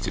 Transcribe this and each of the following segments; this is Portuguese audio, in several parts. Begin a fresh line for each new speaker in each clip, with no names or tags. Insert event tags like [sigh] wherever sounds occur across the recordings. Se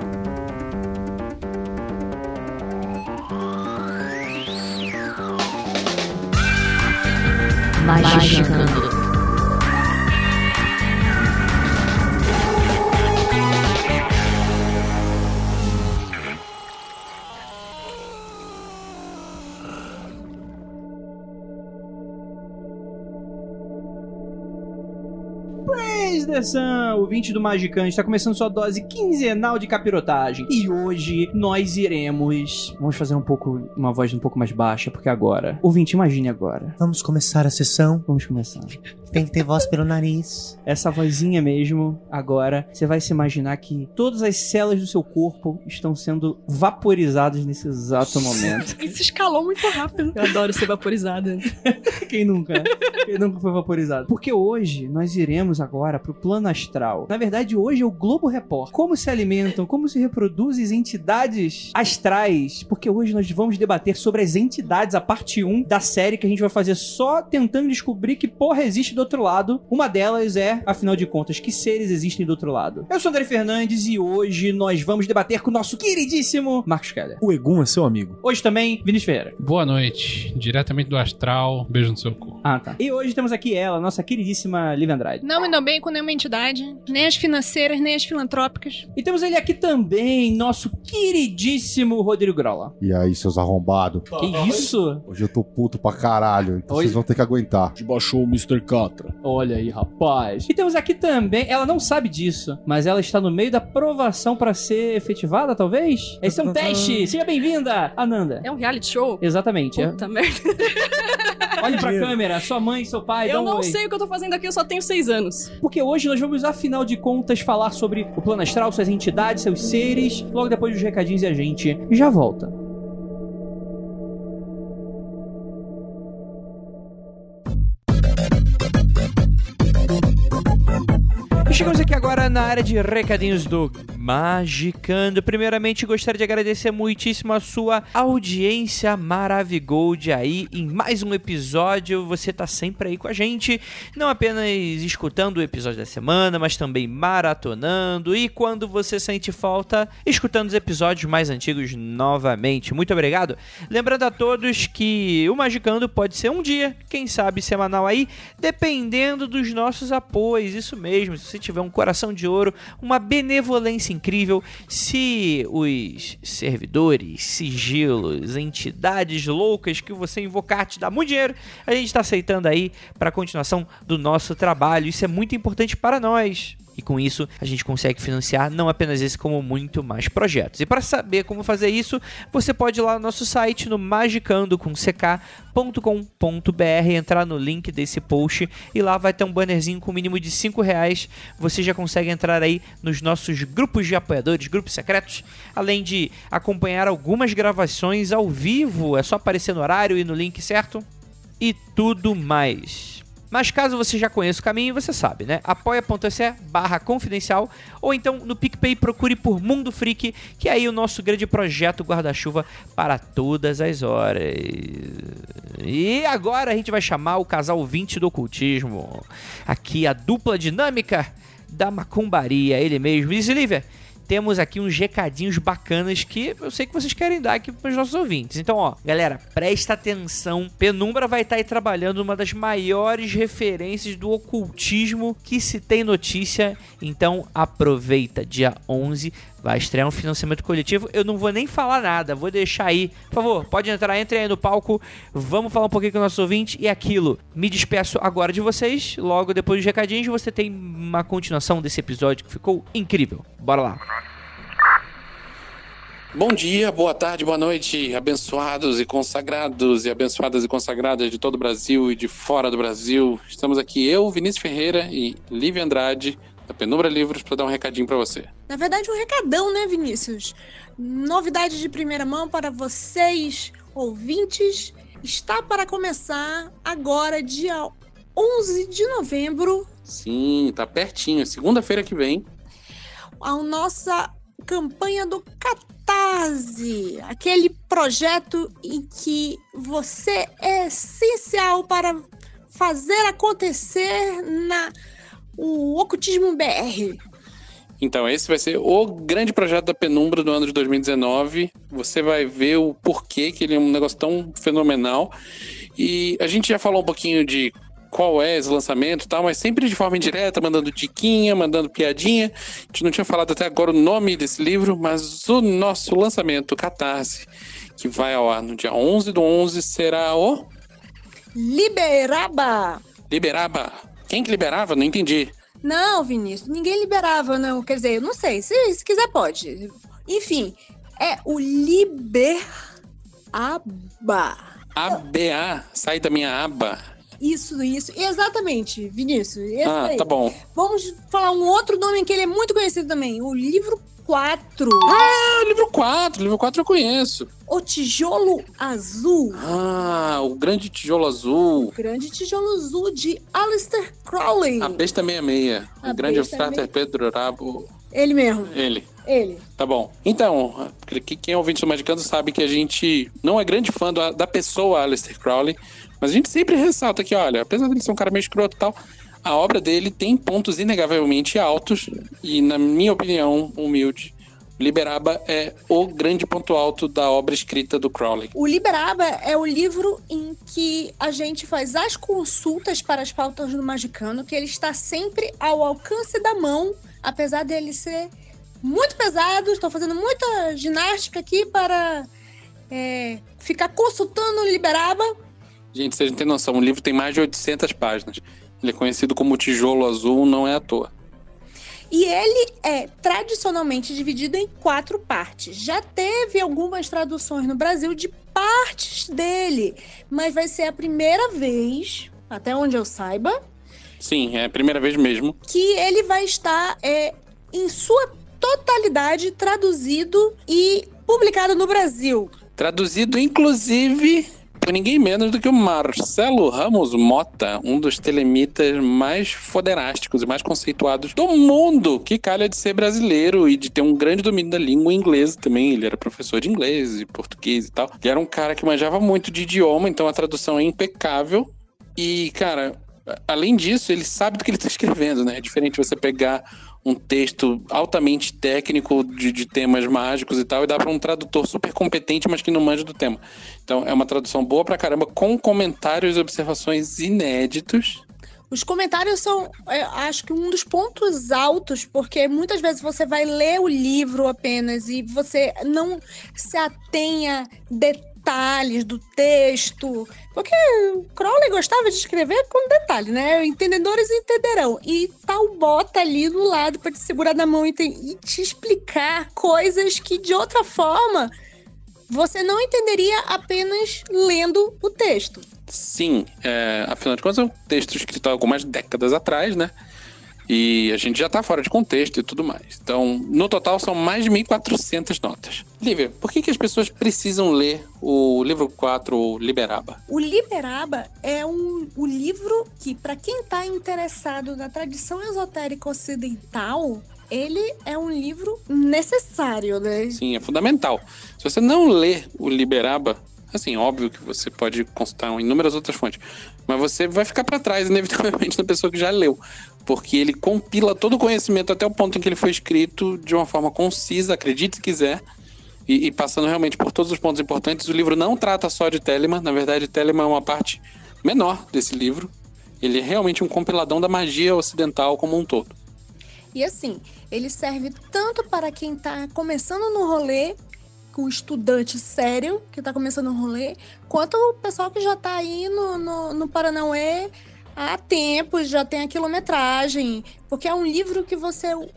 Magicando.
Praise the Sun, ouvinte do Magicante, está começando sua dose quinzenal de capirotagem. E hoje nós iremos. Vamos fazer um pouco. uma voz um pouco mais baixa, porque agora. Ouvinte, imagine agora.
Vamos começar a sessão.
Vamos começar.
Tem que ter voz pelo nariz.
Essa vozinha mesmo, agora, você vai se imaginar que todas as células do seu corpo estão sendo vaporizadas nesse exato momento.
Isso escalou muito rápido. Eu adoro ser vaporizada.
Quem nunca? né? Quem nunca foi vaporizado? Porque hoje nós iremos agora pro plano astral. Na verdade, hoje é o Globo Report. Como se alimentam, como se reproduzem as entidades astrais. Porque hoje nós vamos debater sobre as entidades, a parte 1 da série que a gente vai fazer só tentando descobrir que porra existe do outro lado. Uma delas é, afinal de contas, que seres existem do outro lado. Eu sou André Fernandes e hoje nós vamos debater com o nosso queridíssimo Marcos Keller.
O Egum é seu amigo.
Hoje também, Vinícius Ferreira.
Boa noite, diretamente do astral, beijo no seu cu.
Ah, tá. E hoje temos aqui ela, nossa queridíssima Liv Andrade.
Não me dou bem com nenhuma entidade, nem as financeiras, nem as filantrópicas.
E temos ele aqui também, nosso queridíssimo Rodrigo Grola.
E aí, seus arrombados?
Que isso?
Hoje eu tô puto pra caralho, então
Oi.
vocês vão ter que aguentar.
Baixou o Mr. Catra.
Olha aí, rapaz. E temos aqui também, ela não sabe disso, mas ela está no meio da provação pra ser efetivada, talvez? Esse é um teste. Seja bem-vinda, Ananda.
É um reality show?
Exatamente. é.
Puta merda.
Olhe pra câmera, sua mãe, seu pai, dá
Eu
um
não
oi.
sei o que eu tô fazendo aqui, eu só tenho seis anos.
Porque hoje nós vamos, afinal de contas, falar sobre o plano astral, suas entidades, seus seres. Logo depois dos recadinhos e a gente já volta. E Chegamos aqui agora na área de recadinhos do Magicando. Primeiramente, gostaria de agradecer muitíssimo a sua audiência Maravigold aí em mais um episódio. Você tá sempre aí com a gente, não apenas escutando o episódio da semana, mas também maratonando e quando você sente falta, escutando os episódios mais antigos novamente. Muito obrigado. Lembrando a todos que o Magicando pode ser um dia, quem sabe semanal aí, dependendo dos nossos apoios. Isso mesmo, se você tiver um coração de ouro, uma benevolência incrível, se os servidores, sigilos, entidades loucas que você invocar te dá muito dinheiro, a gente está aceitando aí para a continuação do nosso trabalho. Isso é muito importante para nós. E com isso, a gente consegue financiar não apenas esse, como muito mais projetos. E para saber como fazer isso, você pode ir lá no nosso site, no magicando com ck.com.br, entrar no link desse post e lá vai ter um bannerzinho com o mínimo de 5 reais. Você já consegue entrar aí nos nossos grupos de apoiadores, grupos secretos, além de acompanhar algumas gravações ao vivo. É só aparecer no horário e no link certo e tudo mais. Mas caso você já conheça o caminho, você sabe, né? apoia.se barra confidencial ou então no PicPay procure por Mundo Freak, que é aí o nosso grande projeto guarda-chuva para todas as horas. E agora a gente vai chamar o casal 20 do ocultismo. Aqui a dupla dinâmica da macumbaria, ele mesmo. E Silvia, temos aqui uns recadinhos bacanas que eu sei que vocês querem dar aqui pros nossos ouvintes. Então, ó, galera, presta atenção. Penumbra vai estar aí trabalhando uma das maiores referências do ocultismo que se tem notícia. Então, aproveita. Dia 11 vai estrear um financiamento coletivo. Eu não vou nem falar nada, vou deixar aí. Por favor, pode entrar, entre aí no palco. Vamos falar um pouquinho com o nosso ouvinte e aquilo. Me despeço agora de vocês. Logo depois dos recadinhos, você tem uma continuação desse episódio que ficou incrível. Bora lá.
Bom dia, boa tarde, boa noite, abençoados e consagrados e abençoadas e consagradas de todo o Brasil e de fora do Brasil. Estamos aqui eu, Vinícius Ferreira e Lívia Andrade da Penumbra Livros para dar um recadinho para você.
Na verdade, um recadão, né, Vinícius? Novidade de primeira mão para vocês, ouvintes. Está para começar agora, dia 11 de novembro,
Sim, tá pertinho. Segunda-feira que vem.
a nossa campanha do Catarse, aquele projeto em que você é essencial para fazer acontecer na o Ocultismo BR.
Então, esse vai ser o grande projeto da penumbra do ano de 2019. Você vai ver o porquê que ele é um negócio tão fenomenal. E a gente já falou um pouquinho de qual é esse lançamento e tal, mas sempre de forma indireta, mandando diquinha, mandando piadinha. A gente não tinha falado até agora o nome desse livro, mas o nosso lançamento, Catarse, que vai ao ar no dia 11 do 11, será o
Liberaba!
Liberaba. Quem que liberava? Não entendi.
Não, Vinícius, ninguém liberava, não. Quer dizer, eu não sei. Se, se quiser, pode. Enfim, é o Liberaba.
ABA, sai da minha aba.
Isso, isso. Exatamente, Vinícius. Esse
Ah,
aí.
tá bom.
Vamos falar um outro nome que ele é muito conhecido também. O livro 4.
Ah, livro 4, livro 4 eu conheço.
O Tijolo Azul.
Ah, o grande tijolo azul.
O Grande Tijolo Azul de Alistair Crowley.
A besta 66.
A
o grande
besta
Frater Pedro Rabo.
Ele mesmo.
Ele.
Ele.
Tá bom. Então, que- quem é ouvinte do Magicando sabe que a gente não é grande fã da, da pessoa Aleister Crowley, mas a gente sempre ressalta que, olha, apesar dele ser um cara meio escroto e tal, a obra dele tem pontos inegavelmente altos e, na minha opinião, humilde, Liberaba é o grande ponto alto da obra escrita do Crowley.
O Liberaba é o livro em que a gente faz as consultas para as pautas do Magicano, que ele está sempre ao alcance da mão, apesar dele ser muito pesado. Estou fazendo muita ginástica aqui para é, ficar consultando o Liberaba.
Gente, vocês não têm noção, o livro tem mais de 800 páginas. Ele é conhecido como Tijolo Azul, não é à toa.
E ele é tradicionalmente dividido em quatro partes. Já teve algumas traduções no Brasil de partes dele, mas vai ser a primeira vez, até onde eu saiba,
Sim, é a primeira vez mesmo.
que ele vai estar é, em sua totalidade traduzido e publicado no Brasil.
Traduzido, inclusive, por ninguém menos do que o Marcelo Ramos Mota, um dos telemitas mais foderásticos e mais conceituados do mundo, que calha de ser brasileiro e de ter um grande domínio da língua inglesa também. Ele era professor de inglês e português e tal. Ele era um cara que manjava muito de idioma, então a tradução é impecável. E, cara, a- além disso, ele sabe do que ele está [laughs] escrevendo, né? É diferente você pegar um texto altamente técnico de, de temas mágicos e tal e dar para um tradutor super competente, mas que não manja do tema. Então, é uma tradução boa pra caramba, com comentários e observações inéditos.
Os comentários são, é, acho que, um dos pontos altos, porque muitas vezes você vai ler o livro apenas e você não se atenha a detalhes do texto. Porque o Crowley gostava de escrever com detalhe, né? Entendedores entenderão. E tal bota ali do lado para te segurar na mão e te, e te explicar coisas que, de outra forma, você não entenderia apenas lendo o texto.
Sim, é, afinal de contas, é um texto escrito há algumas décadas atrás, né? E a gente já tá fora de contexto e tudo mais. Então, no total, são mais de 1.400 notas. Lívia, por que, que as pessoas precisam ler o livro 4 Liberaba?
O Liberaba é um, o livro que, para quem está interessado na tradição esotérica ocidental, ele é um livro necessário, né?
Sim, é fundamental. Se você não lê o Liberaba, assim, óbvio que você pode consultar inúmeras outras fontes, mas você vai ficar para trás, [laughs] inevitavelmente, da pessoa que já leu, porque ele compila todo o conhecimento até o ponto em que ele foi escrito de uma forma concisa, acredite se quiser, e, e passando realmente por todos os pontos importantes. O livro não trata só de Telemann, na verdade, Telemann é uma parte menor desse livro. Ele é realmente um compiladão da magia ocidental como um todo.
E assim, ele serve tanto para quem está começando no rolê, com estudante sério que está começando no rolê, quanto o pessoal que já está aí no, no, no Paranauê há tempos, já tem a quilometragem, porque é um livro que você u-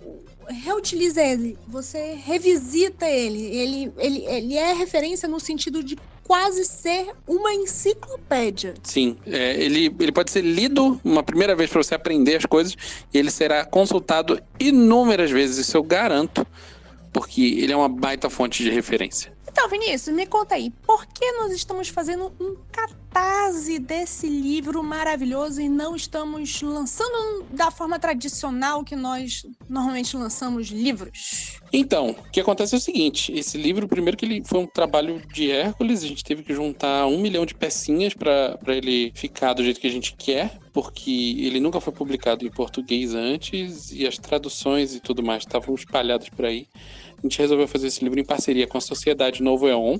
reutiliza ele, você revisita ele, ele, ele, ele é referência no sentido de quase ser uma enciclopédia.
Sim, é, ele, ele pode ser lido uma primeira vez para você aprender as coisas, e ele será consultado inúmeras vezes, isso eu garanto, porque ele é uma baita fonte de referência.
Então, Vinícius, me conta aí, por que nós estamos fazendo um catarse desse livro maravilhoso e não estamos lançando um da forma tradicional que nós normalmente lançamos livros?
Então, o que acontece é o seguinte: esse livro, primeiro que ele foi um trabalho de Hércules, a gente teve que juntar um milhão de pecinhas para ele ficar do jeito que a gente quer, porque ele nunca foi publicado em português antes e as traduções e tudo mais estavam espalhadas por aí. A gente resolveu fazer esse livro em parceria com a Sociedade Novo Eon,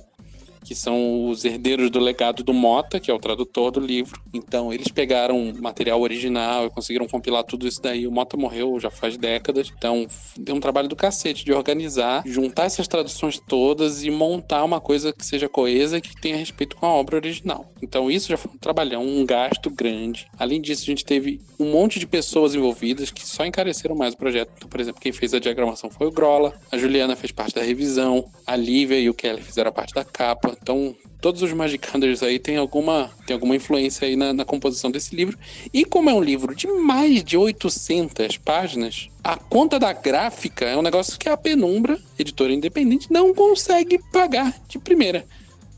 que são os herdeiros do legado do Mota, que é o tradutor do livro. Então, eles pegaram material original e conseguiram compilar tudo isso daí. O Mota morreu já faz décadas, então deu um trabalho do cacete de organizar, juntar essas traduções todas e montar uma coisa que seja coesa e que tenha respeito com a obra original. Então, isso já foi um trabalhão, um gasto grande. Além disso, a gente teve um monte de pessoas envolvidas que só encareceram mais o projeto. Então, por exemplo, quem fez a diagramação foi o Grola, a Juliana fez parte da revisão, a Lívia e o Kelly fizeram a parte da capa. Então, todos os Magic Hunters aí têm alguma, têm alguma influência aí na, na composição desse livro. E como é um livro de mais de 800 páginas, a conta da gráfica é um negócio que a Penumbra, editora independente, não consegue pagar de primeira.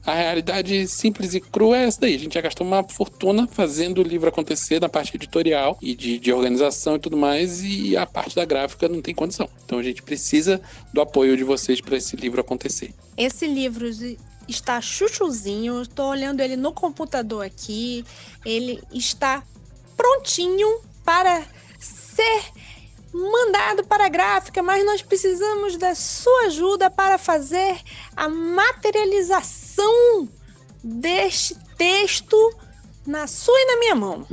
A realidade simples e crua é essa daí. A gente já gastou uma fortuna fazendo o livro acontecer na parte editorial e de, de organização e tudo mais, e a parte da gráfica não tem condição. Então a gente precisa do apoio de vocês para esse livro acontecer.
Esse livro de- está chuchuzinho, estou olhando ele no computador aqui. Ele está prontinho para ser mandado para a gráfica, mas nós precisamos da sua ajuda para fazer a materialização deste texto na sua e na minha mão.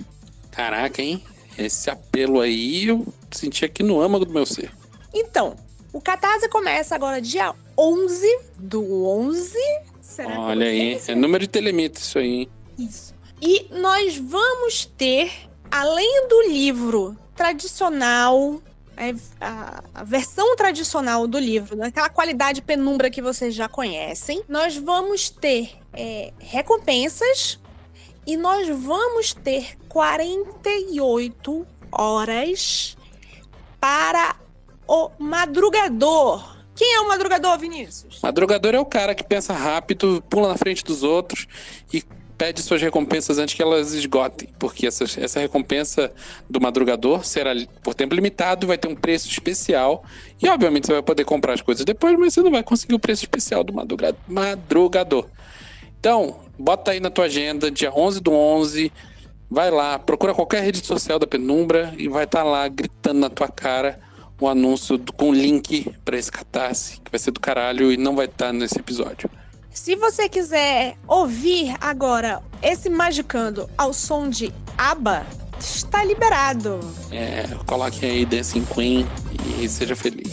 Caraca, hein? Esse apelo aí eu senti aqui no âmago do meu ser.
Então, o Catarse começa agora dia 11 do 11. Será que eu
Olha aí, é número de telemita isso aí, hein?
Isso. E nós vamos ter, além do livro tradicional, é, a, a versão tradicional do livro, daquela qualidade penumbra que vocês já conhecem, nós vamos ter é, recompensas e nós vamos ter 48 horas para o madrugador. Quem é o madrugador, Vinícius?
Madrugador é o cara que pensa rápido, pula na frente dos outros e pede suas recompensas antes que elas esgotem. Porque essa, essa recompensa do madrugador será li- por tempo limitado, vai ter um preço especial. E obviamente você vai poder comprar as coisas depois, mas você não vai conseguir o preço especial do madruga- madrugador. Então, bota aí na tua agenda, dia 11 do 11. Vai lá, procura qualquer rede social da Penumbra e vai estar lá gritando na tua cara o anúncio do- com link pra esse catarse, que vai ser do caralho e não vai estar nesse episódio.
Se você quiser ouvir agora esse Magicando ao som de ABBA, está liberado.
É, coloque aí Dancing Queen e seja feliz.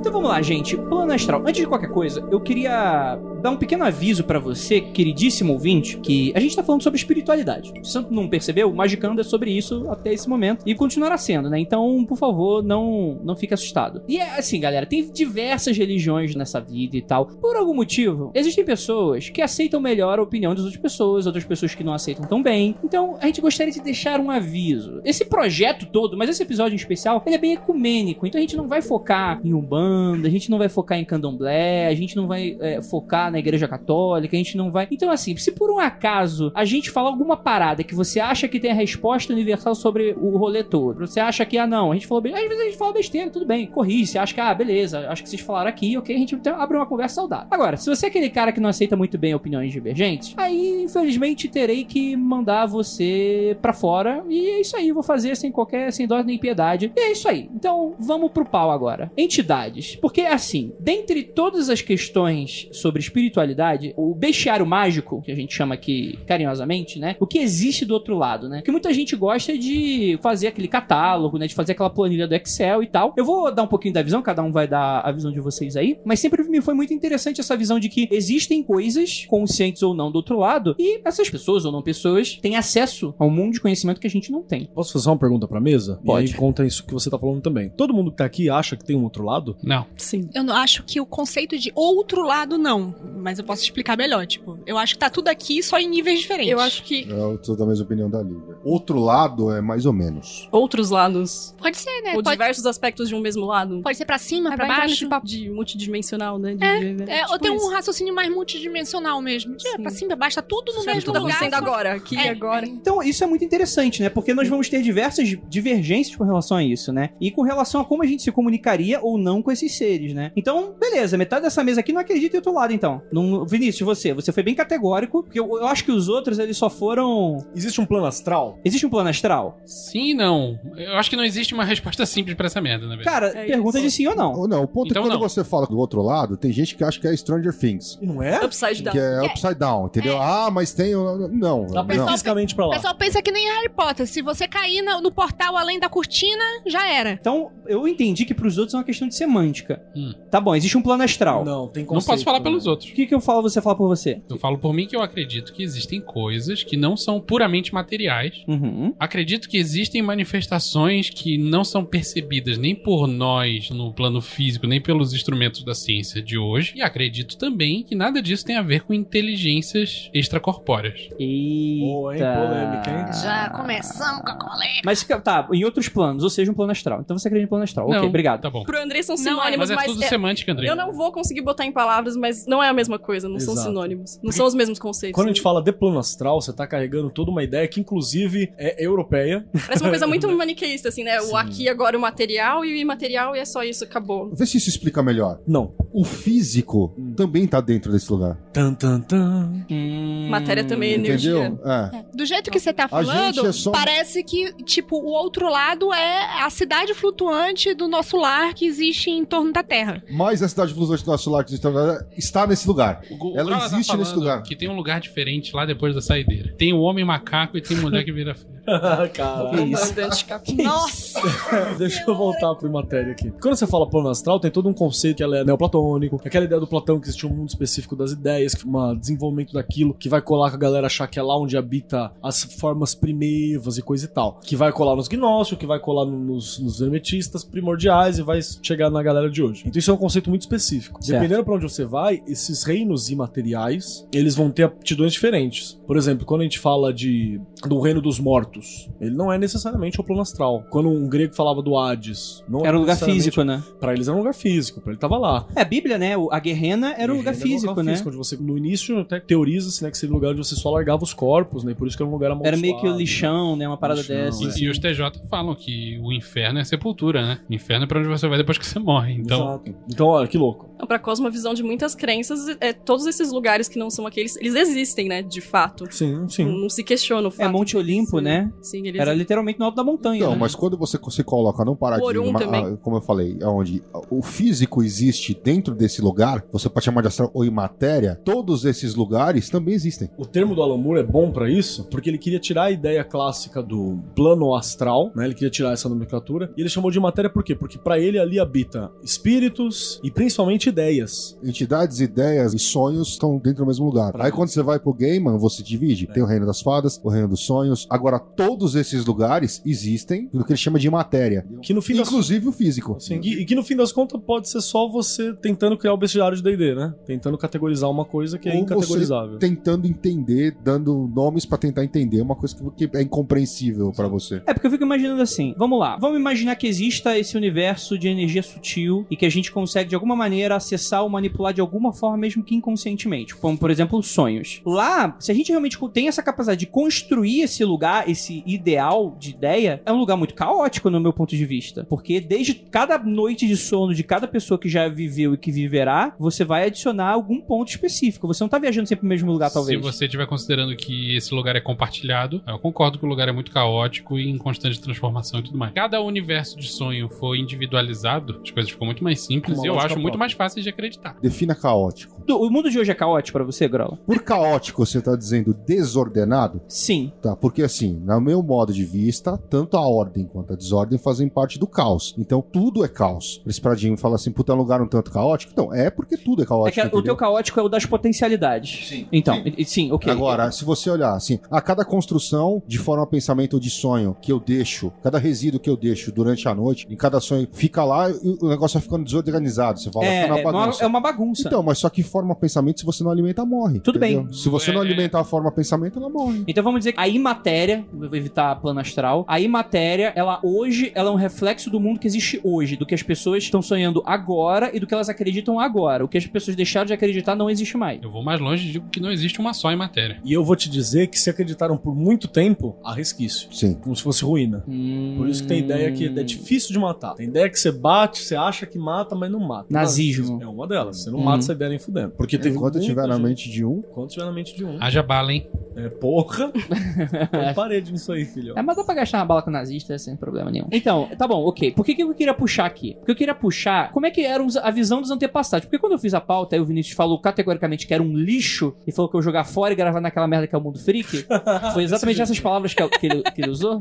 Então vamos lá, gente. Plano astral. Antes de qualquer coisa, eu queria dar um pequeno aviso pra você, queridíssimo ouvinte, que a gente tá falando sobre espiritualidade. Se você não percebeu, o Magicando é sobre isso até esse momento e continuará sendo, né? Então, por favor, não não fique assustado. E é assim, galera, tem diversas religiões nessa vida e tal. Por algum motivo, existem pessoas que aceitam melhor a opinião das outras pessoas, outras pessoas que não aceitam tão bem. Então, a gente gostaria de deixar um aviso. Esse projeto todo, mas esse episódio em especial, ele é bem ecumênico. Então, a gente não vai focar em Umbanda, a gente não vai focar em Candomblé, a gente não vai é, focar na Igreja Católica, a gente não vai. Então, assim, se por um acaso a gente falar alguma parada que você acha que tem a resposta universal sobre o rolê todo, você acha que, ah, não, a gente falou besteira, às vezes a gente fala besteira, tudo bem, corri, você acha que, ah, beleza, acho que vocês falaram aqui, ok, a gente então abre uma conversa saudável. Agora, se você é aquele cara que não aceita muito bem opiniões divergentes, aí, infelizmente, terei que mandar você pra fora, e é isso aí, vou fazer sem qualquer, sem dó nem piedade, e é isso aí. Então, vamos pro pau agora. Entidades, porque, assim, dentre todas as questões sobre espiritualidade, o bestiário mágico, que a gente chama aqui carinhosamente, né? O que existe do outro lado, né? Que muita gente gosta de fazer aquele catálogo, né? De fazer aquela planilha do Excel e tal. Eu vou dar um pouquinho da visão, cada um vai dar a visão de vocês aí, mas sempre me foi muito interessante essa visão de que existem coisas, conscientes ou não, do outro lado, e essas pessoas ou não pessoas têm acesso ao mundo de conhecimento que a gente não tem.
Posso fazer uma pergunta pra mesa?
Pode.
E aí conta isso que você tá falando também. Todo mundo que tá aqui acha que tem um outro lado?
Não.
Eu não acho que o conceito de outro lado não.
mas eu posso explicar melhor. Tipo, eu acho que tá tudo aqui só em níveis diferentes.
Eu acho que
Eu sou da mesma opinião da Lívia. Outro lado é mais ou menos.
outros lados.
Pode ser, né?
Ou
Pode,
diversos aspectos de um mesmo lado.
pode ser pra cima,
É
Aí
pra
vai entrar
baixo.
nesse papo de multidimensional, né? De,
É, ou
tipo
tem um
isso.
raciocínio mais multidimensional mesmo. É,
Sim.
pra cima, pra baixo, tá tudo no
é
Sabe o que
mesmo
tá
lugar.
acontecendo agora, aqui e
É.
agora.
Então, isso é muito interessante, né? Porque nós vamos ter diversas divergências com relação a isso, né? E com relação a como a gente se comunicaria ou não com esses seres, né? Então, beleza, metade dessa mesa aqui não acredita em outro lado, então. Não- Vinícius, você, você foi bem categórico, porque eu, eu acho que os outros, eles só foram...
Existe um plano astral?
Existe um plano astral?
Sim e não. Eu acho que não existe uma resposta simples pra essa merda, na verdade.
Cara,
É
pergunta
isso.
de sim ou não.
Ou não, o ponto
Então
é que quando
não.
você fala do outro lado, tem gente que acha que é Stranger Things.
Não é?
Upside down.
Que é upside down, entendeu? Ah, mas tem. o- Não,
Tá
não.
pessoal-
fisicamente pra
O
lá.
pessoal pensa que nem Harry Potter. Se você cair na- no portal além da cortina, já era.
Então, eu entendi que pros outros é uma questão de semântica.
Hum.
Tá bom, existe um plano astral.
Não, tem
não posso falar
né?
pelos outros.
O que que eu falo, você fala por você?
Eu falo por mim que eu acredito que existem coisas que não são puramente materiais.
Uhum.
Acredito que existem manifestações que não são percebidas nem por nós no plano físico, nem pelos instrumentos da ciência de hoje. E acredito também que nada disso tem a ver com inteligências extracorpóreas.
Eita.
Boa, hein? Polêmica, hein?
Já começamos com a colega.
Mas fica- tá, em outros planos, ou seja, um plano astral. Então você acredita em plano astral.
Não,
ok, obrigado.
Tá bom.
Pro André são
Não, é,
sinônimos,
Mas é
mas,
tudo
é-
semântica, André.
eu não vou conseguir botar em palavras, mas não é a mesma coisa, não são
Exato.
sinônimos. Não são os mesmos conceitos.
Quando a gente fala de plano astral, você tá carregando toda uma ideia que, inclusive, é europeia.
Parece uma coisa muito maniqueísta, assim, né?
Sim.
O aqui e agora o material e o imaterial e é só isso, acabou.
Vê se isso explica melhor.
Não.
O físico também tá dentro desse lugar.
Tan, tan,
[laughs]
tan. [laughs]
Matéria também é energia.
Entendeu? É.
Do jeito que você tá falando,
gente é só-
parece que, tipo, o outro lado é a cidade flutuante do nosso lar que existe em torno da Terra.
Mas a cidade flutuante do nosso lar que está- está nesse lugar.
O Gu- o
Ela
Crolla tá
existe nesse
falando
lugar.
Que tem um lugar diferente lá depois da saideira. Tem o homem macaco e tem mulher que vira feira.
Cara.
é
Que isso?
Comandante Capitão.
Nossa!
[laughs] Deixa eu voltar pra matéria aqui. Quando você fala plano astral, tem todo um conceito que ela é neoplatônico, aquela ideia do Platão que existia um mundo específico das ideias, que um desenvolvimento daquilo que vai colar com a galera achar que é lá onde habita as formas primevas e coisa e tal. Que vai colar nos gnósticos, que vai colar no- nos, nos hermetistas primordiais e vai chegar na galera de hoje. Então isso é um conceito muito específico.
Certo.
Dependendo pra onde você vai, esses reinos imateriais, eles vão ter aptidões diferentes. Por exemplo, quando a gente fala de do reino dos mortos, ele não é necessariamente o plano astral. Quando um grego falava do Hades, não
Era um lugar físico, né?
Para eles era um lugar físico, para ele tava lá.
É, a Bíblia, né? o- A Guerrena era um lugar
Era
físico, né?
onde você, no início até teoriza-se né, que seria um lugar onde você só largava os corpos, né? e Por isso que era um lugar
Era meio que o
amaldiçoado.
lixão, né? Uma parada
Lixão,
dessa.
é.
E, e os TJ falam que o inferno é sepultura, né? O inferno é pra onde você vai depois que você morre. Então,
Exato. Então, olha, que louco.
Então, pra cosmovisão de muitas crenças, é, todos esses lugares que não são aqueles, eles existem, né? De fato.
Sim,
Não,
sim.
se questiona o fato.
É Monte Olimpo,
Sim.
né?
Sim, eles um
Era literalmente no alto da montanha.
Então,
né?
mas quando você se coloca num
Por um
paradigma,
também.
ah, como eu falei, onde o físico existe dentro desse lugar, você pode chamar de astral ou imatéria, todos esses lugares também existem.
O termo do Alan Moore é bom pra isso, porque ele queria tirar a ideia clássica do plano astral, né? Ele queria tirar essa nomenclatura. E ele chamou de matéria por quê? Porque pra ele ali habita espíritos e principalmente ideias.
Entidades, ideias e sonhos estão dentro do mesmo lugar.
Pra
Aí
mim.
quando você vai pro Gaiman, você divide. Tem o reino das fadas, o reino dos sonhos. Agora, todos esses lugares existem do que ele chama de matéria.
Que no fim das
Inclusive o físico.
Sim, E, e que no fim das contas pode ser só você tentando criar o bestiário de D&D, né? Tentando categorizar uma coisa que é
Ou
incategorizável.
tentando entender, dando nomes pra tentar entender uma coisa que, que é incompreensível pra você.
É porque eu fico imaginando assim, vamos lá, vamos imaginar que exista esse universo de energia sutil e que a gente consegue de alguma maneira acessar ou manipular de alguma forma, mesmo que inconscientemente, como por exemplo sonhos. Lá, se a gente realmente tem essa capacidade de construir esse lugar, esse ideal de ideia, é um lugar muito caótico no meu ponto de vista, porque desde cada noite de sono de cada pessoa que já viveu e que viverá, você vai adicionar algum ponto específico. Você não tá viajando sempre pro mesmo lugar, talvez.
se você estiver considerando que esse lugar é compartilhado, eu concordo que o lugar é muito caótico e em constante transformação e tudo mais. Cada universo de sonho foi individualizado, as coisas ficam muito mais simples
Uma
e eu acho
lógica
muito
própria.
mais fáceis de acreditar.
Defina caótico.
O mundo de hoje é caótico pra você, Grola?
Por caótico, você tá dizendo desordenado?
Sim.
Tá, porque assim, no meu modo de vista, tanto a ordem quanto a desordem fazem parte do caos. Então tudo é caos. Esse paradigma fala assim, puta, é um lugar um tanto caótico? Então, é porque tudo é
É
caótico.
que o
entendeu?
teu caótico é o das potencialidades.
Sim.
Então,
Sim.
e- e- sim, ok.
Agora, se você olhar assim, a cada construção de forma pensamento ou de sonho que eu deixo, cada resíduo que eu deixo durante a noite, em cada sonho, fica lá e o negócio vai ficando desorganizado. Você fala,
é,
fica na
é, uma,
bagunça.
é uma bagunça.
Então, mas só que forma pensamento, se você não alimentar, morre.
Tudo bem.
Se você não
É.
alimentar a forma pensamento, ela morre.
Então vamos dizer que a imatéria, vou evitar plano astral, a imatéria, ela hoje, ela é um reflexo do mundo que existe hoje, do que as pessoas estão sonhando agora e do que elas acreditam agora. O que as pessoas deixaram de acreditar não existe mais.
Eu vou mais longe e digo que não existe uma só imatéria.
E eu vou te dizer que se acreditaram por muito tempo, há resquício.
Sim.
Como se fosse ruína. Por isso que tem ideia que
Hum.
é difícil de matar. Tem ideia que você bate, você acha que mata, mas não mata.
Nazismo.
É uma delas. Você não
Hum.
mata essa ideia nem fudendo. Porque teve
Enquanto
muita
É, tiver na
gente-
mente de um,
Enquanto tiver na mente de um.
Haja bala, hein?
É porra. Põe parede nisso aí, filho.
É, mas dá pra gastar uma bala com nazista sem problema nenhum. Então, tá bom, ok. Por que, que eu queria puxar aqui? Porque eu queria puxar como é que era os- a visão dos antepassados. Porque quando eu fiz a pauta, aí o Vinícius falou categoricamente que era um lixo e falou que eu ia jogar fora e gravar naquela merda que é o mundo [laughs] freak. Foi exatamente essas palavras que, eu- que ele, que ele usou.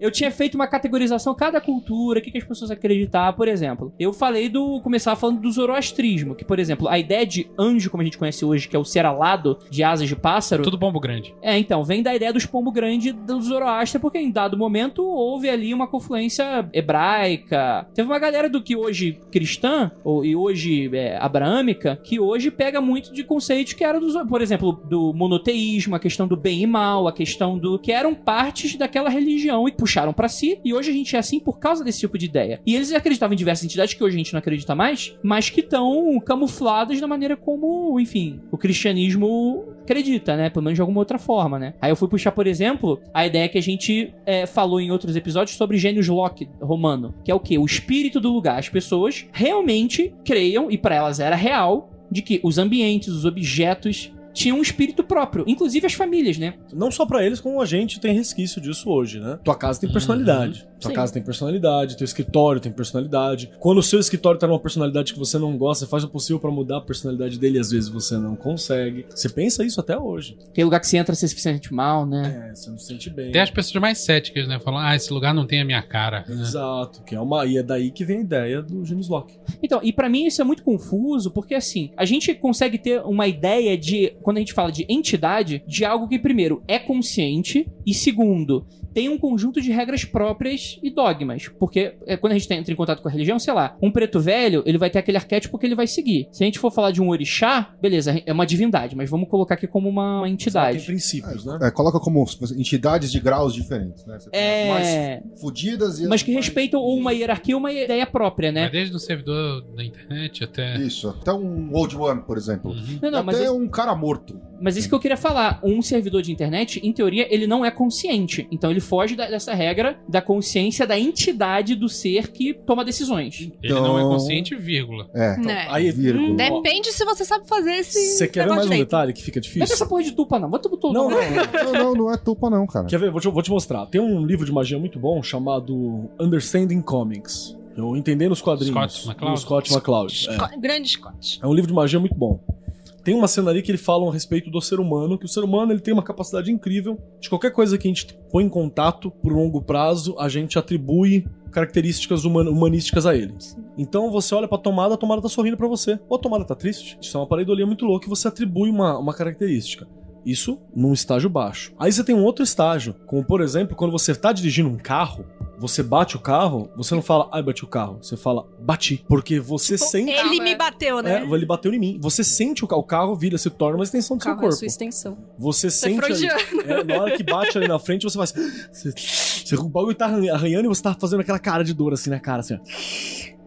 Eu tinha feito uma categorização, cada cultura, o que, que as pessoas acreditavam, por exemplo. Eu falei do. começar falando do zoroastrismo, que, por exemplo, a ideia de anjo, como a gente conhece hoje, que é o ser alado de asas de pássaro.
Tudo pombo grande.
É, então, vem da ideia dos pombo grande do Zoroastra, porque em dado momento houve ali uma confluência hebraica. Teve uma galera do que hoje cristã, ou, e hoje é, abraâmica, que hoje pega muito de conceitos que eram, dos, por exemplo, do monoteísmo, a questão do bem e mal, a questão do. que eram partes daquela religião e puxaram pra si. E hoje a gente é assim por causa desse tipo de ideia. E eles acreditavam em diversas entidades que hoje a gente não acredita mais, mas que estão camufladas na maneira como, enfim, o cristianismo acredita, né? Pelo menos de alguma outra forma, né? Aí eu fui puxar, por exemplo, a ideia que a gente é, falou em outros episódios sobre gênios Locke romano, que é o quê? O espírito do lugar. As pessoas realmente creiam, e pra elas era real, de que os ambientes, os objetos tinham um espírito próprio, inclusive as famílias, né?
Não só pra eles, como a gente tem resquício disso hoje, né? Tua casa tem personalidade. Tua
Sim.
casa tem personalidade, teu escritório tem personalidade. Quando o seu escritório tá numa personalidade que você não gosta, você faz o possível pra mudar a personalidade dele e às vezes você não consegue. Você pensa isso até hoje.
Aquele lugar que você entra, você se sente mal, né?
É, você não se sente bem.
Tem as pessoas mais céticas, né? Falam, ah, esse lugar não tem a minha cara. né?
Exato, que é uma. E é daí que vem a ideia do Genius Locke.
Então, e pra mim isso é muito confuso, porque assim, a gente consegue ter uma ideia de, quando a gente fala de entidade, de algo que, primeiro, é consciente, e segundo, tem um conjunto de regras próprias e dogmas. Porque é, quando a gente entra em contato com a religião, sei lá, um preto velho, ele vai ter aquele arquétipo que ele vai seguir. Se a gente for falar de um orixá, beleza, é uma divindade, mas vamos colocar aqui como uma entidade.
princípios, né?
é, coloca como entidades de graus diferentes, né? Você tem as
É.
mais fodidas e
Mas que respeitam ou uma hierarquia ou uma ideia própria, né?
Mas desde o servidor da internet até.
Isso, até um Old One, por exemplo.
Não, não,
até
mas esse-
um cara morto.
Mas isso que eu queria falar. Um servidor de internet, em teoria, ele não é consciente. Então ele foge da- dessa regra da consciência da entidade do ser que toma decisões.
Ele não
Então,
é consciente, vírgula.
É.
Né?
Aí, hum,
vírgula.
Depende se você sabe fazer esse.
Você quer ver mais um
negócio
detalhe que fica
Não é essa
difícil?
porra de tupa, não. Vamos tupa,
Não, não,
Não, não, não é tupa, não, cara.
Quer ver? Vou te, vou te mostrar. Tem um livro de magia muito bom chamado Understanding Comics. Eu entendi nos quadrinhos.
Scott McCloud.
Do Scott McCloud.
direito.
é.
Scott- Grande Scott.
É um livro de magia muito bom. Tem uma cena ali que ele fala a respeito do ser humano, que o ser humano ele tem uma capacidade incrível de qualquer coisa que a gente põe em contato por um longo prazo, a gente atribui características human- humanísticas a ele. Então você olha pra tomada, a tomada tá sorrindo pra você. Ou a tomada tá triste. Isso é uma pareidolia muito louca e você atribui uma, uma característica. Isso num estágio baixo. Aí você tem um outro estágio, como por exemplo, quando você tá dirigindo um carro, você bate o carro, você não fala, ai, bati o carro. Você fala, bati. Porque você
Tipo,
sente.
Ele me bateu, né?
É, ele bateu em mim. Você sente o, ca- o carro vira, se torna uma extensão do seu
Carro é a
corpo.
sua extensão.
Você
Você é
sente. ali-
freudiano.
é, na hora que bate ali na frente, você faz. Você, você- o bagulho tá arran- arranhando e você tá fazendo aquela cara de dor assim na cara, assim. ó.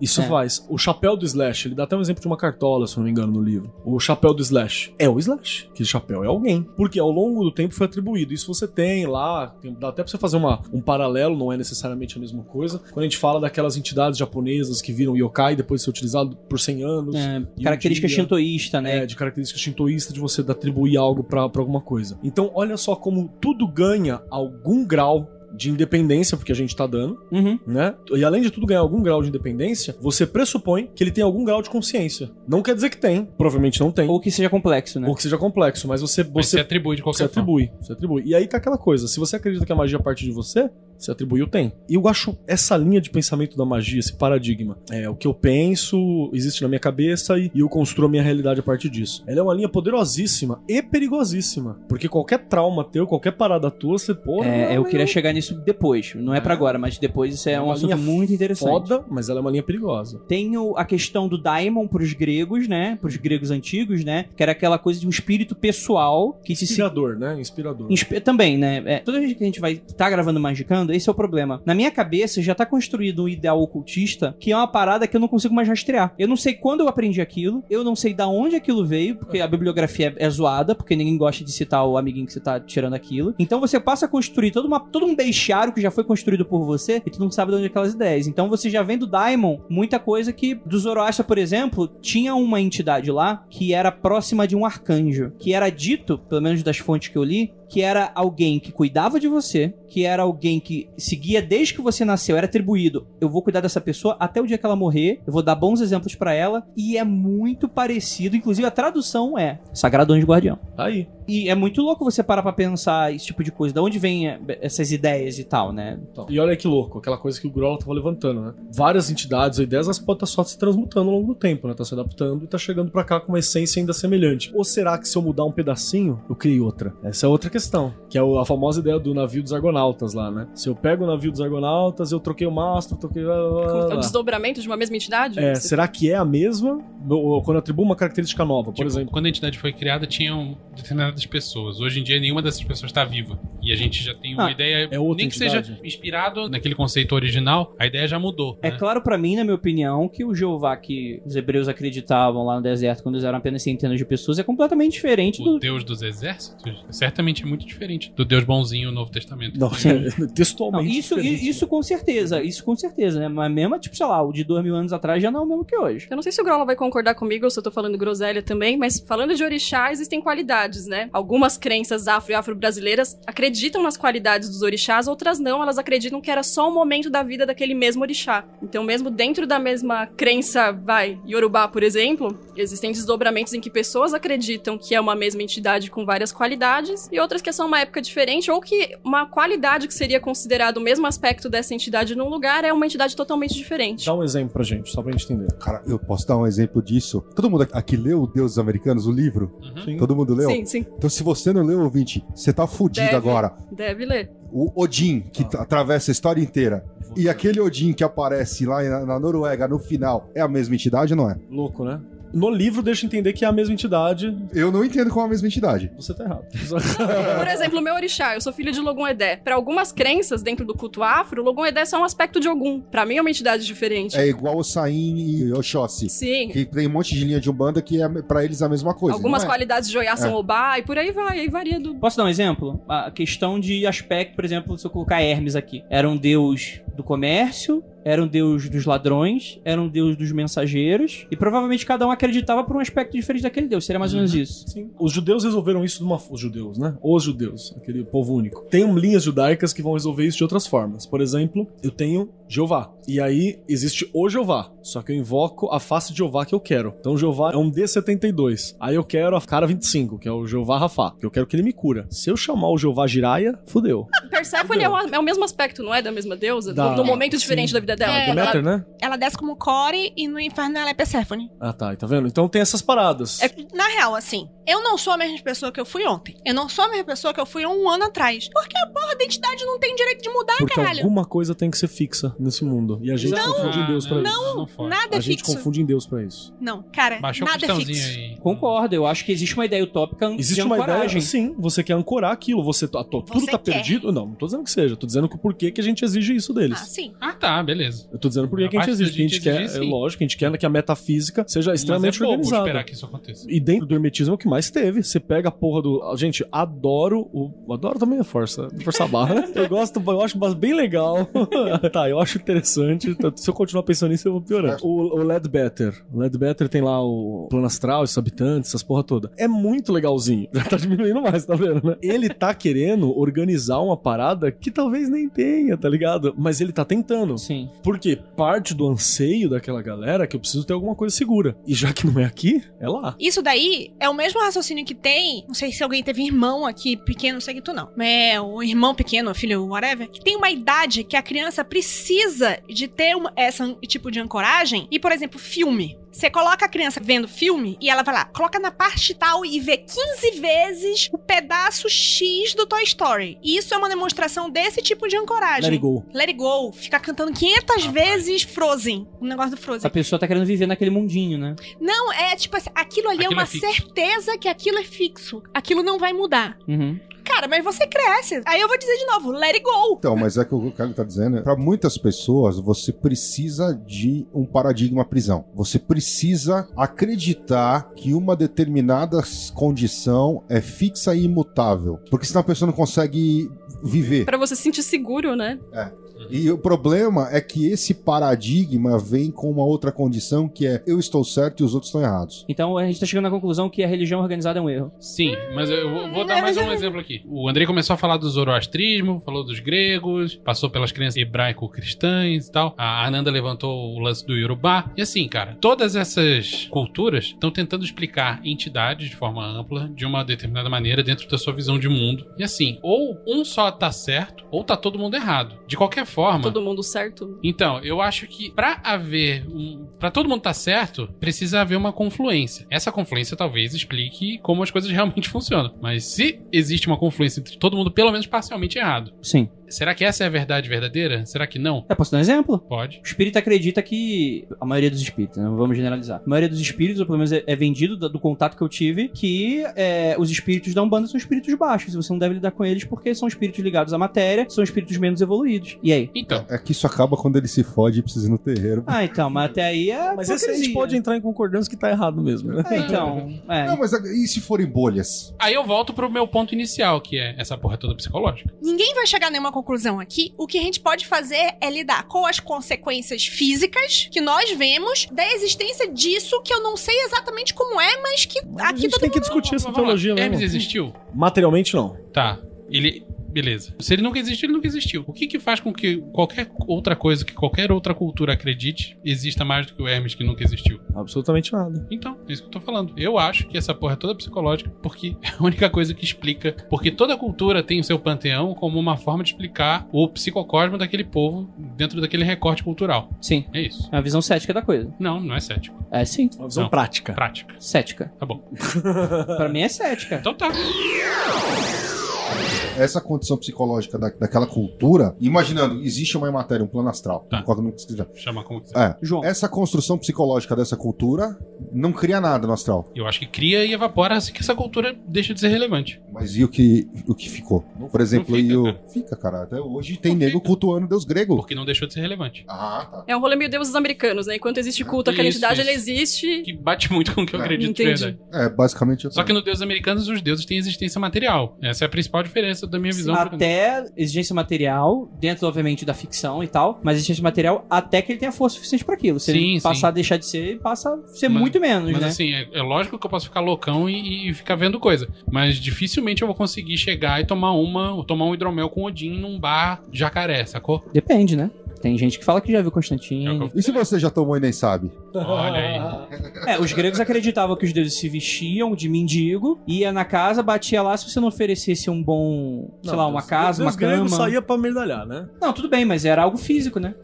Isso
É.
faz. O chapéu do Slash, ele dá até um exemplo de uma cartola, se eu não me engano, no livro. O chapéu do Slash é o Slash. Aquele chapéu é alguém. Porque ao longo do tempo foi atribuído. Isso você tem lá, tem- dá até pra você fazer uma- um paralelo, não é necessariamente a mesma coisa. Quando a gente fala daquelas entidades japonesas que viram yokai depois de ser utilizado por 100 anos. e um
característica
dia-
shintoísta, né?
é, de característica shintoísta de você atribuir algo pra pra alguma coisa. Então, olha só como tudo ganha algum grau de independência, porque a gente tá dando,
Uhum.
né? E além de tudo ganhar algum grau de independência, você pressupõe que ele tem algum grau de consciência. Não quer dizer que tem, provavelmente não tem.
Ou que seja complexo, né?
Ou que seja complexo, mas você.
Mas
você
se atribui de
você
qualquer forma.
atribui, você atribui. E aí tá aquela coisa, se você acredita que a magia parte de você, se atribuiu tem. E eu acho essa linha de pensamento da magia, esse paradigma, é o que eu penso, existe na minha cabeça e, e eu construo a minha realidade a partir disso. Ela é uma linha poderosíssima e perigosíssima, porque qualquer trauma teu, qualquer parada tua, você porra.
É, eu queria chegar nisso depois. Não é, pra agora, mas depois isso é, um
Ah. uma
assunto
linha
muito interessante.
foda, mas ela é uma linha perigosa.
Tem o- a questão do daimon pros gregos, né? Pros gregos antigos, né? Que era aquela coisa de um espírito pessoal que se
Inspirador, né? Inspirador.
Inspi- Também, né? É, toda vez que a gente vai tá gravando Magicando, esse é o problema. Na minha cabeça já tá construído um ideal ocultista que é uma parada que eu não consigo mais rastrear. Eu não sei quando eu aprendi aquilo, eu não sei da onde aquilo veio, porque a bibliografia é, é zoada, porque ninguém gosta de citar o amiguinho que você tá tirando aquilo. Então você passa a construir todo, uma, todo um bestiário que já foi construído por você e tu não sabe de onde aquelas ideias. Então você já vem do Daimon muita coisa que do Zoroastra, por exemplo, tinha uma entidade lá que era próxima de um arcanjo, que era dito, pelo menos das fontes que eu li, que era alguém que cuidava de você, que era alguém que seguia desde que você nasceu, era atribuído. Eu vou cuidar dessa pessoa até o dia que ela morrer, eu vou dar bons exemplos pra ela, e é muito parecido, inclusive a tradução é Sagrado Anjo Guardião.
Tá Aí.
E é muito louco você parar pra pensar esse tipo de coisa, da onde vem é, essas ideias e tal, né?
E olha que louco, aquela coisa que o Grola tava levantando, né? Várias entidades ou ideias, elas podem estar só se transmutando ao longo do tempo, né? Tá se adaptando e tá chegando pra cá com uma essência ainda semelhante. Ou será que se eu mudar um pedacinho, eu crio outra? Essa é outra questão, que é o- a famosa ideia do navio dos argonautas lá, né? Se eu pego o navio dos argonautas, eu troquei o mastro, troquei...
É o desdobramento de uma mesma entidade?
É,
Você-
será que é a mesma? Ou quando eu atribuo uma característica nova, por
Tipo,
exemplo.
Quando a entidade foi criada, tinham determinadas pessoas. Hoje em dia, nenhuma dessas pessoas está viva. E a gente já tem uma
Ah,
ideia.
É outra
nem que
entidade.
seja inspirado naquele conceito original, a ideia já mudou. né?
É claro pra mim, na minha opinião, que o Jeová que os hebreus acreditavam lá no deserto quando eles eram apenas centenas de pessoas é completamente diferente do
O Deus dos exércitos certamente é muito diferente do Deus bonzinho no Novo Testamento.
[laughs] Não, textualmente.
Não, isso,
diferente. né? Uhum.
isso com certeza, isso com certeza, né? Mas mesmo, tipo, sei lá, o de dois mil anos atrás já não é o mesmo que hoje.
Eu não sei se o Grola vai concordar comigo ou se eu tô falando groselha também, mas falando de orixá, existem qualidades, né? Algumas crenças afro e afro-brasileiras acreditam nas qualidades dos orixás, outras não, elas acreditam que era só o momento da vida daquele mesmo orixá. Então, mesmo dentro da mesma crença, vai, Yorubá, por exemplo, existem desdobramentos em que pessoas acreditam que é uma mesma entidade com várias qualidades e outras que é só uma época diferente ou que uma qualidade que seria considerado o mesmo aspecto dessa entidade num lugar é uma entidade totalmente diferente.
Dá um exemplo pra gente, só pra gente entender.
Cara, eu posso dar um exemplo disso? Todo mundo aqui leu o Deus dos Americanos, o livro?
Uhum.
Sim.
Todo mundo leu?
Sim, sim.
Então, se você não leu, ouvinte, você tá fudido
Deve.
agora.
Deve ler.
O Odin, que
Ah.
t- atravessa a história inteira. E aquele Odin que aparece lá na, na Noruega no final, é a mesma entidade ou não é?
Louco, né? No livro deixa entender que é a mesma entidade.
Eu não entendo como é a mesma entidade.
Você tá errado. [laughs]
Por exemplo, o meu orixá, eu sou filho de Logum Edé. Pra algumas crenças dentro do culto afro, Logum Edé é só um aspecto de Ogum. Pra mim é uma entidade diferente.
É igual o Sain e o Oxóssi.
Sim.
Que tem um monte de linha de Umbanda que é pra eles a mesma coisa.
Algumas
não é?
qualidades de Oiá são
É.
Obá e por aí vai, aí varia do.
Posso dar um exemplo? A questão de aspecto, por exemplo, se eu colocar Hermes aqui. Era um deus do comércio, era um deus dos ladrões, era um deus dos mensageiros, e provavelmente cada um acreditava por um aspecto diferente daquele deus. Seria mais ou
Uhum.
menos isso.
Sim. Os judeus resolveram isso de uma os judeus, né? Os judeus, aquele povo único. Tem linhas judaicas que vão resolver isso de outras formas. Por exemplo, eu tenho Jeová. E aí existe o Jeová. Só que eu invoco a face de Jeová que eu quero. Então Jeová é um D72. Aí eu quero a cara 25, que é o Jeová Rafá. Que eu quero que ele me cura. Se eu chamar o Jeová Jiraya, fudeu.
Persephone é o, é o mesmo aspecto, não é da mesma deusa?
Da-
No, no momento
sim.
diferente da vida dela.
É, Deméter,
ela,
né?
Ela desce como Core e no inferno ela é Persephone.
Ah, tá. Tá vendo? Então tem essas paradas.
É, na real, assim, eu não sou a mesma pessoa que eu fui ontem. Eu não sou a mesma pessoa que eu fui há um ano atrás. Porque a porra da entidade não tem direito de mudar,
Porque
caralho.
alguma coisa tem que ser fixa nesse mundo. E a gente
Não,
confunde
Ah,
em Deus pra
não,
isso.
não fode. nada
A
é
gente
fixo.
confunde em Deus pra isso.
Não, cara, nada é fixo.
Concordo, eu acho que existe uma ideia utópica
Existe
de
uma
ancoragem.
ideia, sim, você quer ancorar aquilo, você, tá- tô- tudo
Você
tá
quer.
perdido. Não, não tô dizendo que seja, tô dizendo que o porquê que a gente exige isso deles.
Ah, sim.
Ah, tá, beleza.
Eu tô dizendo por que
A
que a gente
parte da
exige, que a gente
gente
quer,
exigir,
é
sim.
lógico, que a gente quer que a metafísica seja extremamente
Mas é bobo
organizada.
esperar que isso aconteça.
E dentro do hermetismo é o que mais teve. Você pega a porra do. ah, Gente, [laughs] adoro o. Adoro também a força. Força barra. Eu gosto, eu acho bem legal. tá, eu acho acho interessante. Tanto- Se eu continuar pensando nisso, eu vou piorar. O, o Ledbetter. O Ledbetter tem lá o plano astral, esses habitantes, essas porra toda. É muito legalzinho. [laughs] Já tá diminuindo mais, tá vendo, né? Ele tá querendo organizar uma parada que talvez nem tenha, tá ligado? Mas ele tá tentando.
Sim.
Porque parte do anseio daquela galera é que eu preciso ter alguma coisa segura. E já que não é aqui, é lá.
Isso daí é o mesmo raciocínio que tem. Não sei se alguém teve irmão aqui pequeno, sei que tu não. É, o irmão pequeno, filho, whatever. Que tem uma idade que a criança precisa de ter uma, essa an- tipo de ancoragem. E, por exemplo, filme. Você coloca a criança vendo filme e ela vai lá, coloca na parte tal e vê 15 vezes o pedaço X do Toy Story. E isso é uma demonstração desse tipo de ancoragem.
Let it go.
Let it go. Ficar cantando 500 vezes Frozen. O negócio do Frozen.
A pessoa tá querendo viver naquele mundinho, né?
Não, é tipo assim, aquilo ali
Aquilo
é uma
é fixo.
certeza que aquilo é fixo. Aquilo não vai mudar.
Uhum.
Cara, mas você cresce. Aí eu vou dizer de novo, let it go.
Então, mas é que o Carlos tá dizendo, para muitas pessoas, você precisa de um paradigma prisão. Você precisa acreditar que uma determinada s- condição é fixa e imutável. Porque senão a pessoa não consegue viver.
Pra você se sentir seguro, né?
E o problema é que esse paradigma vem com uma outra condição que é eu estou certo e os outros estão errados.
Então a gente tá chegando à conclusão que a religião organizada é um erro.
Sim, mas eu vou, vou dar
é,
mais
mas
um
é-
exemplo aqui. O Andrei começou a falar do zoroastrismo, falou dos gregos, passou pelas crenças hebraico-cristãs e tal. A Ananda levantou o lance do Yorubá. E assim, cara, todas essas culturas estão tentando explicar entidades de forma ampla, de uma determinada maneira, dentro da sua visão de mundo. E assim, ou um só tá certo, ou tá todo mundo errado. De qualquer forma,
Todo mundo certo.
então, eu acho que pra haver um, para todo mundo estar certo, precisa haver uma confluência. Essa confluência talvez explique como as coisas [laughs] realmente funcionam. Mas se existe uma confluência entre todo mundo pelo menos parcialmente errado,
Sim.
será que essa é a verdade verdadeira? Será que não?
É, posso dar um exemplo?
Pode.
O espírita acredita que. A maioria dos espíritas, né? não vamos generalizar. A maioria dos espíritos, ou pelo menos é é vendido da- do contato que eu tive, que é, os espíritos da Umbanda são espíritos baixos. E você não deve lidar com eles porque são espíritos ligados à matéria, são espíritos menos evoluídos. E aí?
Então.
É que isso acaba quando ele se fode e precisa ir no terreiro.
Ah, então, mas até aí é.
Mas esse a gente
hipocrisia.
pode entrar em concordância que tá errado mesmo, né?
É, então. É.
Não, mas e se forem bolhas?
Aí eu volto pro meu ponto inicial, que é essa porra toda psicológica.
Ninguém vai chegar a nenhuma conclusão aqui. O que a gente pode fazer é lidar com as consequências físicas que nós vemos da existência disso que eu não sei exatamente como é, mas que
a
aqui
gente
todo
tem que
mundo-
discutir essa
Vamos lá.
teologia, né?
Hermes
irmão?
existiu?
Materialmente, não.
Tá. Ele. Beleza. Se ele nunca existiu, ele nunca existiu. O que que faz com que qualquer outra coisa, que qualquer outra cultura acredite, exista mais do que o Hermes que nunca existiu?
Absolutamente nada.
Então, é isso que eu tô falando. Eu acho que essa porra é toda psicológica, porque [laughs] é a única coisa que explica. Porque toda cultura tem o seu panteão como uma forma de explicar o psicocosmo daquele povo dentro daquele recorte cultural.
Sim.
É isso.
É uma visão cética da coisa.
Não, não é cético.
É sim.
Uma visão
Não.
prática.
Prática.
Cética.
Tá bom.
pra mim é cética.
Então tá.
essa condição psicológica da, daquela cultura, imaginando, existe uma matéria, um plano astral,
Tá.
qualquer nome que você quiser.
Chama como quiser.
É, essa construção psicológica dessa cultura não cria nada no astral.
Eu acho que cria e evapora assim que essa cultura deixa de ser relevante.
Mas e o que, o que ficou? Por exemplo,
não fica,
e o. Fica, cara. Até hoje tem nego cultuando Deus grego.
Porque não deixou de ser relevante.
Ah, tá.
É um rolê meio deuses americanos, né? Enquanto existe culto àquela
Isso,
entidade,
isso.
ela existe.
Que bate muito com o que eu acredito
Entendi.
de verdade.
É, basicamente.
Só que no Deus americanos, os deuses têm existência material. Essa é a principal diferença da minha visão. pro-
até exigência material, dentro, obviamente, da ficção e tal, mas exigência material até que ele tenha força suficiente pra aquilo. Se
Sim,
ele
sim.
passar a deixar de ser, ele passa a ser
Mas-
muito menos,
Mas
né?
assim, é, é lógico que eu posso ficar loucão e, e ficar vendo coisa. Mas dificilmente eu vou conseguir chegar e tomar uma, ou tomar um hidromel com Odin num bar jacaré, sacou? Um
Depende, né? Tem gente que fala É que já viu
É
Constantino.
E se você já tomou e nem sabe?
Olha
aí. É, os gregos acreditavam que os deuses se vestiam de mendigo, ia na casa, batia lá, se você não oferecesse um bom, sei
Não,
lá, uma
Deus-
casa,
Deus
uma
grego
cama.
saía pra medalhar, né?
Não, tudo bem, mas era algo físico, né?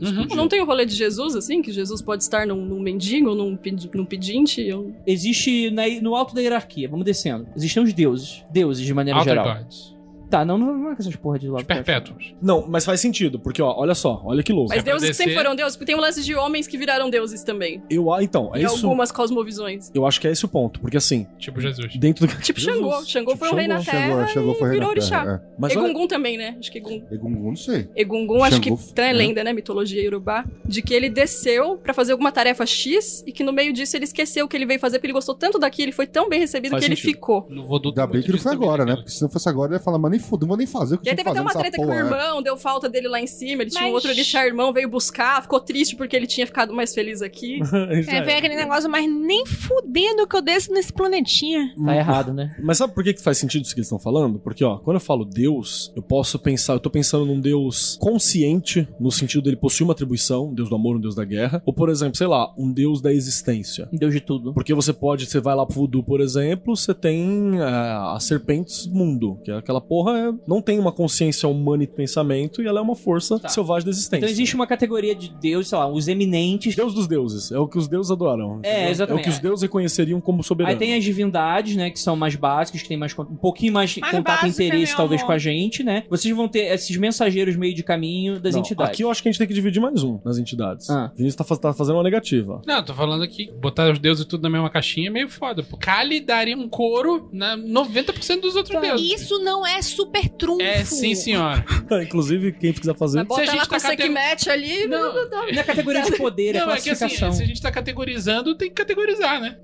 Não tem o rolê de Jesus, assim? Que Jesus pode estar num, num mendigo, num, pedi- num pedinte? Eu...
Existe na hi- no alto da hierarquia, vamos descendo. Existem os deuses, deuses de maneira
Outer
geral.
Gods.
Tá, não, não, não é com essas porra de Lovecraft.
Perpétuos.
Não, mas faz sentido, porque, ó, olha só, olha que louco.
Mas deuses que sempre foram deuses, porque tem um lance de homens que viraram deuses também.
Eu, ah, então, é
em
isso.
algumas cosmovisões.
Eu acho que é esse o ponto, porque assim.
Hum.
Tipo Jesus.
Dentro do.
Tipo Xangô. Xangô foi um rei na Terra
Xangô, Xangô foi
e
rei na
virou
terra,
orixá.
é.
Mas
Egungun também, né? Acho que Egungun.
Egungun, É, um- não sei.
Egungun, acho que
Xangô, Uhum.
então é lenda, né? Mitologia Yorubá. De que ele desceu pra fazer alguma tarefa X e que no meio disso ele esqueceu o que ele veio fazer, porque ele gostou tanto daqui, ele foi tão bem recebido
Faz
que ele
sentido.
ficou.
No vodu né?
né?
Ainda bem que não foi agora, né? Porque se não fosse agora, ele ia falar, mas nem fudendo, vou nem fazer o que
E aí
tinha que
teve até
fazer
uma treta
nessa
com o
porra, né?
irmão, deu falta dele lá em cima, ele tinha um
Mas-
outro orixá, irmão veio buscar, ficou triste porque ele tinha ficado mais feliz aqui.
Uhum.
[laughs]
É, veio aquele negócio, mas nem fudendo que eu desço nesse planetinha.
Tá errado, né?
Mas sabe por que que faz sentido isso que eles estão falando? Porque, ó, quando eu falo Deus, eu posso pensar, eu tô pensando num Deus consciente, no sentido dele possuir uma atribuição, um Deus do amor, um Deus da guerra, ou, por exemplo, sei lá, um Deus da existência.
Deus de tudo.
Porque você pode, você vai lá pro voodoo, por exemplo, você tem é, as serpentes mundo, que é aquela porra é- não tem uma consciência humana e pensamento, e ela é uma força
Tá.
selvagem da existência.
Então existe uma categoria de Deus, sei lá, os eminentes.
Deus dos deuses, é o que os deuses adoram.
É,
entendeu?
exatamente.
É o que os deuses reconheceriam como soberano.
Aí tem as divindades, né, que são mais básicas, que tem mais con- um pouquinho mais,
Mais
contato e
básica,
interesse
meu
talvez
amor.
com a gente, né? Vocês vão ter esses mensageiros meio de caminho das
Não,
entidades.
Aqui eu acho que a gente tem que dividir mais um nas entidades.
Ah.
O Vinícius tá, faz- tá fazendo uma negativa. [laughs]
Não, tô falando aqui, botar os deuses tudo na mesma caixinha é meio foda. Pô. Kali daria um couro na 90% dos
Tá.
outros deuses.
Isso não é super trunfo.
É, sim, senhora.
Inclusive, quem quiser fazer.
Mas bota
Se a gente
ela
tá
com
categ-
Sekhmet ali,
Não.
não, não,
Na categoria de
[laughs]
poder, é
Não, é que assim, se
classificação.
a gente tá categorizando, tem que categorizar, né?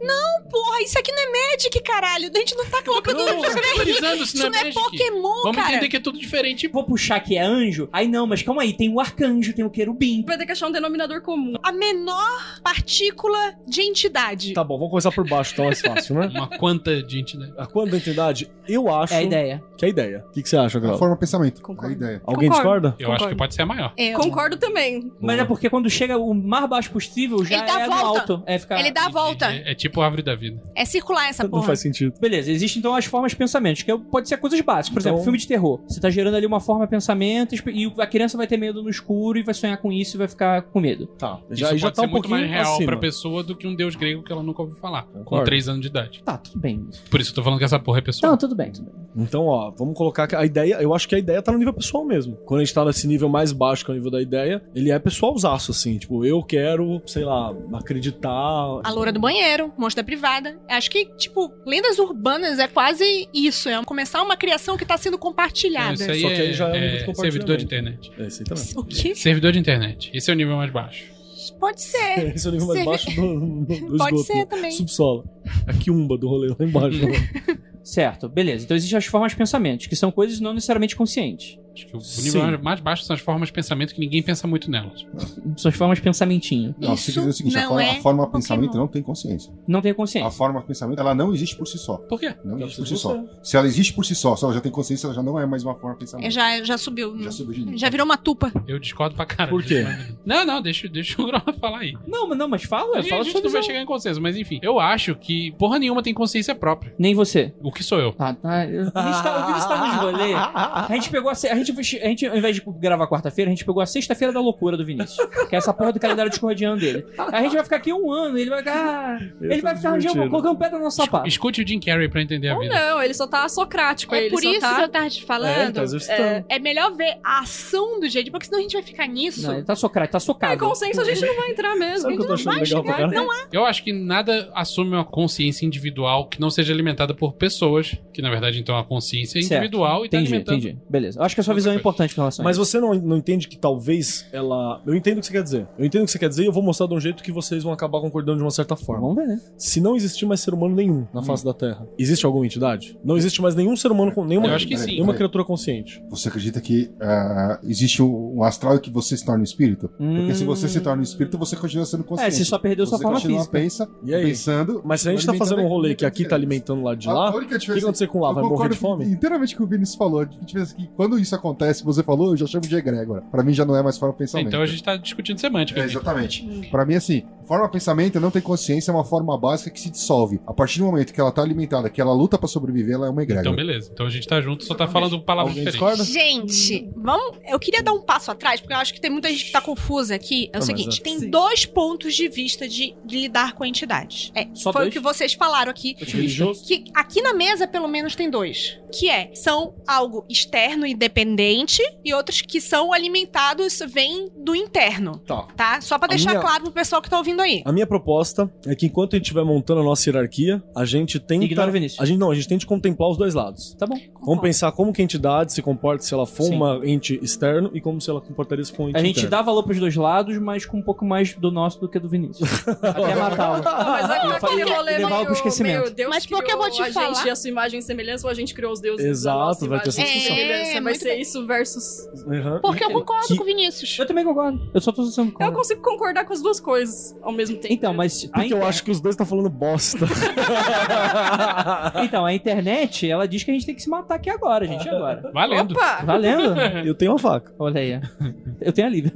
Porra, isso aqui não é Magic, caralho. A gente não tá colocando.
Não,
isso não é-
categorizando, se não
isso
é
não é
Magic.
Pokémon,
Vamos
cara.
entender que é tudo diferente.
Vou puxar que é anjo? Aí não, mas calma aí, tem o arcanjo, tem o querubim.
vai ter que achar um denominador comum.
A menor partícula de entidade.
Tá bom, vamos começar por baixo, então é mais fácil, né?
Uma quanta de né? entidade.
A quando da entidade, eu acho
É a ideia.
que é a ideia. O que, que você acha,
né?" É A
Grau?
forma de pensamento,
Concordo.
a ideia.
Alguém
Concordo.
discorda?
Eu acho que pode ser a maior.
Eu-
Concordo também.
Mas é porque quando chega o mais baixo possível, já
Ele dá
é
a
no
volta.
alto. É ficar...
Ele dá a volta.
É, é tipo a árvore da vida.
É circular essa
Não
porra.
faz sentido.
Beleza, existem então as formas de pensamento, que é- pode ser coisas básicas. Por
Então-
exemplo, filme de terror. Você tá gerando ali uma forma de pensamento esp- e a criança vai ter medo no escuro e vai sonhar com isso e vai ficar com medo.
Tá.
Isso
Já, aí
pode
já tá
ser
um
muito
pouquinho
mais real
acima.
pra pessoa do que um deus grego que ela nunca ouviu falar. Com
Concordo.
3 anos de idade.
Tá, tudo bem.
Por isso eu tô falando que essa porra é pessoal.
Não, tudo bem, tudo bem.
Então, ó, vamos colocar que a ideia. Eu acho que a ideia tá no nível pessoal mesmo. Quando a gente tá nesse nível mais baixo, que é o nível da ideia, ele é pessoalzaço, assim. Tipo, eu quero, sei lá, acreditar.
A loura do banheiro, monstro da privada. Acho que, tipo, lendas urbanas é quase isso. É começar uma criação que tá sendo
Não,
compartilhada.
isso aí
Só que aí
é,
já é um nível de
é
compartilhamento.
servidor de internet.
É, esse aí também.
[laughs] O quê?
Servidor de internet. Esse é o nível mais baixo.
Pode ser.
[laughs] Esse é o nível mais
Servi-
baixo do, do, do
Pode
esgoto,
ser
né?
também.
Subsolo. A quiumba do rolê lá embaixo.
Uhum. Certo, beleza. Então existem as formas de pensamento, que são coisas não necessariamente conscientes.
Acho que o
Sim.
nível mais- mais baixo são as formas de pensamento que ninguém pensa muito nelas.
São as formas de pensamentinho.
Não, você
Isso
quer dizer o seguinte, a
não
forma,
é
a forma pensamento
Pokémon.
não tem consciência.
Não tem
A
consciência.
forma pensamento, ela não existe por si só.
Por quê?
Não
Ela
existe por si
precisa
só. Se ela existe por si só, se ela já tem consciência, ela já não é mais uma forma
É,
pensamento.
já, já subiu.
Já
Já,
subiu de nível.
virou uma tupa.
Eu discordo pra caralho.
Por quê?
Não, não, deixa, deixa o Grau [laughs] falar aí.
Não, mas- não, mas fala,
a gente,
fala
a gente
sobre
não vai chegar em consenso, mas enfim. Eu acho que porra nenhuma tem consciência própria.
Nem você.
O que sou eu?
Ah, tá. Eu- O Vinícius tá, o Vinícius tá nos rolê. A gente pegou a, se- a gente, a gente, ao invés de gravar quarta-feira, a gente pegou a sexta-feira da loucura do Vinícius. Que é essa porra do calendário discordiano dele. A gente vai ficar aqui um ano, ele vai. Ah, ele vai ficar arranjando, colocando pedra no nosso sapato.
Escute o Jim Carrey pra entender a
Ou
vida.
não, ele só tá socrático.
É
ele
por
só
isso
tá...
que eu tava te
É, ele
falando.
tá
É,
exercitando.
é melhor ver a ação do jeito, porque senão a gente vai ficar nisso.
Não, ele tá socrado,
Ah,
tá
em
socado.
consenso a gente não vai entrar mesmo.
Sabe o que eu tô
A gente não
achando
vai
legal pra
chegar,
caralho?
não há.
Eu acho que nada assume uma consciência individual que não seja alimentada por pessoas, que na verdade então a consciência é
Certo.
individual e
Entendi,
tá alimentando.
entendi. Beleza. Eu acho que a sua visão é importante com relação a
Mas
isso.
você não, não entende que talvez ela. Eu entendo o que você quer dizer. Eu entendo o que você quer dizer e eu vou mostrar de um jeito que vocês vão acabar concordando de uma certa forma.
Vamos ver, né?
Se não existir mais ser humano nenhum na face da Terra, existe alguma entidade? Não existe mais nenhum ser humano com nenhuma,
Eu acho que sim.
nenhuma criatura consciente.
Você acredita que ah, existe um, um astral e que você se torna um espírito? Porque se você se torna um espírito, você continua sendo
Hum. É,
consciente.
você só perdeu sua
Você
forma
continua
física.
pensa,
E aí?
pensando.
Mas se a gente tá fazendo um rolê que aqui tá alimentando lá de lá,
A
o que
única
que vai
diferença é
acontecer com lá?
Ah, Eu
Vai morrer
concordo
de fome?
Inteiramente com o que o Vinícius falou. A diferença é que quando isso acontece, você falou, eu já chamo de egrégora. Pra mim já não é mais forma de pensamento.
Então a gente tá discutindo semântica.
É,
aqui.
exatamente. Pra mim, assim, forma pensamento não tem consciência, é uma forma básica que se dissolve. A partir do momento que ela tá alimentada, que ela luta pra sobreviver, ela é uma egrégora.
Então beleza. Então a gente tá junto, só tá falando palavras
Alguém
diferentes.
discorda?
Gente, vamos. Eu queria dar um passo atrás, porque eu acho que tem muita gente que tá confusa aqui. É
Ah,
o
mas
seguinte:
é.
tem dois pontos de vista de, de lidar com entidades. É,
Só
foi
dois?
o que vocês falaram aqui.
Religioso?
Que aqui na mesa, pelo menos, tem dois. Que é, são algo externo e dependente, e outros que são alimentados, vêm do interno,
Tá.
tá? Só pra
A
deixar
minha-
claro pro pessoal que tá vindo aí.
A minha proposta é que enquanto a gente estiver montando a nossa hierarquia, a gente tenta.
Ignora o Vinícius.
A gente não, a gente tenta contemplar os dois lados.
Tá bom.
Vamos pensar como que a entidade se comporta se ela for
Sim.
uma ente externo e como se ela comportaria se for um ente
A gente
interno.
dá valor pros dois lados, mas com um pouco mais do nosso do que do Vinícius. Até matá-lo.
Ah, Mas
E
olha aquele
fa-
rolê
e levar pro
meio,
esquecimento.
meio Deus
Mas
criou
porque eu vou te
a gente
falar-
e a sua imagem e semelhança ou a gente criou os deuses
Exato,
da nossa
vai ter essa
imagem e
discussão.
semelhança.
É,
vai
muito
ser
bem.
isso versus...
Aham.
Porque eu concordo
Que-
com o Vinícius.
Eu também concordo. Eu só tô sendo
Eu
contra.
consigo concordar com as duas coisas ao mesmo tempo.
Então, mas a,
Porque eu
inter-
acho que os dois estão
[laughs]
falando bosta.
então, a internet, ela diz que a gente tem que se matar aqui agora, gente,
[laughs]
agora.
Valendo.
Opa!
Valendo?
eu tenho uma faca.
Olha aí. Eu tenho a Lívia.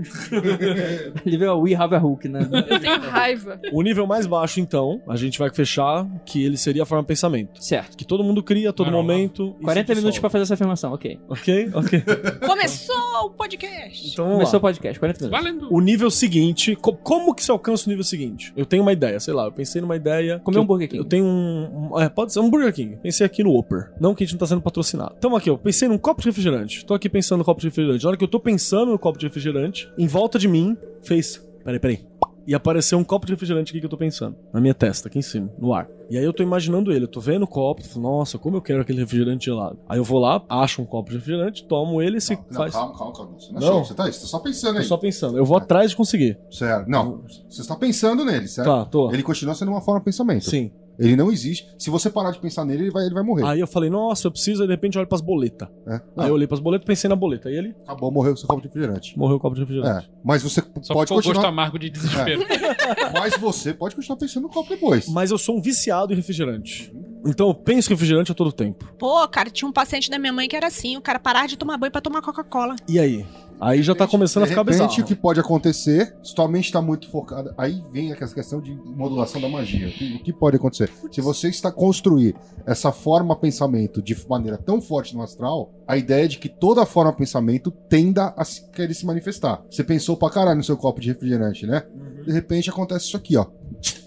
A Lívia é o We Have a Hulk, né?
Eu tenho raiva.
O nível mais baixo, então, a gente vai fechar que ele seria a forma de pensamento.
Certo.
Que todo mundo cria a todo
Não, não,
momento. e
40
se
minutos pra
dissolve.
fazer essa afirmação, ok.
Ok? Ok.
Começou o podcast.
Então vamos
Começou
lá.
o podcast, 40 minutos.
Valendo.
O nível seguinte, co- como que se alcança o nível seguinte? Eu tenho uma ideia, sei lá, eu pensei numa ideia.
Comer
que
um Burger King.
Eu tenho um. um- é, pode ser um Burger King. Pensei aqui no Whopper. Não que a gente não tá sendo patrocinado. Então aqui, eu pensei num copo de refrigerante. Tô aqui pensando no copo de refrigerante. Na hora que eu tô pensando no copo de refrigerante, em volta de mim, fez. Peraí, peraí. E apareceu um copo de refrigerante aqui que eu tô pensando. Na minha testa, aqui em cima, no ar. E aí eu tô imaginando ele, eu tô vendo o copo, falo, nossa, como eu quero aquele refrigerante gelado. Aí eu vou lá, acho um copo de refrigerante, tomo ele e se
Não,
faz.
calma, calma, calma. Você não,
Não.
achou, você tá, você tá só pensando
Tô
aí. Tá.
só pensando, eu vou atrás de conseguir.
Certo. Não, você está pensando nele, certo?
Tá, tô.
Ele continua sendo uma forma de pensamento.
Sim.
Ele não existe. Se você parar de pensar nele, ele vai, ele vai morrer.
Aí eu falei, nossa, eu preciso, aí de repente eu olho pras boletas.
né?
Aí eu
Não,
olhei pras boletas pensei na boleta. Aí ele
Acabou, morreu o seu copo de refrigerante.
morreu o copo de refrigerante.
É. Mas você
Só
pode
ficou o gosto
continuar. É.
amargo de desespero.
[laughs] Mas você pode continuar pensando no copo depois.
Mas eu sou um viciado em refrigerante. Então eu penso em refrigerante a todo tempo.
Pô, cara, tinha um paciente da minha mãe que era assim, o cara parar de tomar banho pra tomar Coca-Cola.
E aí? Aí já tá começando a
de
ficar
repente,
bizarro.
o que pode acontecer, sua mente está muito focada. Aí vem essa questão de modulação da magia. O que- O que pode acontecer? Se você está construir essa forma pensamento de maneira tão forte no astral, a ideia é de que toda forma pensamento tenda a se- querer se manifestar. Você pensou pra caralho no seu copo de refrigerante, né? De repente acontece isso aqui, ó.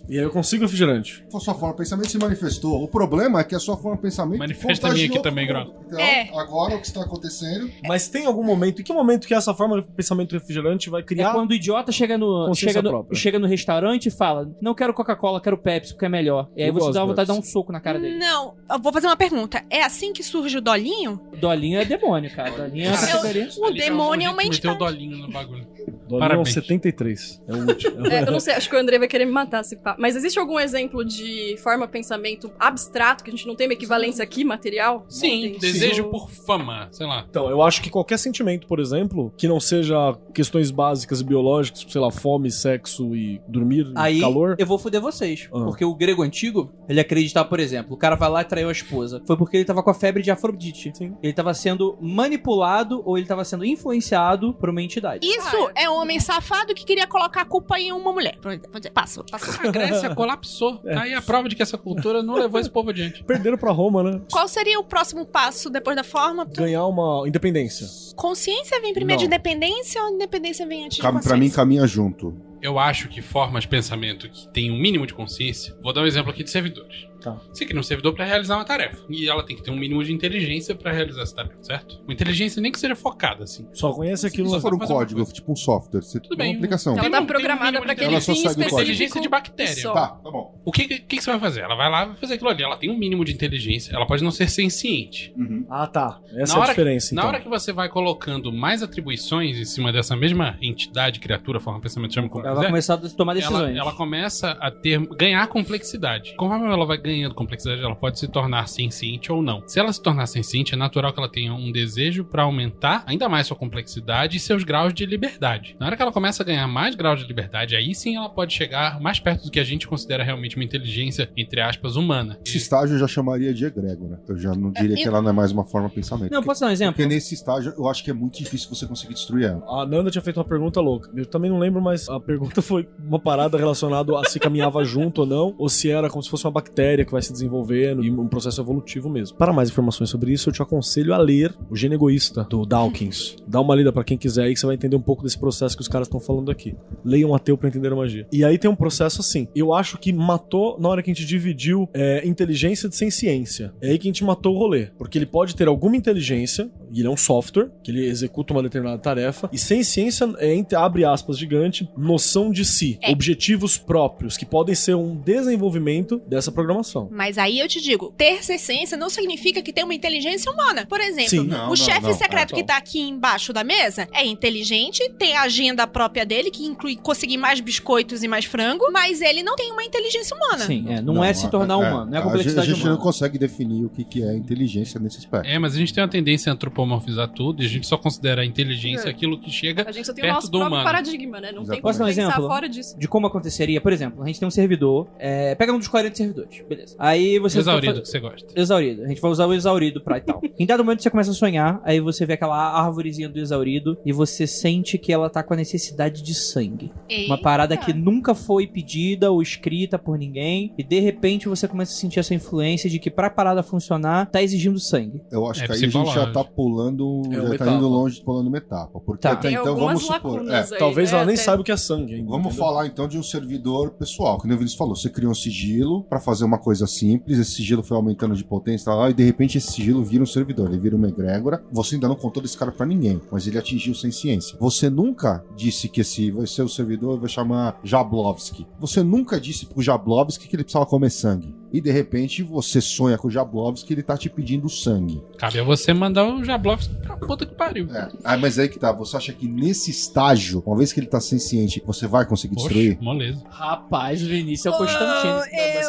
E aí eu consigo refrigerante.
A sua forma de pensamento se manifestou. O problema é que a sua forma de pensamento.
Manifesta a
contagiou
minha aqui
todo
também,
mundo. Então,
É.
agora o que está acontecendo.
Mas tem algum momento, em que momento que essa forma de pensamento refrigerante vai
É
criar...
quando o idiota chega no,
Consciência
chega no,
própria.
chega no restaurante e fala: Não quero Coca-Cola, quero Pepsi, porque é melhor. E aí
Eu
você
gosto
dá vontade de
Pepsi.
dar um soco na cara dele.
Não, eu vou fazer uma pergunta. É assim que surge o dolinho?
Dolinho é demônio, cara. Dolinho é uma
Caralho.
categoria.
O demônio é uma
Meteu o
entidade.
um dolinho no bagulho.
Dolinho
Parabéns.
73. É o último.
É, eu não sei, acho que o André vai querer me matar se pá. Mas existe algum exemplo de forma pensamento abstrato, que a gente não tem uma equivalência aqui, material?
Sim,
Não tem.
desejo por fama, sei lá.
Então, eu acho que qualquer sentimento, por exemplo, que não seja questões básicas e biológicas, tipo, sei lá, fome, sexo e dormir,
Aí
calor...
eu vou foder vocês.
Ah.
Porque o grego antigo, ele acreditava, por exemplo, o cara vai lá e traiu a esposa. Foi porque ele tava com a febre de Afrodite.
Sim.
Ele tava sendo manipulado ou ele tava sendo influenciado por uma entidade.
Isso é homem safado que queria colocar a culpa em uma mulher. Por exemplo, vou dizer, Passa, passa.
A
[laughs]
Grécia colapsou. Tá aí a prova de que essa cultura não levou esse povo adiante.
Perderam pra Roma, né?
Qual seria o próximo passo depois da forma?
Ganhar uma independência.
Consciência vem primeiro
Não.
de independência ou independência vem antes de
Cam- Pra
consciência?
mim, caminha junto.
Eu acho que formas de pensamento que tem um mínimo de consciência. Vou dar um exemplo aqui de servidores.
Tá.
Você cria um servidor para realizar uma tarefa. E ela tem que ter um mínimo de inteligência para realizar essa tarefa, certo? Uma inteligência nem que seja focada, assim.
Só conhece aquilo...
Se
Só
for um
fazer uma
código,
coisa.
tipo um software, você
Tudo
tem
bem,
uma aplicação.
Ela
Tem
tá
um-
programada
tem um mínimo
pra
de
aquele
Ela só
fim
segue o
específico.
código.
Inteligência de
e
bactéria.
só.
Tá, tá bom.
O que, que que você vai fazer? Ela vai lá, vai fazer aquilo ali. Ela tem um mínimo de inteligência. Ela pode não ser senciente.
Uhum.
Ah, tá.
Na
Essa é a
hora que-
diferença,
Na
então.
hora que você vai colocando mais atribuições em cima dessa mesma entidade, criatura, forma, pensamento, chama como
Ela vai
quiser,
começar a tomar
ela,
decisões.
ela começa a ter ganhar complexidade. Conforme ela vai ganhando complexidade, ela pode se tornar senciente ou não. Se ela se tornar senciente, é natural que ela tenha um desejo pra aumentar ainda mais sua complexidade e seus graus de liberdade. Na hora que ela começa a ganhar mais graus de liberdade, aí sim ela pode chegar mais perto do que a gente considera realmente uma inteligência, entre aspas, humana.
Esse estágio eu já chamaria de egrego, né? Eu já não diria que ela não é mais uma forma de pensamento.
Não,
porque,
posso dar um exemplo?
porque nesse estágio eu acho que é muito difícil você conseguir destruir ela.
A Nanda tinha feito uma pergunta louca. Eu também não lembro, [laughs] mas a pergunta foi uma parada relacionada a se caminhava junto ou não, ou se era como se fosse uma bactéria matéria que vai se desenvolvendo e um processo evolutivo mesmo. Para mais informações sobre isso, eu te aconselho a ler O Gene Egoísta, do Dawkins. Dá uma lida pra quem quiser aí que você vai entender um pouco desse processo que os caras estão falando aqui. Leiam Ateu pra entender a magia. E aí tem um processo assim. Eu acho que matou na hora que a gente dividiu é, inteligência de sem ciência. É aí que a gente matou o rolê. Porque ele pode ter alguma inteligência, e ele é um software, que ele executa uma determinada tarefa, e sem ciência é, entre- abre aspas, gigante, noção de si.
É.
Objetivos próprios, que podem ser um desenvolvimento dessa programação.
Mas aí eu te digo, ter ciência não significa que tem uma inteligência humana. Por exemplo,
Sim. Não,
o
não,
chefe
não.
secreto
É,
Ah,
que tá aqui embaixo da mesa é inteligente, tem a agenda própria dele, que inclui conseguir mais biscoitos e mais frango, mas ele não tem uma inteligência humana.
Sim, é, não, é se tornar humano, não é a
a
complexidade
gente
humana.
não consegue definir o que, que é inteligência nesse aspecto.
É, mas a gente tem uma tendência a antropomorfizar tudo e a gente só considera a inteligência
É.
aquilo que chega
A gente só tem o
perto
nosso
do
próprio
humano.
paradigma, né? Não tem como
Posso dar um
pensar
exemplo
fora disso.
de como aconteceria? Por exemplo, a gente tem um servidor, é, pega um dos 40 servidores, beleza. Aí você... tá
Exaurido, que você gosta.
Exaurido. A gente vai usar o exaurido pra e [laughs] tal. em dado momento você começa a sonhar, aí você vê aquela árvorezinha do exaurido e você sente que ela tá com a necessidade de sangue. Uma
Eita.
parada que nunca foi pedida ou escrita por ninguém. E de repente você começa a sentir essa influência de que pra parada funcionar, tá exigindo sangue.
Eu acho
É
que aí a gente já
psicológico.
tá pulando,
É
já
uma
tá
etapa.
indo longe, pulando uma etapa. Porque
Tá.
É
até
Tem
então,
algumas
vamos supor.
lacunas aí, Talvez né, ela nem até. saiba
o que é sangue.
vamos falar então de um servidor pessoal. Que nem o Vinícius falou, você criou um sigilo pra fazer uma coisa simples, esse sigilo foi aumentando de potência tá lá, e de repente esse sigilo vira um servidor, ele vira uma egrégora. Você ainda não contou desse cara pra ninguém, mas ele atingiu sem ciência. Você nunca disse que esse vai ser o servidor, vai chamar Jablovski. Você nunca disse pro Jablovski que ele precisava comer sangue. E de repente você sonha com o Jablovski e ele tá te pedindo sangue.
Cabe a você mandar o Jablowski pra puta que pariu.
Ah, mas aí que tá. Você acha que nesse estágio, uma vez que ele tá sem ciente, você vai conseguir destruir?
moleza.
Rapaz, Vinícius é o
Constantino.
Eu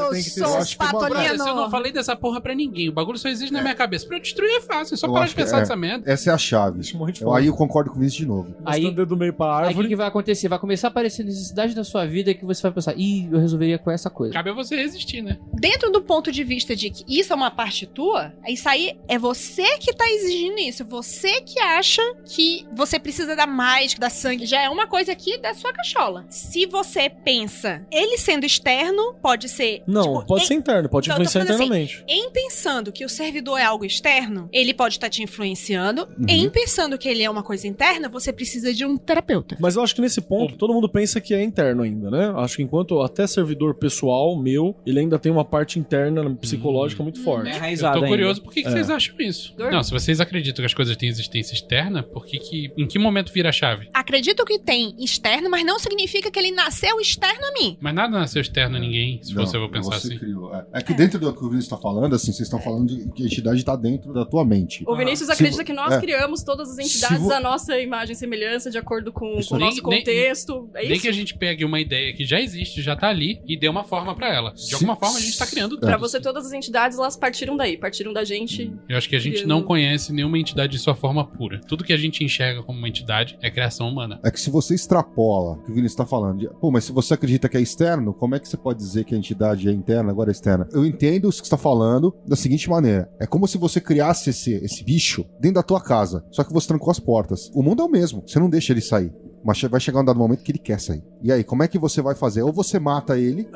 sou
Brother, eu não falei dessa porra pra ninguém. O bagulho só existe na minha cabeça. Pra eu destruir é fácil. É só
Eu
parar
acho
de
que
pensar
é.
nessa merda.
Essa é a chave.
de
Eu-
fome.
aí eu concordo com o Vinícius de novo.
Aí, o
dedo meio pra árvore.
Aí o que, que vai acontecer? Vai começar a aparecer necessidade da sua vida que você vai pensar, ih, eu resolveria com essa coisa.
Cabe a você resistir, né?
Dentro do ponto de vista de que isso é uma parte tua, isso aí é você que tá exigindo isso. Você que acha que você precisa dar mais, que dar sangue. Já é uma coisa aqui da sua cachola. Se você pensa, ele sendo externo, pode ser.
Não, pode
em-
ser interno, pode
Tipo, Então, eu tô
influenciar
falando assim,
internamente.
em pensando que o servidor é algo externo, ele pode estar te influenciando.
Uhum.
Em pensando que ele é uma coisa interna, você precisa de um terapeuta.
Mas eu acho que nesse ponto todo mundo pensa que é interno ainda, né? Acho que enquanto até servidor pessoal meu, ele ainda tem uma parte interna psicológica muito
É
forte.
Eu tô curioso por que, que
É.
vocês acham isso.
Dorme.
Não, se vocês acreditam que as coisas têm existência externa, por que que. Em que momento vira a chave?
Acredito que tem externo, mas não significa que ele nasceu externo a mim.
Mas nada nasceu externo a ninguém, se
Não,
você for pensar
você
assim.
criou, é. É que dentro do que o Vinícius tá falando, assim, vocês estão falando de que a entidade tá dentro da tua mente.
O Vinícius
Se
acredita
vo-
que nós
é.
criamos todas as entidades
vo-
à nossa imagem e semelhança, de acordo com,
Isso
com o
aí.
nosso
Nem- nem-
contexto. é
Nem
isso?
que a gente pegue uma ideia que já existe, já tá ali, e dê uma forma pra ela. De alguma forma a gente tá criando tudo.
Pra você, todas as entidades, elas partiram daí, partiram da gente.
Eu acho que a gente não conhece nenhuma entidade de sua forma pura. Tudo que a gente enxerga como uma entidade é criação humana.
É que se você extrapola o que o Vinícius tá falando, de, pô, mas se você acredita que é externo, como é que você pode dizer que a entidade é interna, agora é externa? Eu entendo o que você está falando da seguinte maneira: é como se você criasse esse, esse bicho dentro da tua casa, só que você trancou as portas. O mundo é o mesmo, você não deixa ele sair. Mas che- vai chegar um dado momento que ele quer sair. E aí, como é que você vai fazer? Ou você mata ele,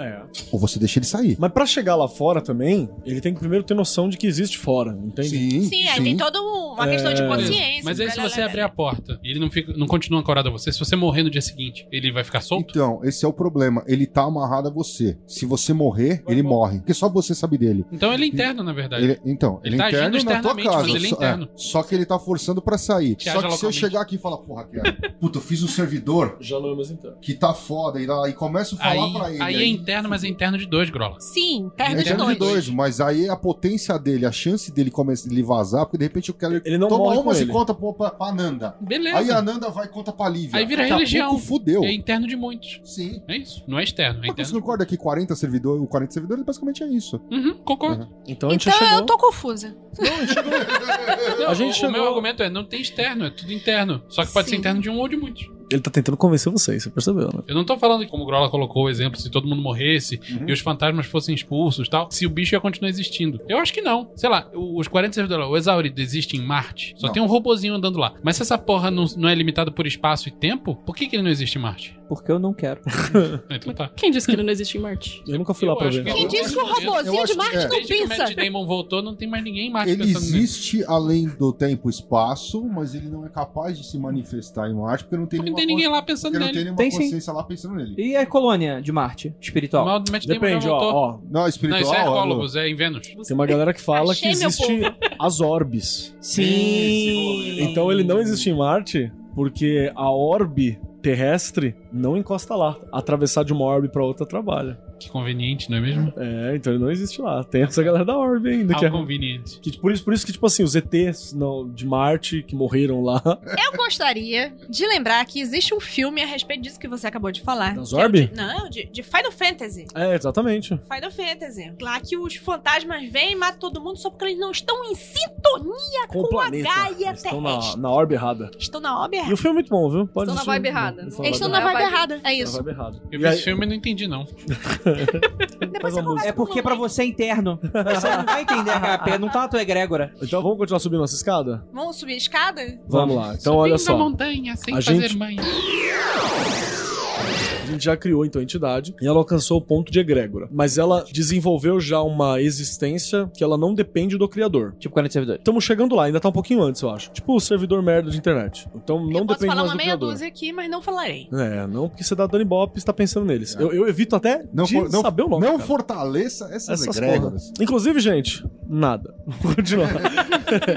ou você deixa ele sair.
Mas pra chegar lá fora também, ele tem que primeiro ter noção de que existe fora, entende?
Sim,
Sim, aí tem toda um, uma questão de
É.
consciência. né,
Mas aí se
blá, blá,
você é-
blá,
abrir a porta e ele não, fica, não continua ancorado a você, se você morrer no dia seguinte, ele vai ficar solto?
Então, esse é o problema. Ele tá amarrado a você. Se você morrer, ele morre. Porque só você sabe dele.
Então ele é interno, na verdade.
Ele- então,
Ele
ele,
tá
é interno
agindo
na tua
externamente,
casa.
mas ele é
só,
interno.
só que ele tá forçando pra sair.
Que
só
haja
que se eu
localmente.
chegar aqui e falar, porra, cara, puta, eu fiz um servidor
Já não é mais interno.
que tá foda e, lá- e começo a falar pra
Aí,
ele.
aí é interno, mas é interno de dois, Grola.
Sim,
É
perna de
interno de
dois.
dois, mas aí a potência dele, a chance dele começar ele vazar, porque de repente o Keller
Ele não
toma
morre com
umas e
ele.
conta pra, pra- pra Ananda.
Beleza.
Aí a Ananda vai e conta pra Lívia.
Aí vira
Daqui a
religião.
pouco Fudeu.
É interno de muitos.
Sim.
É isso. Não é externo, é
Mas você
interno.
concorda que 40 servidores, o 40 servidores basicamente é isso.
Uhum, concordo.
Então
Então eu tô confusa.
Não,
A gente
o, o meu argumento é, não tem externo, é tudo interno. Só que pode ser interno de um ou de muitos.
Ele tá tentando convencer vocês, você percebeu, né?
Eu não tô falando que, como o Grola colocou o exemplo, se todo mundo morresse
Uhum.
e os fantasmas fossem expulsos e tal, se o bicho ia continuar existindo. Eu acho que não. Sei lá, o- os 46 dólares, o Exaurido existe em Marte? Só
Não.
tem um robozinho andando lá. Mas se essa porra não, não é limitada por espaço e tempo, por que, que ele não existe em Marte?
Porque eu não quero.
Então tá.
Quem disse que ele não existe em Marte?
Eu nunca fui lá pra ver.
Quem disse que o robozinho de Marte não
Desde que o
pensa?
Matt Damon voltou, não tem mais ninguém em Marte
Ele
pensando nisso.
existe além do tempo e espaço, mas ele não é capaz de se manifestar em Marte porque não tem,
Porque não
nenhuma
tem ninguém
cons-
lá pensando
porque não tem
nele.
nenhuma
Tem sim.
consciência lá pensando nele.
E a colônia de Marte espiritual?
Mal do Matt Damon
Depende,
já voltou.
ó, ó.
Não,
Não, isso é
espiritual. ó,
Hercólogos, é em Vênus.
Tem uma galera que fala
Achei,
que
meu
existe as orbes.
Sim.
Então ele não existe em Marte porque a orbe terrestre não encosta lá. Atravessar de uma orbe pra outra trabalha.
Que conveniente, não é mesmo?
É, então ele não existe lá. Tem essa galera da orbe ainda. Que
Ao
é...
conveniente.
que, por, isso, por isso que, tipo assim, os ETs não, de Marte que morreram [laughs] lá.
Eu gostaria de lembrar que existe um filme a respeito disso que você acabou de falar.
Das
Que é o
Orbe?
de- Não, de, de Final Fantasy.
É, exatamente.
Final Fantasy. Lá que os fantasmas vêm e matam todo mundo só porque eles não estão em sintonia é com,
o
a Gaia
Eles estão na,
terrestre.
na orbe errada.
Estão na Orbe
E o
errada.
filme é muito bom, viu? Pode
Estão na
assistir.
vibe errada.
Eles
Eles estão
Não
na
é a
vibe
vibe-
errada. É
Na
isso.
vibe errada.
Eu
E
vi
aí-
esse filme e não entendi, não.
Depois
Faz
você
a música.
conversa
É porque
com
pra
a mamãe.
você é interno. Você não vai entender, HP. Não tá na tua egrégora.
Então vamos continuar subindo nossa escada?
Vamos subir a escada?
Vamos, lá. Então olha
Subindo a
só.
montanha sem
A
fazer
gente-
mãe.
A gente já criou então a entidade e ela alcançou o ponto de egrégora. Mas ela desenvolveu já uma existência que ela não depende do criador.
Tipo 40 servidores.
Estamos chegando lá, ainda tá um pouquinho antes, eu acho. Tipo o servidor merda de internet. Então não
eu posso
depende
falar
mais
uma
do
meia
criador.
dúzia aqui, mas não falarei.
É, não porque você dá Dani Bop e está pensando neles. Eu, eu evito até
Não,
de
for- não,
saber o nome.
não
cara.
fortaleça essas,
Essas
egrégoras.
Inclusive, gente, nada. [laughs]
[laughs]
Vamos continuar.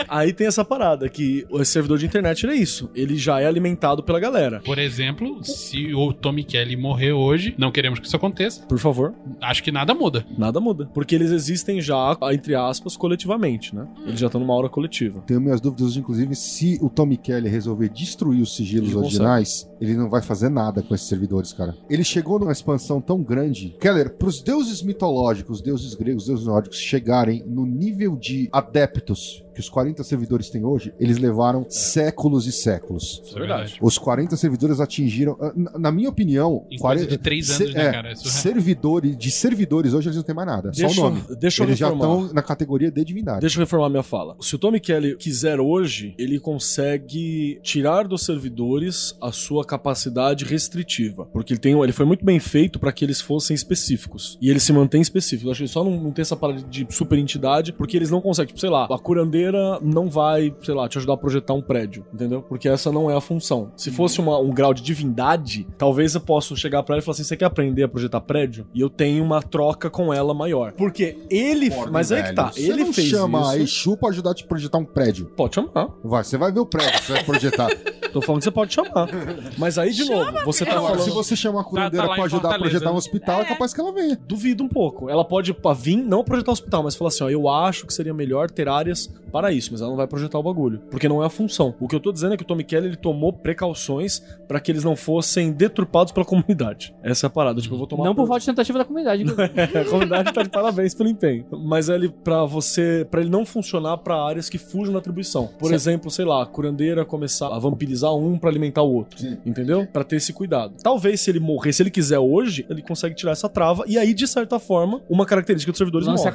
Aí tem essa parada que o servidor de internet ele é isso. Ele já é alimentado pela galera.
Por exemplo, se o Tommy Kelly morrer hoje, não queremos que isso aconteça,
Por favor.
acho que nada muda.
Nada muda. Porque eles existem já, entre aspas, coletivamente, né? Eles já estão numa aura coletiva.
Tenho minhas dúvidas, inclusive, se o Tommy Kelly resolver destruir os sigilos
Ele consegue.
originais, ele não vai fazer nada com esses servidores, cara. Ele chegou numa expansão tão grande. Keller, pros deuses mitológicos, deuses gregos, deuses nórdicos chegarem no nível de adeptos que os 40 servidores têm hoje, eles levaram
É.
séculos e séculos.
Isso é verdade.
Os 40 servidores atingiram, ah, na- na minha opinião,
Em coisa de três anos, né, cara? É surreal.
servidores, de servidores hoje eles não têm mais nada, só o nome.
eu- deixa eu
Eles já
reformar.
estão na categoria de divindade.
Deixa eu reformar minha fala. Se o Tommy Kelly quiser hoje, ele consegue tirar dos servidores a sua capacidade restritiva. Porque ele, tem, um, ele foi muito bem feito para que eles fossem específicos. E ele se mantém específico. Eu acho que ele só não, não tem essa parada de super entidade, porque eles não conseguem. Tipo, sei lá, a curandeira não vai, sei lá, te ajudar a projetar um prédio, entendeu? Porque essa não é a função. Se fosse uma- um grau de divindade, talvez eu possa chegar pra ela e falar assim: você quer aprender a projetar prédio? E eu tenho uma troca com ela maior. Porque ele.
Ordem,
mas é que tá.
velho.
Ele
você não
fez
chama
isso.
a Exu pra ajudar a te projetar um prédio.
Pode chamar.
Vai, você vai ver o prédio que você vai
[laughs]
projetar.
Tô falando que você pode chamar. Mas aí, de novo, você tá
Agora, se
falando.
você chamar a curandeira
Tá- tá lá
pra
em
ajudar a
Fortaleza,
projetar um
né?
hospital, é, capaz que ela venha.
Duvido um pouco. Ela pode pá, vir, não projetar o hospital, mas falar assim: ó, eu acho que seria melhor ter áreas para isso, mas ela não vai projetar o bagulho, porque não é a função. O que eu tô dizendo é que o Tommy Kelly ele tomou precauções pra que eles não fossem deturpados pela comunidade. Essa é a parada. Tipo, eu vou tomar.
Não por falta de tentativa da comunidade. inclusive.
É, [laughs] a comunidade tá de parabéns pelo empenho. Mas é ele para você, para ele não funcionar pra áreas que fujam da atribuição. Por
Certo.
exemplo, sei lá, a curandeira começar a vampirizar um pra alimentar o outro,
Sim.
entendeu? Pra ter esse cuidado. Talvez se ele morrer, se ele quiser hoje, ele consegue tirar essa trava e aí de certa forma, uma característica dos servidores
Lança
morre.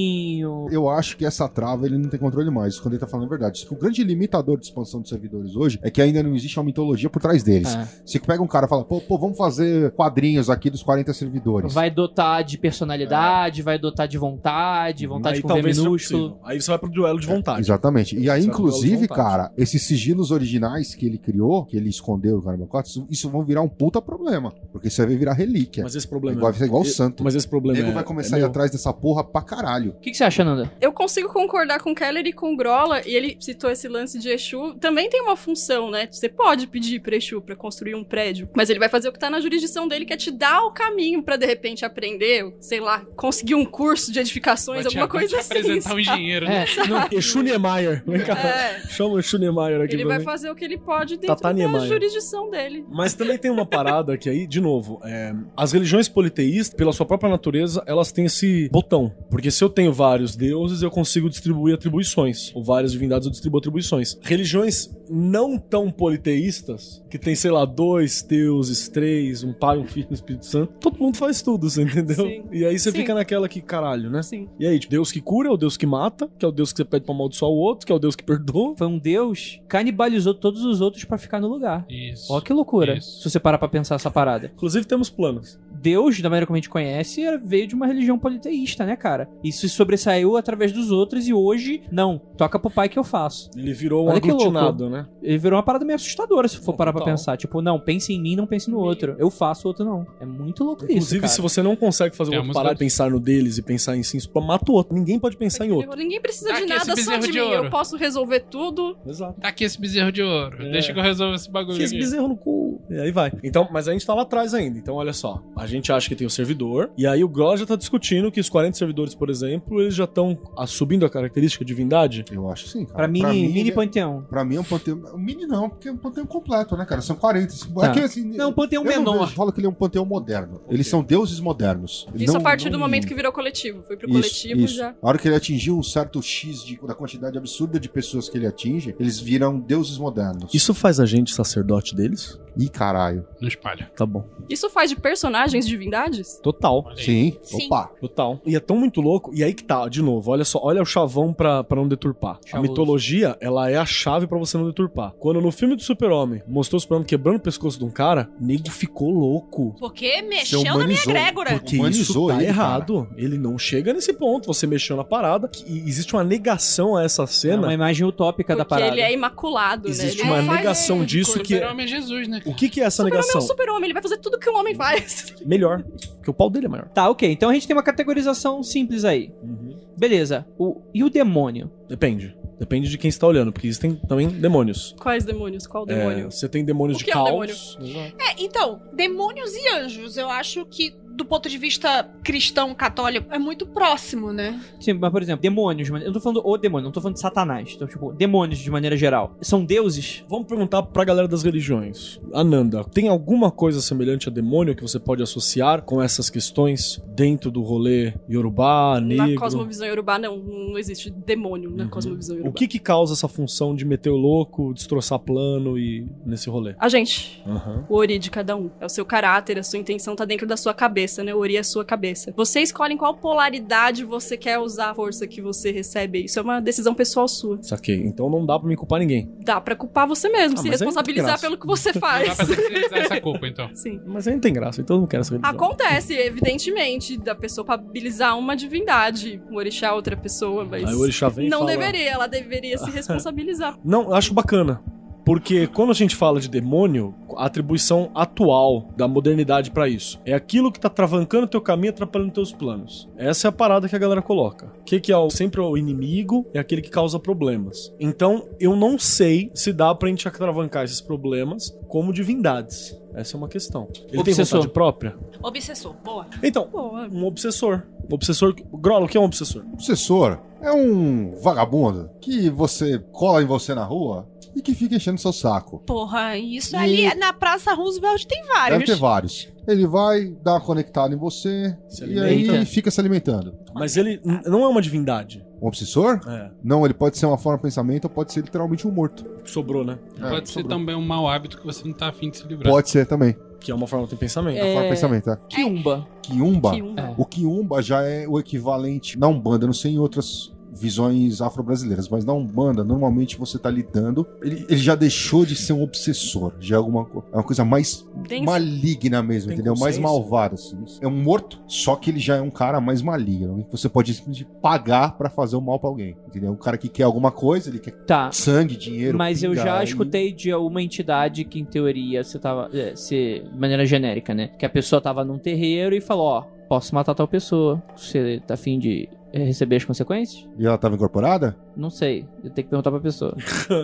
quadrinho.
Eu acho que essa trava ele não tem controle mais, quando ele tá falando a verdade. O grande limitador de expansão dos servidores hoje é que ainda não existe uma mitologia por trás deles.
É.
Ah,
Você pega um cara e fala, pô, pô, vamos fazer quadrinhos aqui dos 40 servidores.
vai dotar de personalidade, vai dotar de vontade, vontade
aí
com V
talvez seja
tá, tipo, minúsculo.
possível. Aí você vai pro duelo de vontade.
Exatamente. E aí,
Isso é
inclusive,
uma vontade.
cara, esses sigilos originais que ele criou, que ele escondeu no Caramba 4, isso- isso vão virar um puta problema. Porque isso aí vai virar relíquia.
Mas esse
É
problema
igual, vai ser igual o
e-
santo.
Mas esse
O
problema
nego
é-
vai começar
é
a ir
meu.
atrás dessa porra pra caralho.
O que, que você acha, Nanda?
Eu consigo concordar com o Keller e com o Grola, e ele citou esse lance de Exu. Também tem uma função, né? Você pode pedir pra Exu pra construir um prédio, mas ele vai fazer o que tá na jurisdição dele, que é te dar o caminho pra de repente aprender, sei lá, conseguir um curso de edificações,
Vai te-
alguma
vai
coisa
te
assim.
apresentar um
sabe?
engenheiro, né?
É,
Não, Exu Niemeyer. Vem cá.
[laughs] É,
Chama o Exu Niemeyer aqui
ele
pra
vai
mim.
fazer o que ele pode dentro
Tata
da
Niemeyer.
jurisdição dele.
Mas também tem uma parada que aí, de novo, é, as religiões politeístas, pela sua própria natureza, elas têm esse botão. Porque se eu tenho vários deuses, eu consigo distribuir atribuições, ou várias divindades eu distribuo atribuições. Religiões não tão politeístas, que tem, sei lá, dois deuses, três, um pai, um filho, um Espírito Santo, todo mundo faz tudo, você entendeu?
Sim.
E aí você
Sim.
fica naquela que, caralho, né?
Sim.
E aí, tipo, Deus que cura é o Deus que mata, que é o Deus que você pede pra amaldiçoar o outro, que é o Deus que perdoa.
Foi um Deus canibalizou todos os outros pra ficar no lugar.
Isso.
Ó que loucura,
Isso.
se você parar pra pensar essa parada.
Inclusive temos planos.
Deus, da maneira como a gente conhece, era- veio de uma religião politeísta, né, cara? E se sobressaiu através dos outros e hoje, não, toca pro pai que eu faço.
Ele virou um
Olha que
aglutinado,
louco.
né?
Ele virou uma parada meio assustadora se for parar pra
total.
pensar. Tipo, não, pense em mim, não pense no outro. Eu faço, o outro não. É muito louco isso,
Inclusive,
cara.
se você não consegue fazer o
É,
outro
a
parar e
música-
pensar no deles e pensar em si, isso mata o outro. Ninguém pode
é
pensar em outro.
Ninguém precisa de
Aqui Ah, é esse
nada, só
bezerro
de,
de
mim. Eu
ouro.
posso resolver tudo.
Exato.
Tá aqui esse bezerro de ouro.
É.
Deixa que eu resolvo esse bagulho
Esse
aqui.
bezerro no cu. E aí vai. Então, mas a gente tá lá atrás ainda. Então, olha só. A gente acha que tem o servidor. E aí o Gross já tá discutindo que os 40 servidores, por exemplo, eles já estão subindo a característica de divindade.
Eu acho que sim, cara.
Pra mini, mini
é-
panteão.
Pra mim é um panteão. um Mini não, porque é um panteão completo, né, cara? São 40. Assim,
Tá.
É que, assim,
Não, um panteão
eu não
menor.
vejo- falo que ele é um panteão moderno. Eles são deuses modernos.
Isso
Não-
a partir do
não-
momento que virou coletivo. Foi pro
Isso,
coletivo
isso.
já.
A hora que ele atingiu um certo X de- da quantidade absurda de pessoas que ele atinge, eles viram deuses modernos.
Isso faz a gente sacerdote deles?
Ih, caralho.
Não espalha.
Tá bom.
Isso faz de personagens divindades?
Total.
Olha aí.
Sim.
Sim.
Opa.
Total. E é tão muito louco. E aí que tá, de novo, olha só, olha o chavão pra, pra não deturpar. A
Chavoso.
mitologia, ela é a chave pra você não deturpar. Quando no filme do Super-Homem mostrou o Super-Homem quebrando o pescoço de um cara, o nego ficou louco.
Porque
Você
mexeu na minha
humanizou.
egrégora.
Porque
isso
humanizou
tá
ele, cara.
errado. Ele não chega nesse ponto. Você mexeu na parada. que- e existe uma negação a essa
É
cena.
uma imagem utópica da
Porque
parada.
ele é imaculado,
Existe
né?
uma
ele
negação
faz-
disso que é...
Super-Homem é Jesus, né?
O
cara?
que que é essa
Super-Homem é um
negação?
super-homem, ele vai fazer tudo que um homem faz.
Melhor. Porque o pau dele é maior.
Tá, ok. Então a gente tem uma categorização simples aí.
Uhum.
Beleza. O... E o demônio?
Depende. Depende de quem está olhando. Porque existem também demônios.
[laughs] Quais demônios? Qual
É,
demônio?
você tem demônios
O
de
que é o
caos. Exato.
É, então, demônios e anjos, eu acho que, do ponto de vista cristão católico, é muito próximo, né?
Sim, mas por exemplo, demônios. de mane- Eu não tô falando o demônio, não tô falando de satanás. Então, tipo, demônios de maneira geral. São deuses?
Vamos perguntar pra galera das religiões. Ananda, tem alguma coisa semelhante a demônio que você pode associar com essas questões dentro do rolê Yorubá, negro?
Na cosmovisão yorubá, não. Não existe demônio na
Uhum.
cosmovisão yorubá.
O que que causa essa função de meter o louco, destroçar plano e nesse rolê?
A Ah, gente.
Aham.
O ori de cada um. É o seu caráter, a sua intenção tá dentro da sua cabeça, né? O ori é a sua cabeça. Você escolhe em qual polaridade você quer usar a força que você recebe. Isso é uma decisão pessoal sua.
Saquei. Então não dá pra me culpar ninguém.
Dá pra culpar você mesmo, se
Ah, mas aí não tem
responsabilizar
graça.
pelo que
[laughs]
você
Não
faz.
dá pra terceirizar essa culpa, então.
Sim.
Mas aí não tem graça, então eu não quero essa
Ah,
religião.
Acontece, evidentemente, da pessoa pabilizar uma divindade, um orixá, outra pessoa, mas.
Aí o orixá vem e
Não
fala-
deveria, ela deveria
[laughs]
se responsabilizar.
Não, eu acho bacana. Porque quando a gente fala de demônio, a atribuição atual da modernidade pra isso é aquilo que tá travancando teu caminho, atrapalhando teus planos. Essa é a parada que a galera coloca. O que, que é o, sempre o inimigo é aquele que causa problemas. Então, eu não sei se dá pra gente atravancar esses problemas como divindades. Essa é uma questão. Ele tem
Obsessor.
vontade própria?
Obsessor, boa.
Então,
Boa.
um obsessor. Um obsessor. Grola, o que é um obsessor?
obsessor é um vagabundo que você cola em você na rua e que fica enchendo seu saco.
Porra, isso ali na Praça Roosevelt tem vários.
Deve ter vários. Ele vai dar uma conectada em você
Se
e
alimenta.
aí fica se alimentando.
Mas ele n- não é uma divindade.
Um obsessor?
É.
Não, ele pode ser uma forma de pensamento ou pode ser literalmente um morto.
Sobrou, né?
É,
Pode ser
sobrou.
também um mau hábito que você não tá afim de se livrar.
Pode ser também.
Que é uma forma de pensamento.
Uma forma de
É.
pensamento, é.
Kiumba.
Quiumba.
Que um-
O quiumba já é o equivalente na Umbanda, não sei em outras visões afro-brasileiras, mas na Umbanda, normalmente você tá lidando, ele, ele já deixou de ser um obsessor, já é alguma co- é uma coisa mais
Tem-
maligna mesmo,
Tem
entendeu? Mais
consciência.
malvada, assim. É um morto, só que ele já é um cara mais maligno. Você pode simplesmente pagar pra fazer o mal pra alguém, entendeu? Um cara que quer alguma coisa, ele quer
Tá.
sangue, dinheiro,
Mas eu
pinga,
já
aí-
escutei de uma entidade que, em teoria, você tava. é, se, de maneira genérica, né? Que a pessoa tava num terreiro e falou: Ó, posso matar tal pessoa. Você tá afim de é, receber as consequências?
E ela
[laughs]
tava incorporada?
Não sei. Eu tenho que perguntar pra pessoa.
[laughs]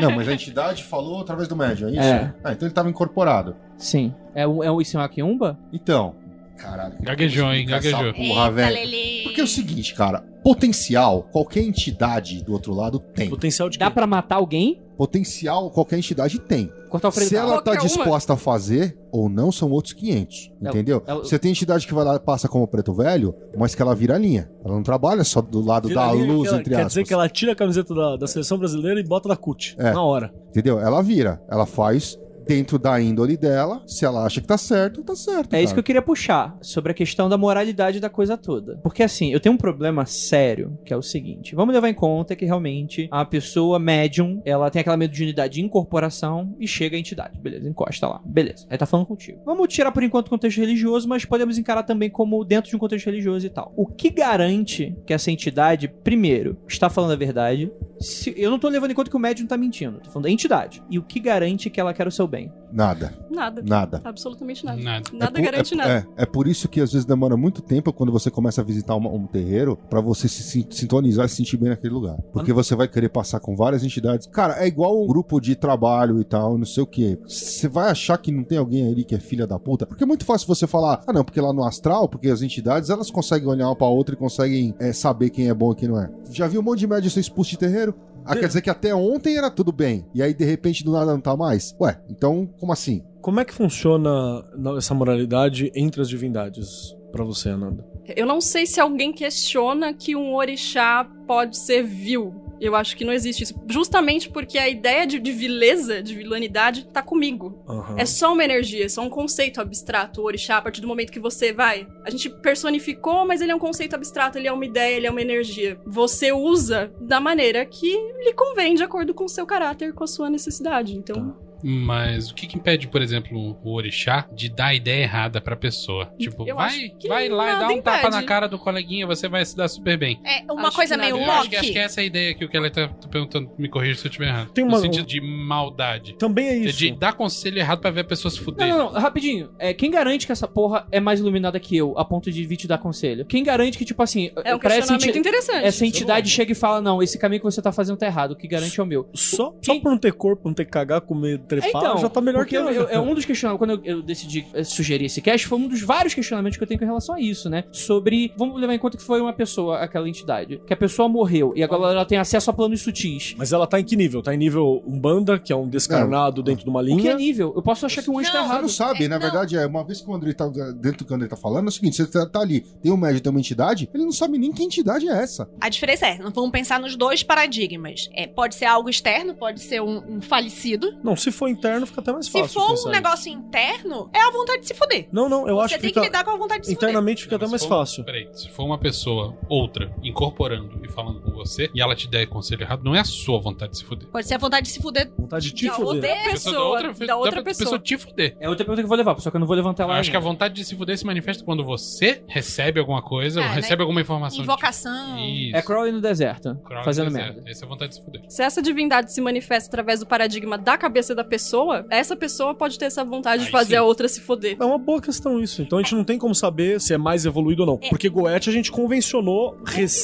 Não, mas a entidade falou através do médium, é isso?
É.
Ah, então ele tava incorporado.
Sim. É um, é um isso é uma quiumba?
Então, caralho.
Gaguejou, hein?
Essa
Gaguejou.
Porra, velho.
Lele.
Porque é o seguinte, cara, potencial, qualquer entidade do outro lado tem.
Potencial de
Dá pra matar alguém?
Potencial qualquer entidade tem.
Cortar o freio
Se
do
ela
carro.
tá
Qualquer uma.
disposta a fazer ou não, são outros 500.
É o-
Entendeu?
é o-
Você tem entidade que vai lá e passa como preto velho, mas que ela vira a linha. Ela não trabalha só do lado da
Vira ali,
luz,
ela-
entre
Quer
aspas.
dizer que ela tira a camiseta da, da seleção brasileira e bota na CUT.
É.
Na hora.
Entendeu? Ela vira. Ela faz dentro da índole dela. Se ela acha que tá certo, tá certo.
É isso que
cara.
eu queria puxar, sobre a questão da moralidade da coisa toda. Porque assim, eu tenho um problema sério, que é o seguinte: vamos levar em conta que realmente a pessoa médium, ela tem aquela mediunidade de incorporação e chega à entidade. Beleza, encosta lá. Beleza, aí tá falando contigo. Vamos tirar por enquanto o contexto religioso, mas podemos encarar também como dentro de um contexto religioso e tal. O que garante que essa entidade, primeiro, está falando a verdade? Se- eu não tô levando em conta que o médium tá mentindo, tô falando da entidade. E o que garante que ela quer o seu bem?
Nada.
Nada.
Nada.
Absolutamente nada.
Nada.
É por-
garante
é,
nada.
É, é por isso que às vezes demora muito tempo quando você começa a visitar uma- um terreiro pra você se sin- sintonizar e se sentir bem naquele lugar. Porque você vai querer passar com várias entidades. Cara, é igual um grupo de trabalho e tal, não sei o quê. Você vai achar que não tem alguém ali que é filha da puta? Porque é muito fácil você falar, ah não, porque lá no astral, porque as entidades elas conseguem olhar uma pra outra e conseguem é, saber quem é bom e quem não é. Já viu um monte de médium ser expulso de terreiro? Ah, quer dizer que até ontem era tudo bem. E aí, de repente, do nada não tá mais? Ué, então, como assim?
Como é que funciona na- essa moralidade entre as divindades pra você, Ananda?
Eu não sei se alguém questiona que um orixá pode ser vil. Eu acho que não existe isso. Justamente porque a ideia de, de vileza, de vilanidade, tá comigo.
Aham.
É só uma energia, é só um conceito abstrato, o orixá, a partir do momento que você vai. A gente personificou, mas ele é um conceito abstrato, ele é uma ideia, ele é uma energia. Você usa da maneira que lhe convém, de acordo com o seu caráter, com a sua necessidade. Então,
Mas o que, que impede, por exemplo, um, o orixá de dar a ideia errada pra pessoa? Tipo,
eu
vai,
acho que
vai lá e dá
nada
um tapa
impede.
na cara do coleguinha, você vai se dar super bem.
É uma
Acho
coisa
que nada.
meio
Eu
Loki.
Eu acho que, acho que é essa ideia aqui que ela tá, tá perguntando, me corrija se eu estiver errado.
Tem
no
uma-
sentido de maldade.
Também é
É
isso.
De dar conselho errado pra ver a pessoa se fuder.
Não, não, não, rapidinho. É, quem garante que essa porra é mais iluminada que eu, a ponto de vir te dar conselho? Quem garante que, tipo assim,
É um
pra essa
questionamento
enti-
interessante.
Essa entidade chega e fala: não, esse caminho que você tá fazendo tá errado, o que garante é o meu.
Só, só por não ter corpo, não ter que cagar, comer,
É,
trepar,
então,
já tá melhor
porque
que eu.
eu, eu- É um dos questionamentos. Quando eu, eu decidi eh, sugerir esse cast, foi um dos vários questionamentos que eu tenho com relação a isso, né? Sobre. Vamos levar em conta que foi uma pessoa, aquela entidade. Que a pessoa morreu e agora ela tem acesso a planos sutis.
Mas ela tá em que nível? Tá em nível Umbanda, que é um descarnado dentro de uma
O que é
linha.
nível? Eu posso achar que um anjo tá
Não,
Você
errado.
não sabe,
É,
na
não.
verdade, é uma vez que o André tá dentro do que o André tá falando, é o seguinte: você tá, tá ali, tem um médium, tem uma entidade, ele não sabe nem que entidade é essa.
A diferença é, vamos pensar nos dois paradigmas. É, pode ser algo externo, pode ser um, um
é-
falecido.
Não, se for interno, fica até mais fácil.
se for
pensar
um
isso.
negócio interno, é a vontade de se fuder.
Não, não, eu
Você
acho que tá
tem
fica-
que lidar com a vontade de se fuder.
internamente fica é até
Mas
mais
se for- um
fácil.
Peraí, se for uma pessoa, outra, incorporando e falando com você, e ela te der conselho errado, não é a sua vontade de se fuder.
Pode ser a vontade de se fuder.
Vontade de te
da
foder.
outra
A
pessoa,
da outra, fe-
da outra
da
pessoa.
te fuder.
É outra pergunta que eu vou levar, só que eu não vou levantar
Então,
Eu
ela.
acho que a
ainda.
vontade de se fuder se manifesta quando você recebe alguma coisa
Ah,
ou
né? um.
recebe alguma informação.
Invocação.
De...
um
Isso.
É Crowley no deserto,
Crowley
fazendo
deserto.
merda.
Essa é a vontade de se fuder.
Se essa divindade se manifesta através do paradigma da cabeça da pessoa, essa pessoa pode ter essa vontade
Aí
de fazer
sim.
a outra se foder.
É uma boa questão isso. Então a gente não tem como saber se é mais evoluído ou não. Porque Goethe a gente convencionou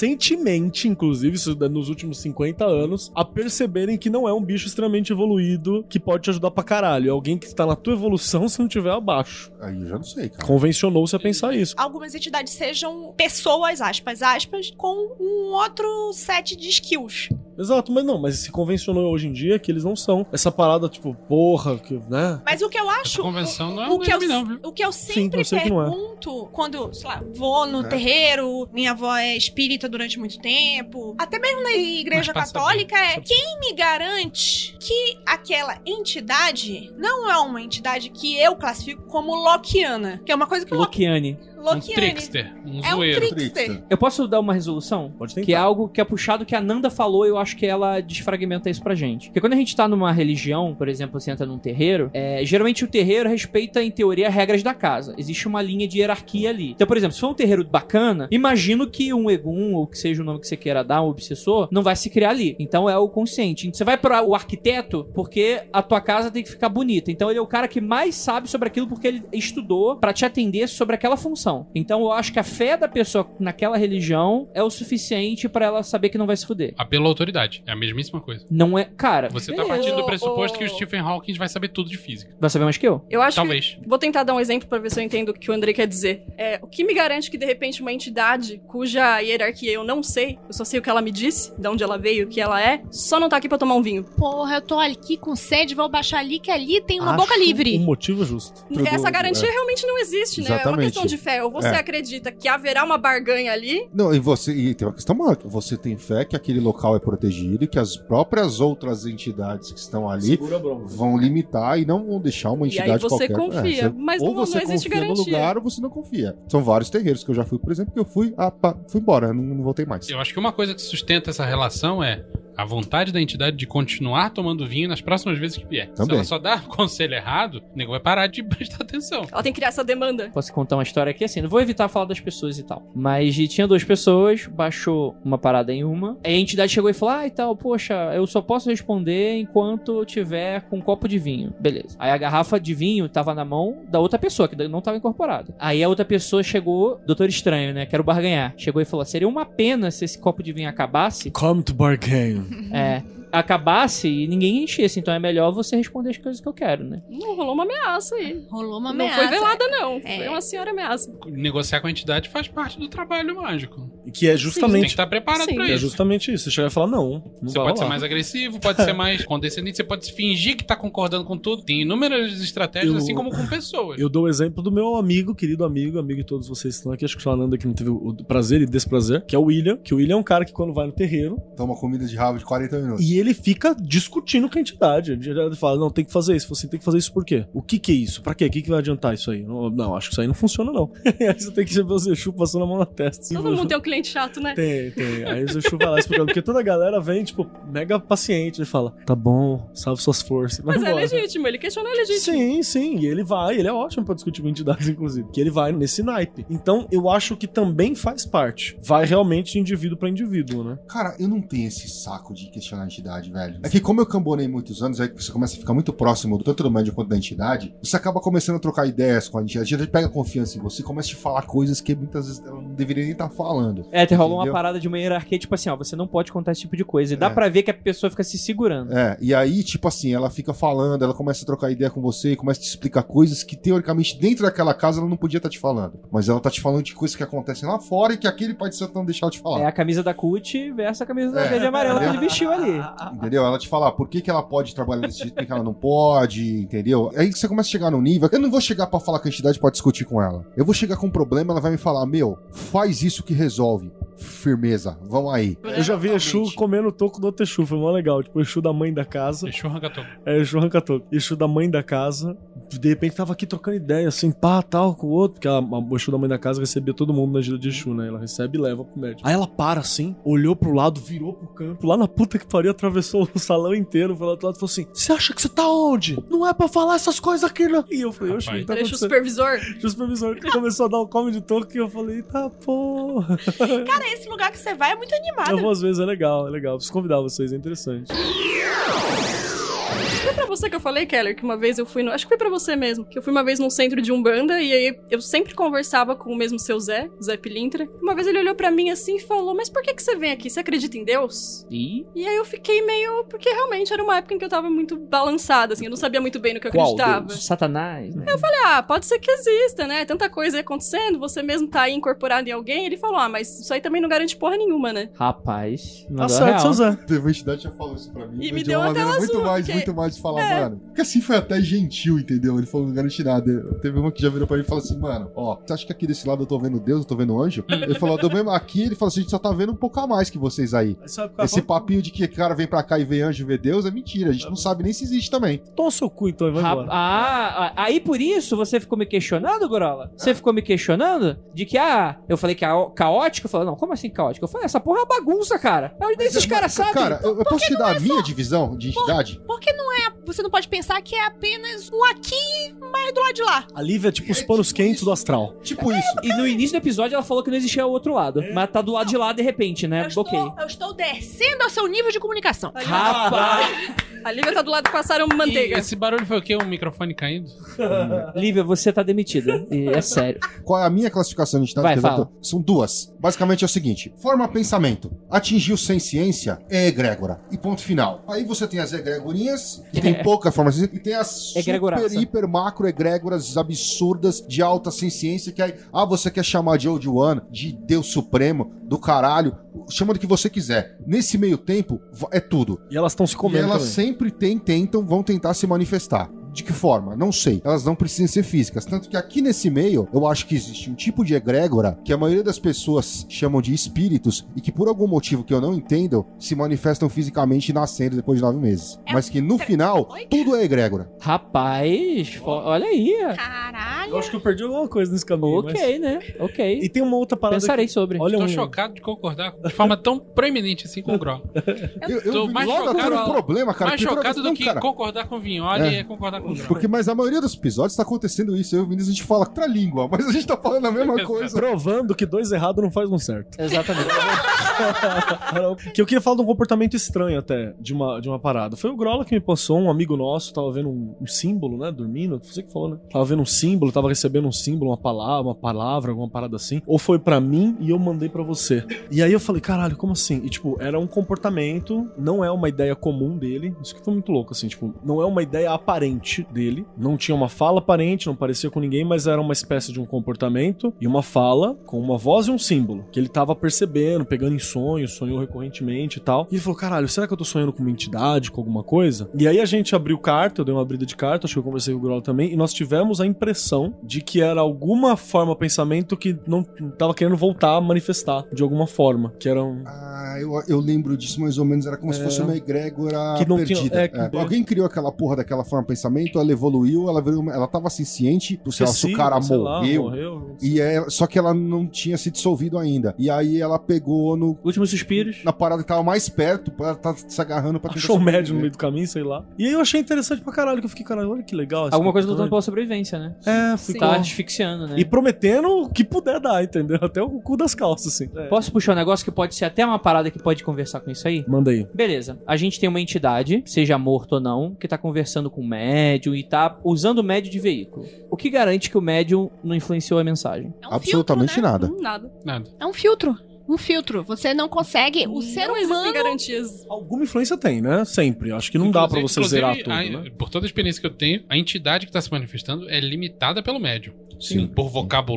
recentemente, inclusive, isso da- nos últimos 50 anos, a perceberem que não é um bicho extremamente evoluído que pode te ajudar pra caralho. É alguém que está na tua evolução se não tiver abaixo.
Aí eu já não sei, cara.
Convencionou-se a pensar isso.
Algumas entidades sejam pessoas, aspas, aspas, com um outro set de skills.
Exato, mas não, mas se convencionou hoje em dia é que eles não são. Essa parada, tipo, porra, que, né?
Mas o que eu acho.
Essa convenção não é
o
um
que eu,
nome não, viu?
o que eu sempre
eu sei que não é.
pergunto quando, sei lá, vou no
É.
terreiro, minha avó é espírita durante muito tempo, até mesmo na igreja
Mas passa
católica,
bem,
é
passa bem.
quem me garante que aquela entidade não é uma entidade que eu classifico como loquiana, que é uma coisa que o Loki,
Lokiane.
Um
Lokiane.
trickster, um
É um
zoeiro.
trickster.
Eu posso dar uma resolução?
Pode tentar.
Que é algo que é puxado que a Nanda falou, eu acho que ela desfragmenta isso pra gente. Porque quando a gente tá numa religião, por exemplo, você entra num terreiro, é, geralmente o terreiro respeita, em teoria, regras da casa. Existe uma linha de hierarquia ali. Então, por exemplo, se for um terreiro bacana, imagino que um Egum, ou que seja o nome que você queira dar, um obsessor, não vai se criar ali. Então é o consciente. Você vai para o arquiteto porque a tua casa tem que ficar bonita. Então ele é o cara que mais sabe sobre aquilo porque ele estudou pra te atender sobre aquela função. religião. Então eu acho que a fé da pessoa naquela religião é o suficiente pra ela saber que não vai se fuder.
Apelo à autoridade. É a mesmíssima coisa.
Não é. Cara,
Você tá
beleza.
partindo do pressuposto que o Stephen Hawking vai saber tudo de física.
vai saber mais que eu?
Eu acho
Talvez.
que. Vou tentar dar um exemplo pra ver se eu entendo o que o Andrei quer dizer. É, o que me garante que, de repente, uma entidade cuja hierarquia eu não sei, eu só sei o que ela me disse, de onde ela veio, o que ela é, só não tá aqui pra tomar um vinho.
Porra, eu tô aqui com sede, vou baixar ali que ali tem uma boca
[laughs] Acho
livre.
Um motivo justo.
É Essa garantia realmente não existe, né? É uma
é. Exatamente.
questão de fé. Ou você
É.
acredita que haverá uma barganha ali,
Não, e você. E tem uma questão maior. que Você tem fé que aquele local é protegido e que as próprias outras entidades que estão ali
Segura a bronca.
vão limitar e não vão deixar uma
e
entidade
aí você
qualquer.
confia.
É, você-
Mas
ou
não,
você
não existe
confia no
garantia.
lugar ou você não confia. São vários terreiros que eu já fui, por exemplo, que eu fui, ah, pá, fui embora, não, não voltei mais.
Eu acho que uma coisa que sustenta essa relação é a vontade da entidade de continuar tomando vinho nas próximas vezes que vier. Se
Também.
ela só dá [laughs] conselho errado, o nego vai parar de [laughs] prestar atenção.
Ela tem que criar essa demanda.
Posso contar uma história aqui assim? Não vou evitar falar das pessoas e tal. Mas e tinha duas pessoas, baixou uma parada em uma. Aí a entidade chegou e falou: Ah, e tal, poxa, eu só posso responder enquanto eu tiver com um copo de vinho. Beleza. Aí a garrafa de vinho tava na mão da outra pessoa, que não tava incorporada. Aí a outra pessoa chegou, doutor estranho, né? Quero barganhar. Chegou e falou: Seria uma pena se esse copo de vinho acabasse.
Come to bargain.
[laughs]
É. Acabasse e ninguém enchesse, então é melhor você responder as coisas que eu quero, né?
Não rolou uma ameaça aí.
Rolou uma
não
ameaça.
foi velada, não.
É.
Foi uma senhora ameaça.
Negociar com a entidade faz parte do trabalho mágico.
Que
Você
é
tem que
justamente.
estar preparado
Sim.
pra
É
isso.
justamente isso. Você chegar e falar, não, não
Você
vai
pode ser
rolar.
mais agressivo, pode ser
[laughs]
mais condescendente, você pode fingir que tá concordando com tudo. Tem inúmeras estratégias,
Eu-
assim como com pessoas.
Eu dou o exemplo do meu amigo, querido amigo, amigo de todos vocês que estão aqui, acho que só a Nanda que não teve o prazer e desprazer, que é o William, que o William é um cara que quando vai no terreiro,
Toma comida de rabo de 40 minutos.
E ele fica discutindo com a entidade. A entidade fala: não, tem que fazer isso. Você tem que fazer isso por quê? O que que é isso? Pra quê? O que, que vai adiantar isso aí? Não, não, acho que isso aí não funciona, não. [laughs] aí você tem que ver o Zexu passando a mão na testa. assim,
Todo mundo tem um cliente chato, né?
[laughs] Tem, tem. Aí o Zexu vai lá explicando. Porque toda a galera vem, tipo, mega paciente e fala: tá bom, salve suas forças. e vai
Mas é
embora.
legítimo, ele questiona é legítimo.
Sim, sim, e ele vai, ele é ótimo pra discutir com entidades, inclusive, que ele vai nesse naipe. Então, eu acho que também faz parte. Vai realmente de indivíduo pra indivíduo, né?
Cara, eu não tenho esse saco de questionar a entidade, velho. É que como eu cambonei muitos anos, aí você começa a ficar muito próximo do tanto do médium quanto da entidade, você acaba começando a trocar ideias com a entidade. A entidade pega confiança em você e começa a te falar coisas que muitas vezes ela não deveria nem estar falando.
É, te rolou uma
Entendeu?
parada de uma hierarquia, tipo assim, ó, você não pode contar esse tipo de coisa. E dá
É.
pra ver que a pessoa fica se segurando.
É, e aí, tipo assim, ela fica falando, ela começa a trocar ideia com você, começa a te explicar coisas que, teoricamente, dentro daquela casa ela não podia estar te falando. Mas ela tá te falando de coisas que acontecem lá fora e que aquele pai de santo não deixava te falar.
É a camisa da CUT versus a camisa da
É.
verde e amarela que ele
Entendeu?
vestiu ali.
Entendeu? Ela te fala "Ah, por que, que ela pode trabalhar desse jeito, por que que ela não pode, entendeu? É Aí você começa a chegar num nível. Eu não vou chegar pra falar que a entidade pode discutir com ela. Eu vou chegar com um problema, ela vai me falar: Meu, faz isso que resolve. Firmeza, vamos aí.
Eu já vi Exu comendo o toco do outro Exu, foi mó legal. Tipo, Exu da mãe da casa.
Deixa eu arrancar todo.
É, Exu arranca toco. Exu da mãe da casa. De repente tava aqui trocando ideia, assim, pá, tal, com o outro. Porque a, a, o Exu da mãe da casa recebia todo mundo na ajuda de Exu, né? Ela recebe e leva pro médico. Aí ela para assim, olhou pro lado, virou pro canto. Lá na puta que pariu, atravessou o salão inteiro, foi lá do lado e falou assim: Você acha que você tá onde? Não é pra falar essas coisas aqui, não. E eu falei, oxe, o que tá
Deixa o
acontecendo?
supervisor.
O supervisor começou a dar um come de toco e eu falei, tá porra.
Cara, esse lugar que você vai é muito animado.
Eu vou às vezes, é legal, é legal. Preciso convidar vocês, é interessante.
Foi pra É você que eu falei, Keller, que uma vez eu fui no. Acho que foi pra você mesmo. Que eu fui uma vez num centro de Umbanda e aí eu sempre conversava com o mesmo seu Zé, Zé Pilintra. Uma vez ele olhou pra mim assim e falou: Mas por que, que você vem aqui? Você acredita em Deus?
E
E aí eu fiquei meio. Porque realmente era uma época em que eu tava muito balançada, assim. Eu não sabia muito bem no que eu
Qual
acreditava.
Satanás, né?
ah, pode ser que exista, né? Tanta coisa aí acontecendo, você mesmo tá aí incorporado em alguém. Ele falou, ah, mas isso aí também não garante porra nenhuma, né?
Rapaz,
Tá
mandou
certo,
real.
seu Zé.
Teve uma entidade que já falou isso pra mim.
E
mas
me
de
deu
uma
uma
maneira
tela
muito
azul,
mais,
porque-
muito mais de falar,
É.
mano. Porque assim foi até gentil, entendeu? Ele falou, não garante nada. Teve uma que já virou pra mim e falou assim, mano, ó, você acha que aqui desse lado eu tô vendo Deus, eu tô
[laughs]
vendo anjo? Ele falou, do mesmo aqui, ele falou assim, a gente só tá vendo um pouco a mais que vocês aí.
Sabe
Esse papinho de que cara vem pra cá e vê anjo, vê Deus é mentira. A gente não sabe nem se existe também.
Toma seu cu então e vai
Rap-
embora.
Ah, ah, aí por isso você ficou me questionando, Gorola? Você ficou me questionando? De que, ah, eu falei que é caótico? Eu falei, não, como assim caótico? Eu falei, essa porra é uma bagunça, cara. É onde esses caras sabem.
Cara, eu, eu posso te dar a minha divisão de entidade?
Por que não é. Você não pode pensar que é apenas um aqui, mas do lado de lá.
A Lívia é tipo os panos quentes do astral.
Tipo isso.
E no início do episódio ela falou que não existia o outro lado. Mas tá do lado de lá de repente, né?
Eu estou,
ok.
eu estou descendo ao seu nível de comunicação.
Rapaz!
A Lívia tá do lado que passaram
E
manteiga.
esse barulho foi o quê? Um microfone caindo?
Lívia, você tá demitida. E é sério.
Qual é a minha classificação? A gente tá
Vai,
levantando- São duas. Basicamente é o seguinte: forma pensamento. Atingiu sem ciência é egrégora. E ponto final. Aí você tem as egregorinhas, que tem pouca forma de ciência, e tem as
Egregoraça.
super, hiper, macro egrégoras absurdas de alta sem ciência, que aí, ah, você quer chamar de Old One, de Deus Supremo, do caralho, chama do que você quiser. Nesse meio tempo, va- é tudo.
E elas estão se
E
comendo.
elas
também.
sempre tem, tentam, vão tentar se manifestar. De que forma? Não sei. Elas não precisam ser físicas. Tanto que aqui nesse meio, eu acho que existe um tipo de egrégora que a maioria das pessoas chamam de espíritos e que por algum motivo que eu não entendo, se manifestam fisicamente nascendo depois de nove meses. Mas que no final, tudo é egrégora.
Rapaz, fo- olha aí.
Caralho.
Eu acho que eu perdi alguma coisa nesse caminho. mas-
Ok, né?
E
Ok.
tem uma outra parada.
Pensarei sobre.
que- Olha
Tô
um...
chocado de concordar de forma tão proeminente assim com o Gro.
Eu, eu
Tô
vi
mais
logo
chocado-
até um problema, cara.
Mais
porque toda
chocado
vez-
do
não,
que
cara,
concordar com o Vignoli é.
É.
concordar com o Gro.
Porque, mas a maioria dos episódios tá acontecendo isso. Eu e o Vinícius, a gente fala outra língua, mas a gente tá falando a mesma coisa.
Provando que dois errados não faz um certo.
Exatamente.
[laughs] que eu queria falar de um comportamento estranho até, de uma, de uma parada. Foi o Grola que me passou, um amigo nosso, tava vendo um, um símbolo, né? Dormindo, você que falou, né? Tava vendo um símbolo, tava recebendo um símbolo, uma palavra, uma palavra, alguma parada assim. Ou foi pra mim e eu mandei pra você. E aí eu falei, caralho, como assim? E tipo, era um comportamento, não é uma ideia comum dele. Isso que foi muito louco, assim, tipo, não é uma ideia aparente dele. Não tinha uma fala aparente, não parecia com ninguém, mas era uma espécie de um comportamento e uma fala com uma voz e um símbolo. Que ele tava percebendo, pegando em sonhos, sonhou recorrentemente e tal. E ele falou: caralho, será que eu tô sonhando com uma entidade, com alguma coisa? E aí a gente abriu carta, eu dei uma abrida de carta, acho que eu conversei com o Grola também, e nós tivemos a impressão de que era alguma forma, pensamento que não tava querendo voltar a manifestar de alguma forma. Que era um.
Ah, eu, eu lembro disso mais ou menos. Era como se fosse uma egrégora
É. Que não tinha-
perdida.
é, que-
É. Alguém criou aquela porra daquela forma de pensamento, ela evoluiu, ela virou uma- ela tava assim, ciente, do sei lá, se o cara
sei
morreu.
lá, morreu.
E é, só que ela não tinha se dissolvido ainda. E aí ela pegou no,
Últimos suspiros.
na parada que tava mais perto, ela tá se agarrando pra
Achou o
É
médio no
um
sobreviver.
meio do caminho, sei lá. E aí eu achei interessante pra caralho, que eu fiquei, caralho, olha que legal. esse
Alguma coisa lutando
comportamento.
pela sobrevivência, né?
É, fui
Tá
com-
asfixiando, né?
E prometendo o que puder dar, entendeu? Até o cu das calças, assim. É.
Posso puxar um negócio que pode ser até uma parada que pode conversar com isso aí?
Manda aí.
Beleza, a gente tem uma entidade, seja morto ou não, que tá conversando com o médium e tá usando o médium de veículo. O que garante que o médium não influenciou a mensagem?
É um
Absolutamente
filtro, né?
nada.
Hum, nada.
Nada.
É um filtro. Um filtro. Você não consegue. O ser
não existem
humano.
garantias.
Alguma influência tem, né? Sempre. Acho que não dá pra você
Inclusive- é,
zerar tudo,
inclusive, a-
né?
Por toda a experiência que eu tenho, a entidade que tá se manifestada é limitada pelo médium.
Sim.
Por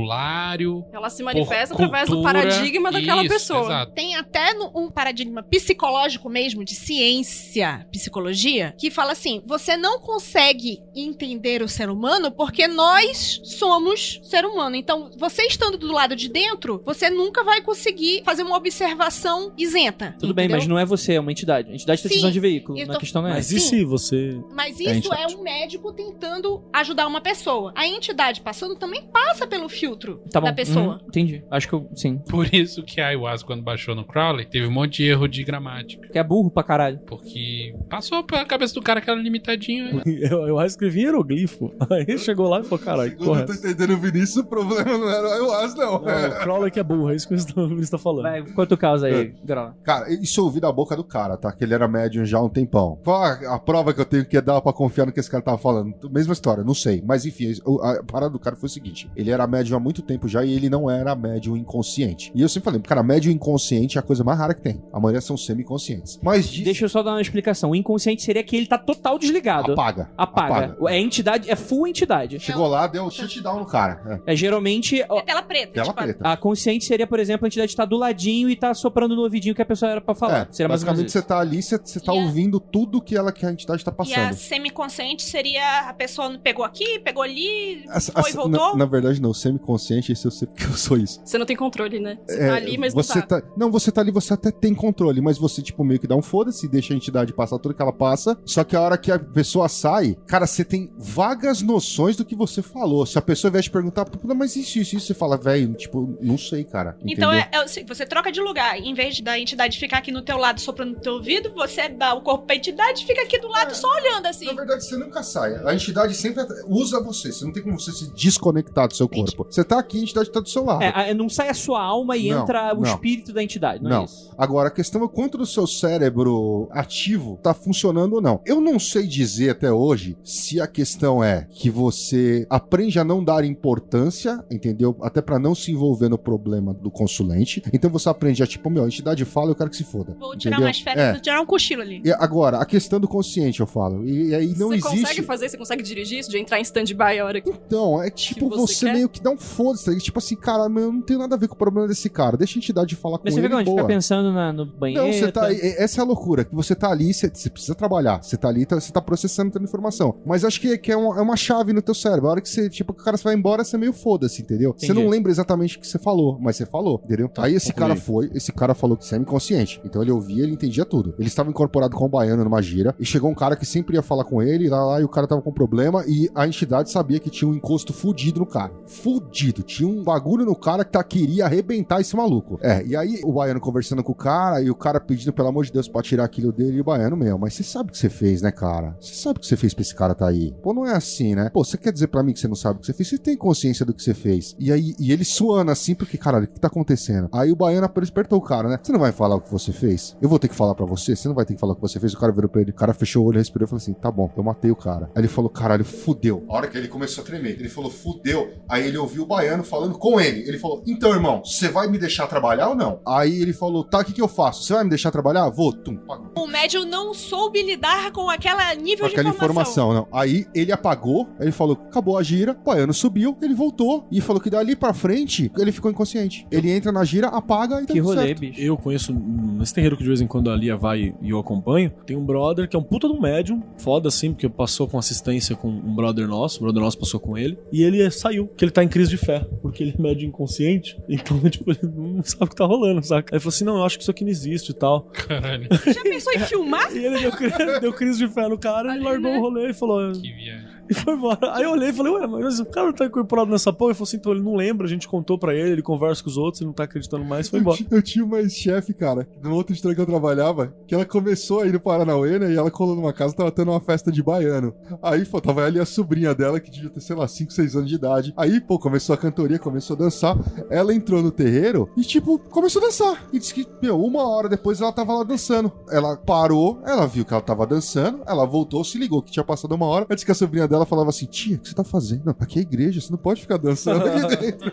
vocabulário,
Ela se
por
manifesta através do
cultura.
paradigma daquela
Isso,
pessoa.
Exato.
Tem até no- um paradigma psicológico mesmo, de ciência, psicologia, que fala assim: você não consegue entender o ser humano porque nós somos ser humano. Então, você estando do lado de dentro, você nunca vai conseguir fazer uma observação isenta.
Tudo bem, mas não é você, é uma entidade. A entidade tá
Sim,
precisando de veículo,
eu
na
tô-
questão não é
Mas
essa.
e
Sim.
se você. [laughs]
Mas
É,
isso é
entidade.
um médico tentando ajudar uma pessoa. A entidade passando também passa pelo filtro
Tá bom.
da pessoa.
Uhum, entendi. Acho que eu, sim.
Por isso que a ayahuasca, quando baixou no Crowley, teve um monte de erro de gramática.
Porque é burro pra caralho.
Porque passou pela cabeça do cara que era limitadinho.
Eu, eu escrevi hieroglifo. [laughs] Aí chegou lá e falou: caralho,
Segundo eu
correto.
tô entendendo o Vinícius, o problema não era eu acho, não.
Não, o Crowley que é burro, é isso que o Vinícius tá [laughs] falando.
Vai, quanto causa
É.
aí, Grola?
Cara, isso eu ouvi da boca do cara, tá? Que ele era médium já há um tempão. Qual a, a prova que eu tenho que dar pra confiar no que esse cara tava falando? Mesma história, não sei. Mas enfim, é o- a parada do cara foi o seguinte: ele era médium há muito tempo já e ele não era médium inconsciente. E eu sempre falei, cara, médium inconsciente é a coisa mais rara que tem. A maioria são semiconscientes. Mas diz...
Deixa eu só dar uma explicação. O inconsciente seria que ele tá total desligado.
apaga,
Apaga. É entidade, é full entidade.
Chegou lá, deu um shutdown no cara.
É geralmente
É tela preta.
É, tela
tipo,
preta.
A consciente seria, por exemplo, a entidade estar do ladinho e tá soprando no ouvidinho que a pessoa era pra falar.
É,
seria mais ou menos
basicamente você
isso.
tá ali, você, você tá
E a-
ouvindo tudo que ela que a entidade tá
E a
passando.
semiconsciente seria a pessoa pegou aqui, pegou ali,
As-
foi,
as-
voltou.
sou.
Na verdade, não. Semiconsciente, isso eu sei porque eu sou isso.
Você não tem controle, né? Você
É,
tá ali, mas
É, você
não tá.
tá- Não, você tá ali, você até tem controle, mas você, tipo, meio que dá um foda-se, deixa a entidade passar tudo que ela passa. Só que a hora que a pessoa sai, cara, você tem vagas noções do que você falou. Se a pessoa vier te perguntar, "Pô, mas isso, isso, isso, você fala, velho, tipo, não sei, cara.
Então
entendeu?
é, é o seguinte, você troca de lugar. Em vez da entidade ficar aqui no teu lado soprando no teu ouvido, você dá o corpo pra entidade e fica aqui do lado só olhando assim.
Na verdade, você nunca sai. A entidade sempre at- usa você. Você não tem como você se desconectar do seu corpo. Você tá aqui, a entidade tá do seu lado.
É, a- não sai a sua alma e
Não,
entra o
não.
espírito da entidade, não,
Não.
é isso?
Agora, a questão é quanto do seu cérebro ativo tá funcionando ou não. Eu não sei dizer até hoje se a questão é que você aprende a não dar importância, entendeu? Até pra não se envolver no problema do consulente. Então você aprende a, tipo, meu, a entidade fala, eu quero que se foda.
Vou tirar
entendeu?
umas férias, vou tirar um cochilo ali.
É. E agora, a questão do consciente, eu falo. E, e aí não
você
existe.
consegue fazer, você consegue dirigir isso, de entrar em stand-by a hora que.
Então, é tipo,
Que você
você,
quer?
meio que dá um foda-se. tá ligado? Tipo assim, cara, meu, eu não tenho nada a ver com o problema desse cara. Deixa a entidade falar
Mas você
com
é
ele.
fica onde?
boa.
Fica pensando na- no banheiro?
Não, você tá. e- Essa é a loucura. Que você tá ali, você, você precisa trabalhar. Você tá ali, tá- você tá processando toda a informação. Mas acho que, que é, uma, é uma chave no teu cérebro. A hora que você, tipo, que o cara vai embora, você é meio foda-se, entendeu? Você
Entendi.
não lembra exatamente o que você falou, mas você falou, entendeu? Aí esse
conclui.
cara foi, esse cara falou que você é inconsciente. Então ele ouvia, ele entendia tudo. Ele estava incorporado com o baiano numa gira, e chegou um cara que sempre ia falar com ele, lá, lá, e o cara tava com problema, e a entidade sabia que tinha um encosto fudido no cara. Fudido. Tinha um bagulho no cara que tá, queria arrebentar esse maluco. É, e aí o baiano conversando com o cara, e o cara pedindo, pelo amor de Deus, pra tirar aquilo dele, e o baiano, meu, mas você sabe o que você fez, né, cara? Você sabe o que você fez pra esse cara tá aí. Pô, não é assim, né? Pô, você quer dizer pra mim que você não sabe o que você fez? Você tem consciência do que você fez. E aí, e ele suando assim, porque, caralho, o que tá acontecendo? Aí o baiano despertou o cara, né? Você não vai falar o que você fez? Eu vou ter que falar pra você? Você não vai ter que falar o que você fez? O cara virou pra ele, o cara fechou o olho, respirou e falou assim: tá bom, eu matei o cara. Aí ele falou, caralho, fudeu. A hora que ele começou a tremer, ele falou, fudeu. Aí ele ouviu o baiano falando com ele. Ele falou, então, irmão, você vai me deixar trabalhar ou não? Aí ele falou, tá, o que, que eu faço? Você vai me deixar trabalhar? Vou, tum, pagou.
O médium não soube lidar com aquela nível
Com aquela
de informação.
informação, não. Aí ele apagou, aí ele falou, acabou a gira, o baiano subiu, ele voltou e falou que dali pra frente ele ficou inconsciente. Ele entra na gira, apaga e tá
Que
tudo
rolê,
certo.
bicho.
Eu conheço um terreiro que de vez em quando a Lia vai e eu acompanho. Tem um brother que é um puta de um médium, foda assim, porque passou com assistência com um brother nosso, o brother nosso passou com ele, e ele eh, saiu, que ele tá em crise de fé, porque ele é médium inconsciente, [laughs] então, tipo, ele não sabe o que tá rolando, saca? Aí ele falou assim: não, eu acho que isso aqui não existe e
[laughs]
tal.
Caralho,
Já pensou
[laughs] É.
em filmar?
E ele deu, cri- [laughs] deu crise de fé no cara e largou o rolê e falou.
que viagem.
[laughs] E foi embora. Aí eu olhei e falei, ué, mas o cara não tá incorporado nessa porra. Ele falou assim, então ele não lembra, a gente contou pra ele, ele conversa com os outros, ele não tá acreditando mais, foi
Eu [laughs]
embora.
ti- Eu tinha uma chefe, cara, no outro estranho que eu trabalhava, que ela começou aí no Paranauê, né? E ela colou numa casa, tava tendo uma festa de baiano. Aí, pô, tava ali a sobrinha dela, que devia ter, sei lá, 5, 6 anos de idade. Aí, pô, começou a cantoria, começou a dançar. Ela entrou no terreiro e, tipo, começou a dançar. E disse que, meu, uma hora depois ela tava lá dançando. Ela parou, ela viu que ela tava dançando, ela voltou, se ligou que tinha passado uma hora. Aí disse que a sobrinha dela falava assim: Tia, o que você tá fazendo? Aqui é igreja, você não pode ficar dançando aqui dentro.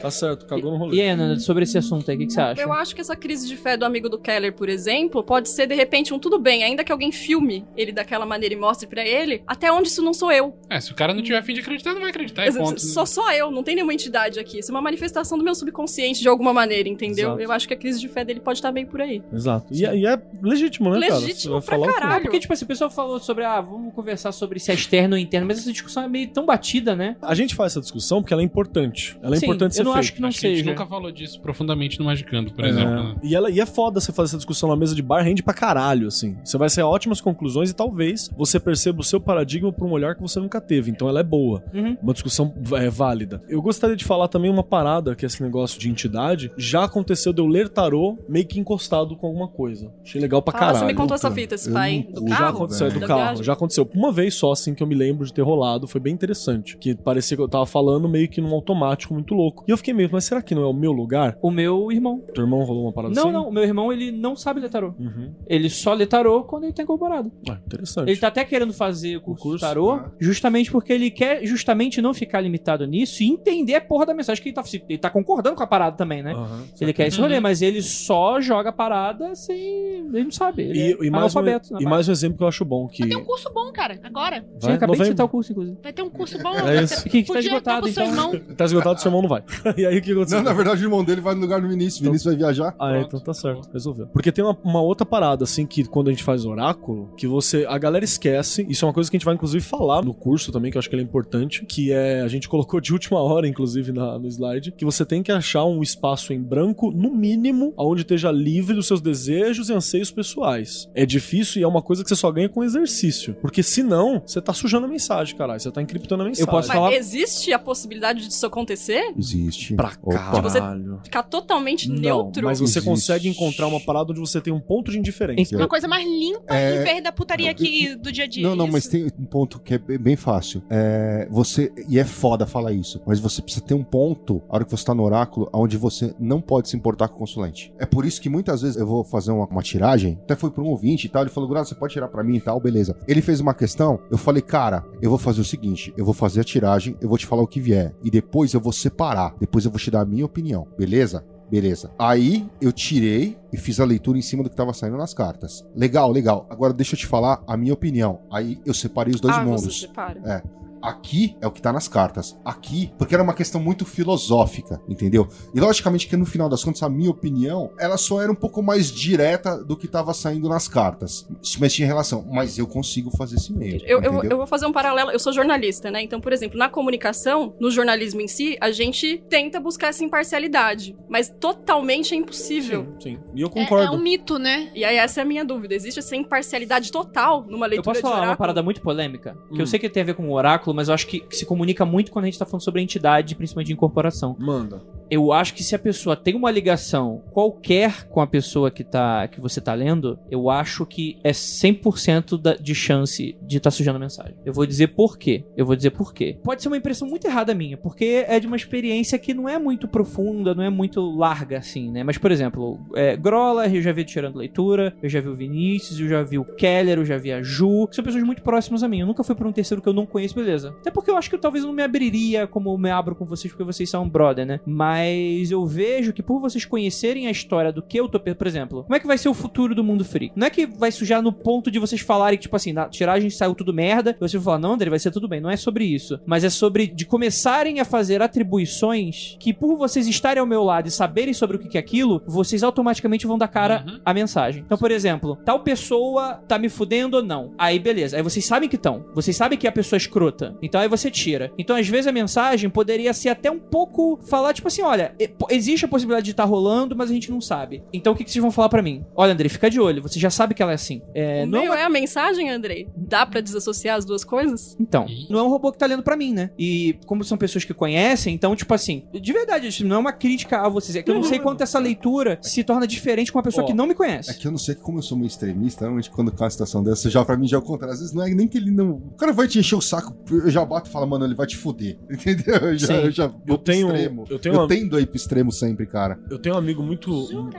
Tá certo, cagou no rolê.
E aí, Ananda, sobre esse assunto aí, o que, que você acha?
Eu acho que essa crise de fé do amigo do Keller, por exemplo, pode ser de repente um tudo bem, ainda que alguém filme ele daquela maneira e mostre pra ele, até onde isso não sou eu.
É, se o cara não tiver fim de acreditar, não vai acreditar. E É ponto. né?
Só só eu, não tem nenhuma entidade aqui. Isso é uma manifestação do meu subconsciente de alguma maneira, entendeu?
Exato.
Eu acho que a crise de fé dele pode estar meio por aí.
Exato. E, e é legítimo, né, cara?
Legítimo
Você
pra
vai falar o quê?
caralho.
Porque, tipo, essa pessoa falou sobre, ah, vamos conversar sobre se é externo ou interno, mas essa discussão é meio tão batida, né?
A gente faz essa discussão porque ela é importante. Ela é
Sim,
importante ser
Eu não
feita.
acho que não
Acho que a gente
seja.
nunca falou disso profundamente no Magicando, por
É.
exemplo. né?
E, ela, e é foda você fazer essa discussão na mesa de bar, rende pra caralho, assim. Você vai sair a ótimas conclusões e talvez você perceba o seu paradigma por um olhar que você nunca teve. Então ela é boa.
Uhum.
Uma discussão é, válida. Eu gostaria de falar também uma parada que é esse negócio de entidade. Já aconteceu de eu ler tarô meio que encostado com alguma coisa. Achei legal pra
Ah,
caralho. então.
você me contou essa
cara.
fita, esse
Eu
pai,
não
hein? do
curto.
Já
carro? né?
aconteceu, é do
Da
carro.
viagem?
Já aconteceu. Uma vez só, assim, que eu me lembro de ter rolado. Foi bem interessante. Que parecia que eu tava falando meio que num automático muito louco. E eu fiquei meio, mas será que não é o meu lugar?
O meu irmão.
Teu irmão rolou uma parada
Não,
assim?
não, o meu irmão, ele não sabe ler tarô.
Uhum.
Ele só lê tarô quando ele tá incorporado.
Ah, interessante.
Ele tá até querendo fazer o curso,
curso,
de tarô,
né?
justamente porque ele quer justamente não ficar limitado nisso e entender a porra da mensagem que ele tá, ele tá concordando com a parada também, né?
Aham.
Ele quer esse
Uhum.
rolê, mas ele só joga a parada sem. Ele não sabe. Ele
E,
é
e mais um,
analfabeto. na
e
parada.
mais um exemplo que eu acho bom, que
Tem um curso bom, cara, agora.
Sim, acabei de citar o curso, inclusive.
Vai ter um curso bom.
É isso.
Você
Que que tá
podia
esgotado,
dar pro seu
então.
irmão.
Tá esgotado, seu irmão não vai. [laughs] e aí o que aconteceu?
Não, na verdade, o irmão dele vai no lugar do Vinícius. O Vinícius vai viajar.
Ah, é, então tá certo, resolveu. Porque tem uma, uma outra parada, assim, que quando a gente faz oráculo, que você. A galera esquece, isso é uma coisa que a gente vai, inclusive, falar no curso também, que eu acho que ele é importante, que é. A gente [laughs] colocou de última hora, inclusive, na- no slide, que você tem que achar um espaço em branco, no mínimo, onde esteja livre dos seus desejos e anseios pessoais. É difícil e é uma coisa que você só ganha com exercício. Porque senão, você tá sujando a mensagem, caralho. Você tá encriptando a mensagem.
posso
Mas
falar-
existe a possibilidade disso acontecer?
Existe.
Pra
Opa.
você-
caralho.
Ficar totalmente
Não,
Tipo, neutro?
mas você
Existe.
consegue encontrar uma parada onde você tem um ponto de indiferença.
Eu-
Uma coisa mais limpa
É,
em vez da putaria aqui do dia a dia.
Não, não,
isso.
mas tem um ponto que é bem bem fácil. É, você, e é foda falar isso, mas você precisa ter um ponto, a hora que você tá no oráculo, onde você não pode se importar com o consulente. É por isso que muitas vezes eu vou fazer uma, uma tiragem, até foi pra um ouvinte e tal, ele falou, Graça, você pode tirar pra mim e tal, beleza. Ele fez uma questão, eu falei, cara, eu vou fazer o seguinte, eu vou fazer a tiragem, eu vou te falar o que vier, e depois eu vou separar, depois eu vou te dar a minha opinião, beleza? Beleza. Aí eu tirei e fiz a leitura em cima do que tava saindo nas cartas. Legal, legal. Agora deixa eu te falar a minha opinião. Aí eu separei os dois
ah, você
mundos.
separa.
Aqui é o que tá nas cartas. Aqui, porque era uma questão muito filosófica, entendeu? E logicamente que no final das contas, a minha opinião, ela só era um pouco mais direta do que tava saindo nas cartas. Isso mexe em relação, mas eu consigo fazer esse meio.
Eu, eu,
entendeu?
eu vou fazer um paralelo. Eu sou jornalista, né? Então, por exemplo, na comunicação, no jornalismo em si, a gente tenta buscar essa imparcialidade, mas totalmente é impossível.
Sim, sim. E eu
É-
concordo.
É, um mito, né?
E aí, essa é a minha dúvida. Existe essa imparcialidade total numa leitura
Eu posso
de
falar uma
oráculo?
parada muito polêmica? Que
Hum.
eu sei que tem a ver com o oráculo, mas eu acho que, que se comunica muito quando a gente tá falando sobre entidade, principalmente de incorporação.
Manda.
Eu acho que se a pessoa tem uma ligação qualquer com a pessoa que, tá, que você tá lendo, eu acho que é 100% da- de chance de tá sujando a mensagem. Eu vou dizer por quê. Eu vou dizer por quê. Pode ser uma impressão muito errada minha, porque é de uma experiência que não é muito profunda, não é muito larga assim, né? Mas, por exemplo, é, Grola, eu já vi tirando leitura, eu já vi o Vinícius, eu já vi o Keller, eu já vi a Ju, que são pessoas muito próximas a mim. Eu nunca fui pra um terceiro que eu não conheço, beleza. Até porque eu acho que eu talvez não me abriria como eu me abro com vocês, porque vocês são brother, né? Mas eu vejo que por vocês conhecerem a história do que eu tô, per- por exemplo, como é que vai ser o futuro do mundo free? Não é que vai sujar no ponto de vocês falarem, tipo assim, na tiragem saiu tudo merda, e vocês vão falar, não, André, vai ser tudo bem. Não é sobre isso. Mas é sobre de começarem a fazer atribuições que por vocês estarem ao meu lado e saberem sobre o que que é aquilo, vocês automaticamente vão dar cara
Uhum.
a mensagem. Então, por exemplo, tal pessoa tá me fudendo ou não. Aí, beleza. Aí vocês sabem que estão. Vocês sabem que a pessoa é escrota. Então aí você tira. Então, às vezes, a mensagem poderia ser até um pouco falar, tipo assim, olha, e- po- existe a possibilidade de estar rolando, mas a gente não sabe. Então o que, que vocês vão falar pra mim? Olha, André, fica de olho. Você já sabe que ela é assim. É,
o
não é
meio é a mensagem, Andrei? Dá pra desassociar as duas coisas?
então,
Ih.
não é um robô que tá lendo pra mim, né? E como são pessoas que conhecem, então, tipo assim, de verdade, isso não é uma crítica a vocês. É que eu não sei quanto essa leitura se torna diferente com uma pessoa
Ó,
que não me
É
conhece.
que eu não sei como eu sou meio extremista, normalmente quando cai uma situação dessa, já pra mim já é o contrário. Às vezes não é nem que ele não. O cara vai te encher o saco, eu já bato e falo, mano, ele vai te fuder. [laughs] Entendeu? Eu já,
Sim.
eu já
Eu
vou pro
tenho,
extremo.
eu, tenho
Eu
um,
tendo aí pro extremo sempre, cara.
eu tenho um amigo muito,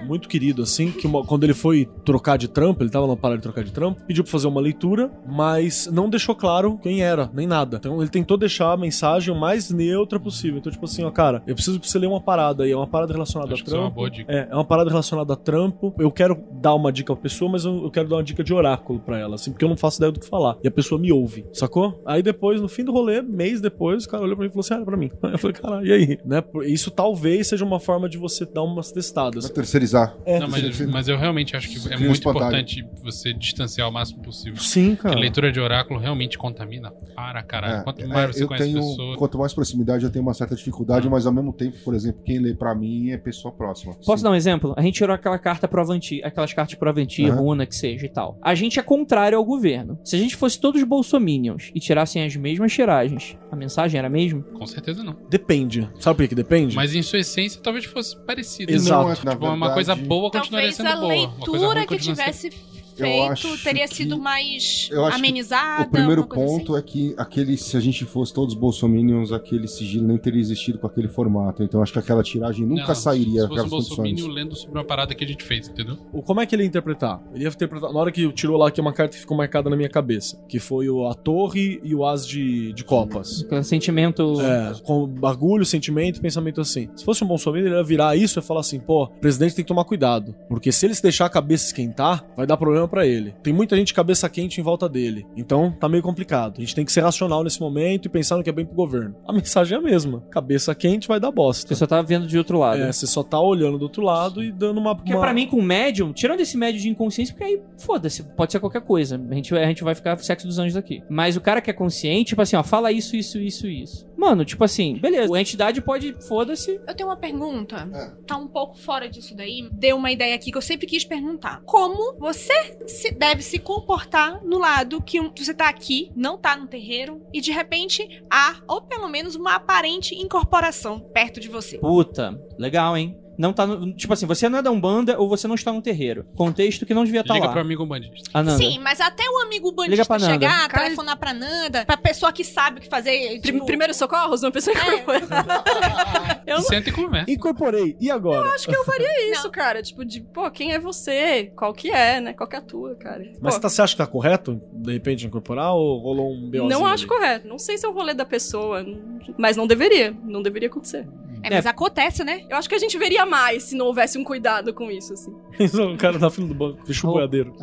muito querido, assim, que uma- quando ele foi trocar de trampo, ele tava na parada de trocar de trampo, pediu pra fazer uma leitura, mas não deixou claro quem era, nem nada. Então ele tentou deixar a mensagem o mais neutra possível. Então, tipo assim, ó, cara, eu preciso que você leia uma parada aí, é uma parada relacionada
Acho
a
que isso é uma
trampo.
boa dica.
É, é uma parada relacionada a trampo. Eu quero dar uma dica pra pessoa, mas eu, eu quero dar uma dica de oráculo pra ela, assim, porque eu não faço ideia do que falar. E a pessoa me ouve, sacou? Aí depois, no fim do rolê, mês depois, o cara olhou pra mim e falou assim: ah, era pra mim. [laughs] Eu falei, caralho, e aí? Né? Por- Isso talvez seja uma forma de você dar umas testadas.
Vai terceirizar.
É.
Não, mas, mas eu realmente acho que é
Cria
muito
espontâneo.
importante você distanciar o máximo possível.
Sim,
Porque
cara.
leitura de oráculo realmente contamina para caralho.
É,
Quanto
é,
mais você
eu
conhece
tenho,
a pessoa.
Quanto mais proximidade, eu tenho uma certa dificuldade, mas ao mesmo tempo, por exemplo, quem lê pra mim é pessoa próxima.
Posso
Sim.
dar um exemplo? A gente tirou aquela carta pro Avanti, aquelas cartas pro Avanti,
Aham.
Runa, que seja e tal. A gente é contrário ao governo. Se a gente fosse todos bolsominions e tirassem as mesmas tiragens, a mensagem era a mesma?
Com certeza não.
Depende. Sabe por que que depende?
Mas em sua essência talvez fosse parecido.
Exato.
Não, é-
Tipo,
na
uma
verdade,
coisa boa continuaria
é
Talvez
sendo
a
boa. uma coisa
leitura
ruim
que
continua sendo-
tivesse
Eu
feito
acho
teria
que-
sido mais
eu acho que
amenizada.
O primeiro
alguma coisa assim.
ponto é que aquele, se a gente fosse todos bolsominions, aquele sigilo nem teria existido com aquele formato. Então acho que aquela tiragem nunca
Não,
sairia
Se fosse um
aquelas condições.
Bolsonaro lendo sobre uma parada que a gente fez, entendeu?
O- Como é que ele ia interpretar? Ele ia interpretar. Na hora que tirou lá, que é uma carta que ficou marcada na minha cabeça, que foi o- a torre e o as de, de copas.
Aquele sentimento.
É, com bagulho, sentimento, pensamento assim. Se fosse um Bolsonaro, ele ia virar isso e ia falar assim, pô, o presidente tem que tomar cuidado. Porque se ele se deixar a cabeça esquentar, vai dar problema problema pra ele. Tem muita gente cabeça quente em volta dele. Então tá meio complicado. A gente tem que ser racional nesse momento e pensar no que é bem pro governo. A [laughs] mensagem é a mesma. Cabeça quente vai dar bosta.
Você só tá vendo de outro lado.
É, você só tá olhando do outro lado e dando uma.
Porque
uma...
pra mim, com o médium, tirando esse médium de inconsciência, porque aí, foda-se, pode ser qualquer coisa. A gente, a gente vai ficar sexo dos anjos aqui. Mas o cara que é consciente, tipo assim, ó, fala isso, isso, isso, isso. Mano, tipo assim, beleza. A entidade pode, foda-se.
Eu tenho uma pergunta. Tá um pouco fora disso daí. Deu uma ideia aqui que eu sempre quis perguntar. Como você se deve se comportar no lado que um- você tá aqui, não tá no terreiro, e de repente há, ou pelo menos, uma aparente incorporação perto de você?
Puta, legal, hein? Não tá no, Tipo assim, você não é da Umbanda ou você não está no terreiro. Contexto que não devia estar
Liga
tá lá.
pro amigo bandista.
Ananda.
Sim, mas até o amigo
Liga
bandista
pra Nanda.
chegar,
Cara,
telefonar pra Nanda, pra pessoa que sabe o que fazer.
Pri-
Tipo, né?
Primeiros socorros? Uma pessoa
É.
E Senta e conversa.
Incorporei. E agora?
[laughs] Acho que eu faria isso, cara. Tipo, de, pô, quem é você? Qual que é, né? Qual que é a tua, cara?
Mas
Pô,
tá- você acha que tá correto, de repente, incorporar ou rolou um BOzinho?
né?
não
ali?
acho
[laughs]
correto. Não sei se é o rolê da pessoa, n- mas não deveria. Não deveria acontecer.
é, mas acontece, né?
Eu acho que a gente veria mais se não houvesse um cuidado com isso, assim.
o cara da fila do banco. Fechou o
Oh.
boiadeiro.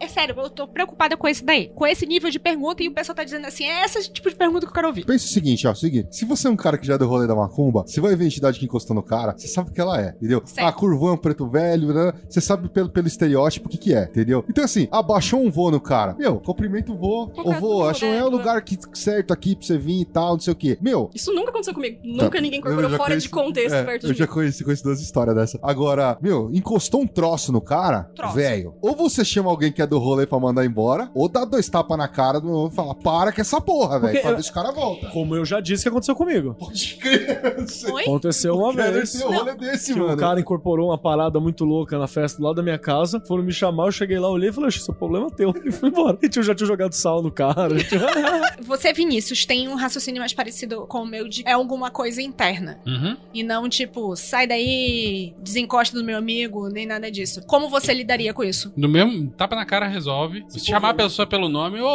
É sério, eu tô preocupada com isso daí. Com esse nível de pergunta e o pessoal tá dizendo assim, é esse tipo de pergunta que eu quero ouvir.
Pensa o seguinte, ó, seguinte. Se você é um cara que já deu rolê da macumba, você vai ver a entidade que encostou no cara, você sabe o que ela é, entendeu?
Certo.
Ah, curvão, preto velho, né? você sabe pelo, pelo estereótipo o que que é, entendeu? Então assim, abaixou um vô no cara. Meu, cumprimento o vô.
Qualquer
O vô,
dúvida,
acho que não é o
né?
lugar que, certo aqui pra você vir e tal, não sei o quê. Meu...
Isso nunca aconteceu comigo. Nunca ninguém
Tá. eu
incorporou
já
fora
conheço-
de contexto
é,
perto
Eu
de
já
mim.
conheci, conheci duas histórias dessa. Agora, meu, encostou um troço no cara,
Troço.
velho. Ou você chama alguém que é do rolê pra mandar embora, ou dá dois tapas na cara do meu e fala, para com essa porra, velho.
Porque
Pra
eu-
ver se o cara volta. [laughs]
Como eu já disse que aconteceu comigo.
Pode crer.
Oi?
Aconteceu uma
Cara,
vez.
esse rolê desse,
Que o
mano.
cara incorporou uma parada muito louca na festa do lado da minha casa. Foram me chamar, eu cheguei lá, olhei e falei, "Oxe, isso é problema teu. [laughs] E fui embora. E eu já tinha jogado sal
[laughs]
no cara.
Você, Vinícius, tem um raciocínio mais parecido com o meu de é alguma coisa interna.
Uhum.
E não tipo, sai daí, desencosta do meu amigo, nem nada disso. Como você lidaria com isso?
No mesmo, tapa na cara, resolve. Se
Tipo-
chamar a pessoa pelo nome, ô,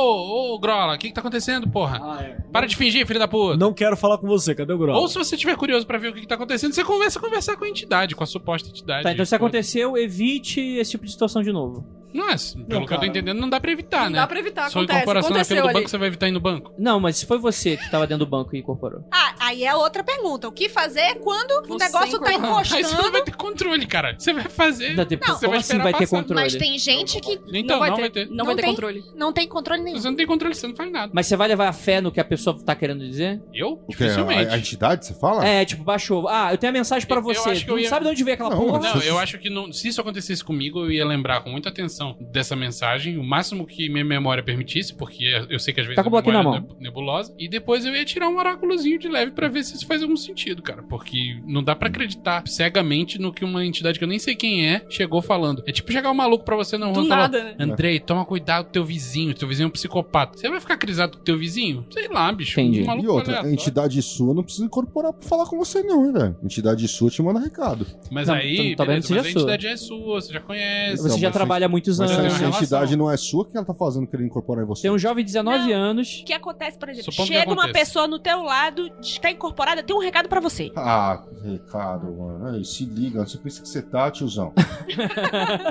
ô, Grola, o que que tá acontecendo, porra?
Ah, é.
Para de fingir, filho da puta.
Não quero falar com você, cadê o Grau?
Ou se você tiver curioso pra ver o que, que tá acontecendo, você começa a conversar com a entidade, com a suposta entidade. Tipo,
Tá, então se aconteceu, evite esse tipo de situação de novo.
Nossa, é assim. pelo que eu tô
cara.
entendendo, não dá pra evitar,
Não
né?
dá pra evitar,
Só
acontece.
incorporação na fila
Aconteceu
do
ali.
banco, você vai evitar ir no banco.
Não, mas se foi você que tava dentro do banco e incorporou.
Ah, aí é outra pergunta. O que fazer quando o
Você
negócio tá
incorpora-
[laughs] Aí
[laughs]
você não
encostando?
vai ter controle, cara. Você vai fazer.
Não, depois,
Não,
você
como
vai
assim
esperar
vai ter
passar.
controle?
Mas tem gente que
Então, não vai, ter.
Não, vai ter
Não tem?
controle.
não tem controle nenhum.
Você não tem controle, você não faz nada.
Mas você vai levar a fé no que a pessoa tá querendo dizer?
Eu?
O que? A, É, a
Dificilmente.
entidade, você fala?
É, tipo, baixou. Ah, eu tenho a mensagem pra
Eu- eu
você.
acho que
Tu
eu
não
ia-
sabe de onde veio aquela
Não,
porra?
Não, eu acho que não, se isso acontecesse comigo, eu ia lembrar com muita atenção dessa mensagem, o máximo que minha memória permitisse, porque eu sei que às vezes
Tá com o
a
bloquinho
memória
na
é neb- nebulosa, e depois eu ia tirar um oráculozinho de leve pra ver se isso faz algum sentido, cara, porque não dá
Hum.
pra acreditar cegamente no que uma entidade que eu nem sei quem é chegou falando. É tipo chegar um maluco pra você na rua
Do
e falar,
nada, né?
Andrei, toma cuidado do teu vizinho, teu vizinho é um psicopata. Você vai ficar crisado com teu vizinho? Sei lá, bicho.
Entendi.
Um maluco
E outra, a
aleatório.
entidade sua não precisa incorporar pra falar com você, não, hein, velho? A entidade sua te manda recado.
Mas
Não,
aí,
então, talvez
beleza, mas a
seja sua.
entidade já é sua, você já conhece.
Você
Não,
já
mas
trabalha há muitos
Mas
Não,
se
tem
a
uma
anos.
sua
relação.
entidade não é sua, o que ela tá fazendo querendo incorporar em você?
Tem um jovem de 19 anos.
O que acontece, por exemplo?
Suponho que
Chega uma
aconteça.
pessoa no teu lado, está incorporada, tem um recado pra você.
Ah, recado, mano. Aí, se liga, você pensa que você tá, tiozão.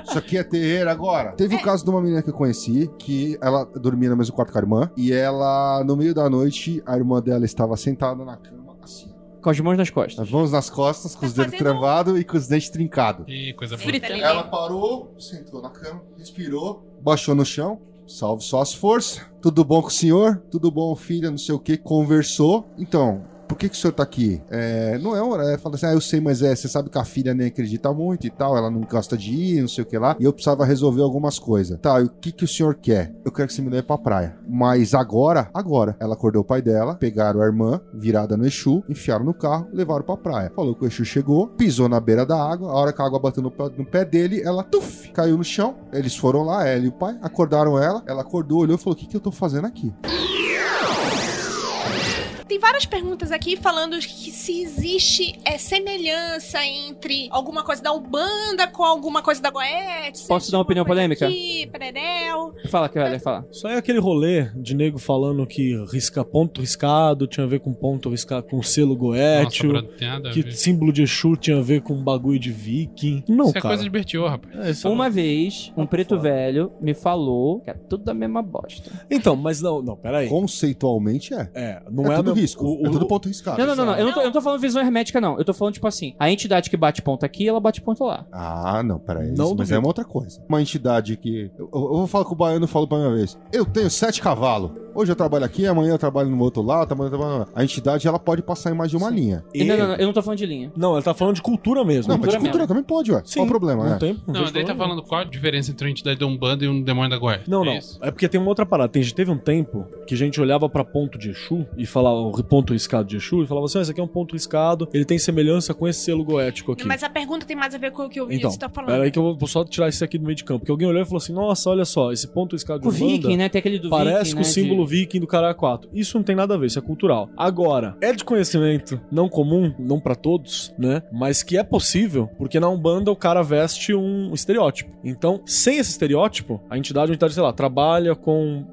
Isso aqui é terreiro agora. Teve o caso de uma menina que eu conheci, que ela dormia no mesmo quarto com a irmã, e ela, no meio da noite, a irmã dela estava sentada na cama, assim.
Com as mãos nas
As
Ah,
costas.
mãos nas costas, com os dedos
fazendo-
travados e com os dentes trincados.
Ih, coisa boa.
Frita.
É,
Ela parou, sentou na cama, respirou, baixou no chão, salve só as forças. Tudo bom com o senhor? Tudo bom, filha? Não sei o que, conversou. Então, por que, que o senhor tá aqui? É, não é hora. É, fala assim, ah, eu sei, mas é, você sabe que a filha nem acredita muito e tal, ela não gosta de ir, não sei o que lá, e eu precisava resolver algumas coisas. Tá, e o que, que o senhor quer? Eu quero que você me leve pra praia. Mas agora, agora, ela acordou o pai dela, pegaram a irmã, virada no Exu, enfiaram no carro, levaram pra praia. Falou que o Exu chegou, pisou na beira da água, a hora que a água bateu no, pé- no pé dele, ela tuf, caiu no chão. Eles foram lá, ela e o pai, acordaram ela, ela acordou, olhou e falou: O que, que eu tô fazendo aqui?
tem várias perguntas aqui falando que se existe é, semelhança entre alguma coisa da Umbanda com alguma coisa da Goethe.
Posso dar uma opinião polêmica?
Aqui, pererel.
Fala, que olha, fala.
Isso aí é aquele rolê de nego falando que risca ponto riscado tinha a ver com ponto riscado com selo
Nossa,
goétio,
brother, tem nada a
que
ver.
símbolo de Exu tinha a ver com bagulho de viking. Não,
Isso é
cara.
coisa de Bertiô, rapaz.
É, isso é
Uma vez, um preto velho me falou que é tudo da mesma bosta.
Então, mas não, não, peraí.
Conceitualmente é.
É,
Não
não
é,
é, a
tudo
mesma-
risco.
o- o-
é tudo ponto riscado.
Não, não, não, não.
sabe?
Eu não, tô, eu não tô falando visão hermética, não. Eu tô falando, tipo assim, a entidade que bate ponto aqui, ela bate ponto lá.
Ah, não, peraí.
Não
Isso, mas
duvido.
é uma outra coisa. Uma entidade que. Eu, eu vou falar com o baiano e falo pra minha vez. Eu tenho sete cavalos. Hoje eu trabalho aqui, amanhã eu trabalho no outro lado, amanhã eu trabalho. no- A entidade ela pode passar em mais de uma linha.
E-
Não, não, não. Eu não tô falando de linha.
Não, ele tá falando de cultura mesmo.
Não, mas de
cultura
cultura também pode, ué. Qual o problema,
não
né?
tem.
Não,
vejo
mas daí tá
um problema.
falando qual a diferença entre uma entidade da Umbanda e um demônio da Goiás.
Não,
É
não.
isso.
É porque tem uma outra parada. Tem- teve um tempo que a gente olhava pra ponto de Exu e falava o ponto riscado de Exu e falava assim: ah, esse aqui é um ponto riscado, ele tem semelhança com esse selo goético aqui.
Mas a pergunta tem mais a ver com o que o
Então,
Vinícius tá falando.
peraí que eu vou- vou só tirar isso aqui do meio de campo. Porque alguém olhou e falou assim: nossa, olha só, esse ponto riscado de
O viking,
Umbanda
né? Tem aquele do
Parece
viking,
com o
né,
símbolo
de...
viking do Caralho 4. Isso não tem nada a ver, isso é cultural. Agora, é de conhecimento não comum, não pra todos, né? Mas que é possível, porque na Umbanda o cara veste um estereótipo. Então, sem esse estereótipo, a entidade, a entidade, sei lá, trabalha com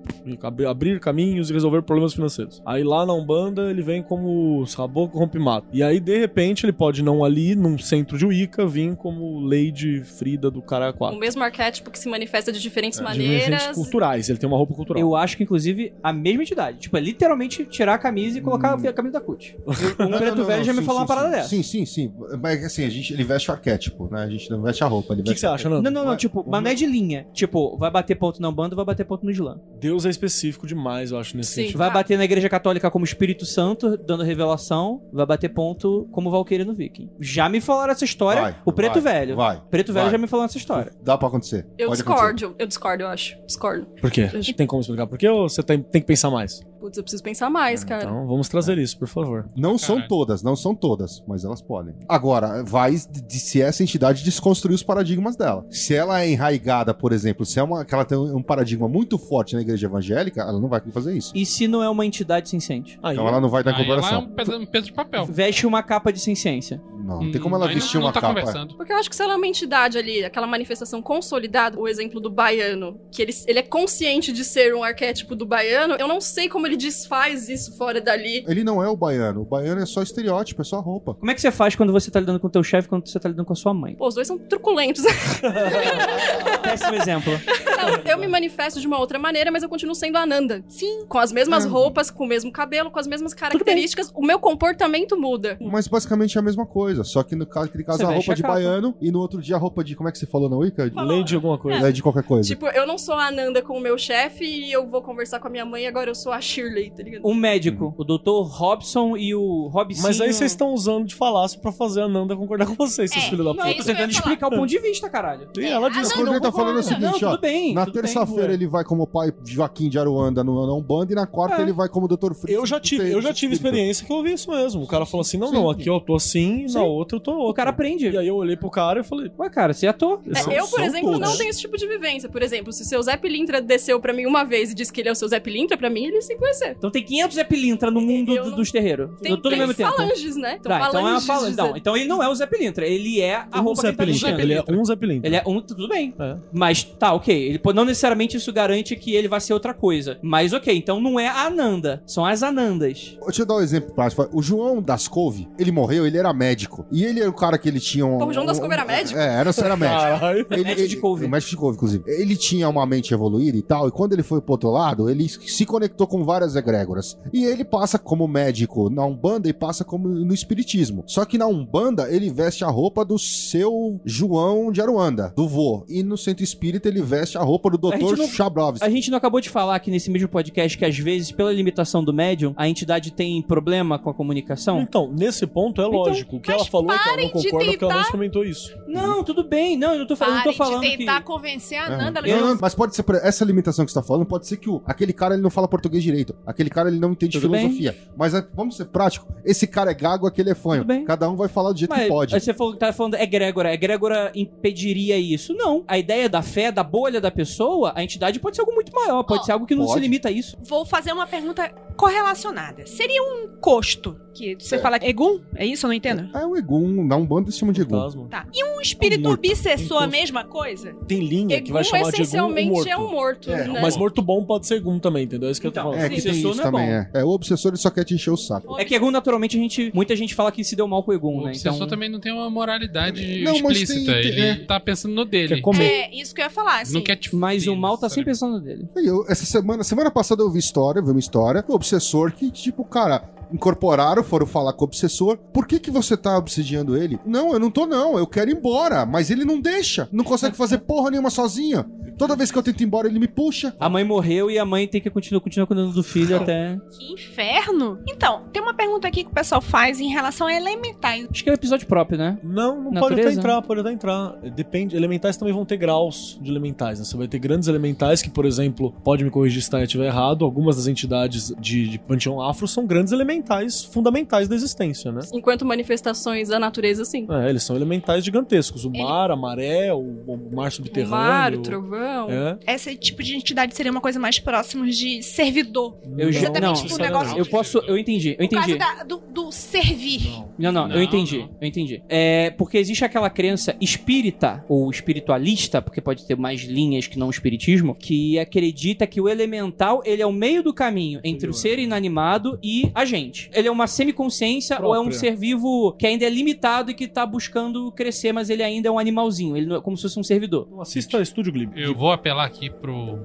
ab- abrir caminhos e resolver problemas financeiros. Aí lá na Umbanda ele vem como Saboco Rompimato. E aí, de repente, ele pode não ali, num centro de Wicca, vir como Lady Frida do Caralho 4.
O mesmo arquétipo que se manifesta de diferentes
É, Divergentes
maneiras.
culturais, ele tem uma roupa cultural.
Eu acho que, inclusive, a mesma entidade. Tipo, é literalmente tirar a camisa e colocar a camisa da CUT. Um
Não,
preto
não, não,
velho
não,
já me
sim,
falou
sim,
uma parada
sim.
dessa.
Sim, sim, sim. Mas assim, a gente, ele veste o arquétipo, né? A gente não veste a roupa. Ele
O que,
veste
que você
o
acha,
arquétipo.
Nando?
Não, não, não,
Ué,
tipo,
o
mas não é de linha. Tipo, vai bater ponto na Umbanda, vai bater ponto no Islã.
Deus é específico demais, eu acho, nesse
Sim.
sentido.
Vai
Ah.
bater na Igreja Católica como Espírito Santo, dando revelação. Vai bater ponto como Valquíria no Viking. Já me falaram essa história,
vai,
o Preto
vai,
Velho.
Vai.
Preto Velho
vai.
já me falou essa história.
Dá pra acontecer.
Eu
Pode acontecer.
discordo, eu discordo, eu acho. Discordo.
Por quê?
Eu-
Tem como explicar por quê ou você tem, tem que pensar mais?
Putz, eu preciso pensar mais, cara.
Então vamos trazer isso, por favor.
Não
Caralho.
são todas, não são todas, mas elas podem. Agora, vai de, de- se essa entidade desconstruir os paradigmas dela. Se ela é enraigada, por exemplo, se é uma, que ela tem um paradigma muito forte na igreja evangélica, ela não vai fazer isso.
E se não é uma entidade sem ciente?
Aí,
Então ela não vai
Aí
dar
ela é
incorporação.
um peda- um pedaço de papel.
Veste uma capa de sem ciência.
Não, não tem como ela
Aí não-
vestir
não
uma
tá
capa.
Conversando.
Porque eu acho que se ela é uma entidade ali, aquela manifestação consolidada, o exemplo do baiano, que ele, ele é consciente de ser um arquétipo do baiano, eu não sei como ele desfaz isso fora dali.
Ele não é o baiano. O baiano é só estereótipo, é só roupa.
Como é que você faz quando você tá lidando com o teu chefe e quando você tá lidando com a sua mãe?
Pô, os dois são truculentos. [laughs]
Péssimo exemplo.
Não, eu me manifesto de uma outra maneira, mas eu continuo sendo a Ananda. Sim. Com as
É.
mesmas roupas, com o mesmo cabelo, com as mesmas características, o meu comportamento muda.
Mas basicamente é a mesma coisa. Só que no caso, aquele caso,
Você
a
veste
roupa
a
de
capa.
baiano e no outro dia a roupa de. Como é que você falou na Wicca?
Lei de alguma coisa.
É de qualquer coisa.
Tipo, eu não sou a Ananda com o meu chefe e eu vou conversar com a minha mãe, agora eu sou a Shirley, tá ligado?
Um médico, o doutor Robson e o Robson.
Mas aí vocês estão usando de falácia pra fazer a Nanda concordar com vocês, seus
É,
filhos da
não,
puta.
é
Tô
isso que eu
tentando
ia falar.
explicar o ponto de vista, caralho.
E ela diz
Mas
que
o que
não
ele tá falando é o
concorda.
Não,
seguinte, ó.
tudo bem.
Na
tudo bem.
terça-feira ele vai como pai Joaquim de Aruanda no na Umbanda e na quarta
É.
ele vai como Dr. Fritz.
Eu já tive, eu já tive experiência que eu ouvi isso mesmo. O cara falou assim: não,
Sim.
não, aqui eu tô assim,
Sim.
na outra eu tô outra.
O cara aprende.
E aí eu olhei pro cara e falei:
Ué, cara, você é ator.
É,
São-
eu, por
são
exemplo,
todos.
não tenho esse tipo de vivência. Por exemplo, se seu Zé Pilintra desceu pra mim uma vez e disse que ele é o seu Zé Pilintra, pra mim, ele sem conhecer.
Então tem 500 Zé Pilintra no mundo
Eu
do-
não-
dos terreiros.
Tem
Tudo ao mesmo
três
tempo.
falanges, né? Então,
Tá, então, é uma
falanges
fala...
de
então,
Zé-
então ele não é o Zé Pilintra, ele é a
um
roupa
Zé
que ele tá
Pilintra.
vestindo.
Ele é um Zé Pilintra.
Ele é um, tudo bem.
É.
Mas tá, ok. Ele, pô- não necessariamente isso garante que ele vai ser outra coisa. Mas ok, então não é a Ananda. São as Anandas.
Deixa eu dar um exemplo prático. O João das Couve, ele morreu, ele era médico. E ele era o cara que ele tinha um.
Pô, o João das Couve era médico?
É, era, era
[laughs]
médico.
Caralho.
Ele,
Médico de couve.
ele- Médico de couve, inclusive. Ele tinha uma mente evoluída e tal, e quando ele foi pro outro lado, ele se conectou com várias egrégoras. E ele passa como médico na Umbanda e passa como no Espiritismo. Só que na Umbanda, ele veste a roupa do seu João de Aruanda, do vô. E no Centro Espírita, ele veste a roupa do
A gente
Dr.
não-
Chabrovski.
A gente não acabou de falar aqui nesse mesmo podcast que às vezes, pela limitação do médium, a entidade tem problema com a comunicação?
Então, nesse ponto é lógico. o que ela falou é que ela não
parem de
concorda porque ela não
tentar-
experimentou isso.
Não, tudo bem. Não, eu não tô, fal- eu não tô
Parem
falando
de
que...
tentar convencer a
É.
Nanda.
Não,
Leandro.
não, mas pode ser por- essa limitação que você tá falando, pode ser que o- aquele cara ele não fala português direito, aquele cara ele não entende
Tudo bem.
filosofia. Mas é- vamos ser prático, esse cara é gago, aquele é fanho.
Tudo bem.
Cada um vai falar do jeito
Mas
que pode.
aí você falou, tá falando egrégora. Egrégora impediria isso. Não. A ideia da fé, da bolha da pessoa, a entidade pode ser algo muito maior. Pode
Ó,
ser algo que não se
pode.
limita a isso.
Vou fazer uma pergunta correlacionadas. Seria um costo, que você fala Egum? É isso? Eu não entendo.
É o Egum, na Umbanda se chama de Egum.
Fantasma.
Tá. E um espírito
morto.
obsessor,
Um
a mesma coisa?
Tem linha que
Egum,
vai chamar de Egum ou
essencialmente,
morto.
é um morto,
É,
né?
Mas morto bom pode ser Egum também, entendeu? É isso que
Então,
eu tô
É,
falando.
que tem
Obsessor
isso
não é
também,
bom.
é. É, o obsessor ele só quer te encher o saco.
É que Egum, naturalmente, a gente. Muita gente fala que se deu mal com Egum,
O
né?
obsessor
Então.
também não tem uma moralidade
Não, mas
explícita.
tem- é. tem-
Ele tá pensando no dele.
Quer comer.
É, isso que eu ia falar, assim.
Não quer te
Mas
fuder,
o mal tá
sabe?
sempre pensando dele.
E eu- essa semana, semana passada eu vi história, eu vi uma história do obsessor que, tipo, cara, incorporaram, foram falar com o obsessor. Por que que você tá obsidiando ele? Não, eu não tô não, eu quero ir embora, mas ele não deixa. Não consegue fazer porra nenhuma sozinho. Toda vez que eu tento ir embora, ele me puxa.
A mãe morreu e a mãe tem que continuar, continuar cuidando do filho até.
Que inferno! Então, tem uma pergunta aqui que o pessoal faz em relação a elementais.
Acho que é um episódio próprio, né?
Não, não pode
Natureza?
até entrar, pode até entrar. Depende. Elementais também vão ter graus de elementais, né? Você vai ter grandes elementais que, por exemplo, pode me corrigir se tá- eu estiver errado, algumas das entidades de, de panteão afro são grandes elementais fundamentais da existência, né?
Enquanto manifestações da natureza, sim.
É, eles são elementais gigantescos. O
Ele-
mar, a maré, o, o mar
O
subterrâneo.
Um mar, o trovão.
É.
Esse tipo de entidade seria uma coisa mais próxima de servidor.
Não,
Exatamente,
não,
tipo, um
sinceramente.
negócio-
Eu posso. Eu entendi, eu
No
entendi.
caso da- do, do servir.
Não, não,
Não,
eu entendi,
não.
eu entendi. É porque existe aquela crença espírita ou espiritualista, porque pode ter mais linhas que não o espiritismo, que acredita que o elemental, ele é o meio do caminho entre o ser inanimado e a gente. Ele é uma semiconsciência ou é um
Própria.
ser vivo que ainda é limitado e que tá buscando crescer, mas ele ainda é um animalzinho, ele não é como se fosse um servidor.
Não, Assista a Estúdio Ghibli.
Eu vou apelar aqui pro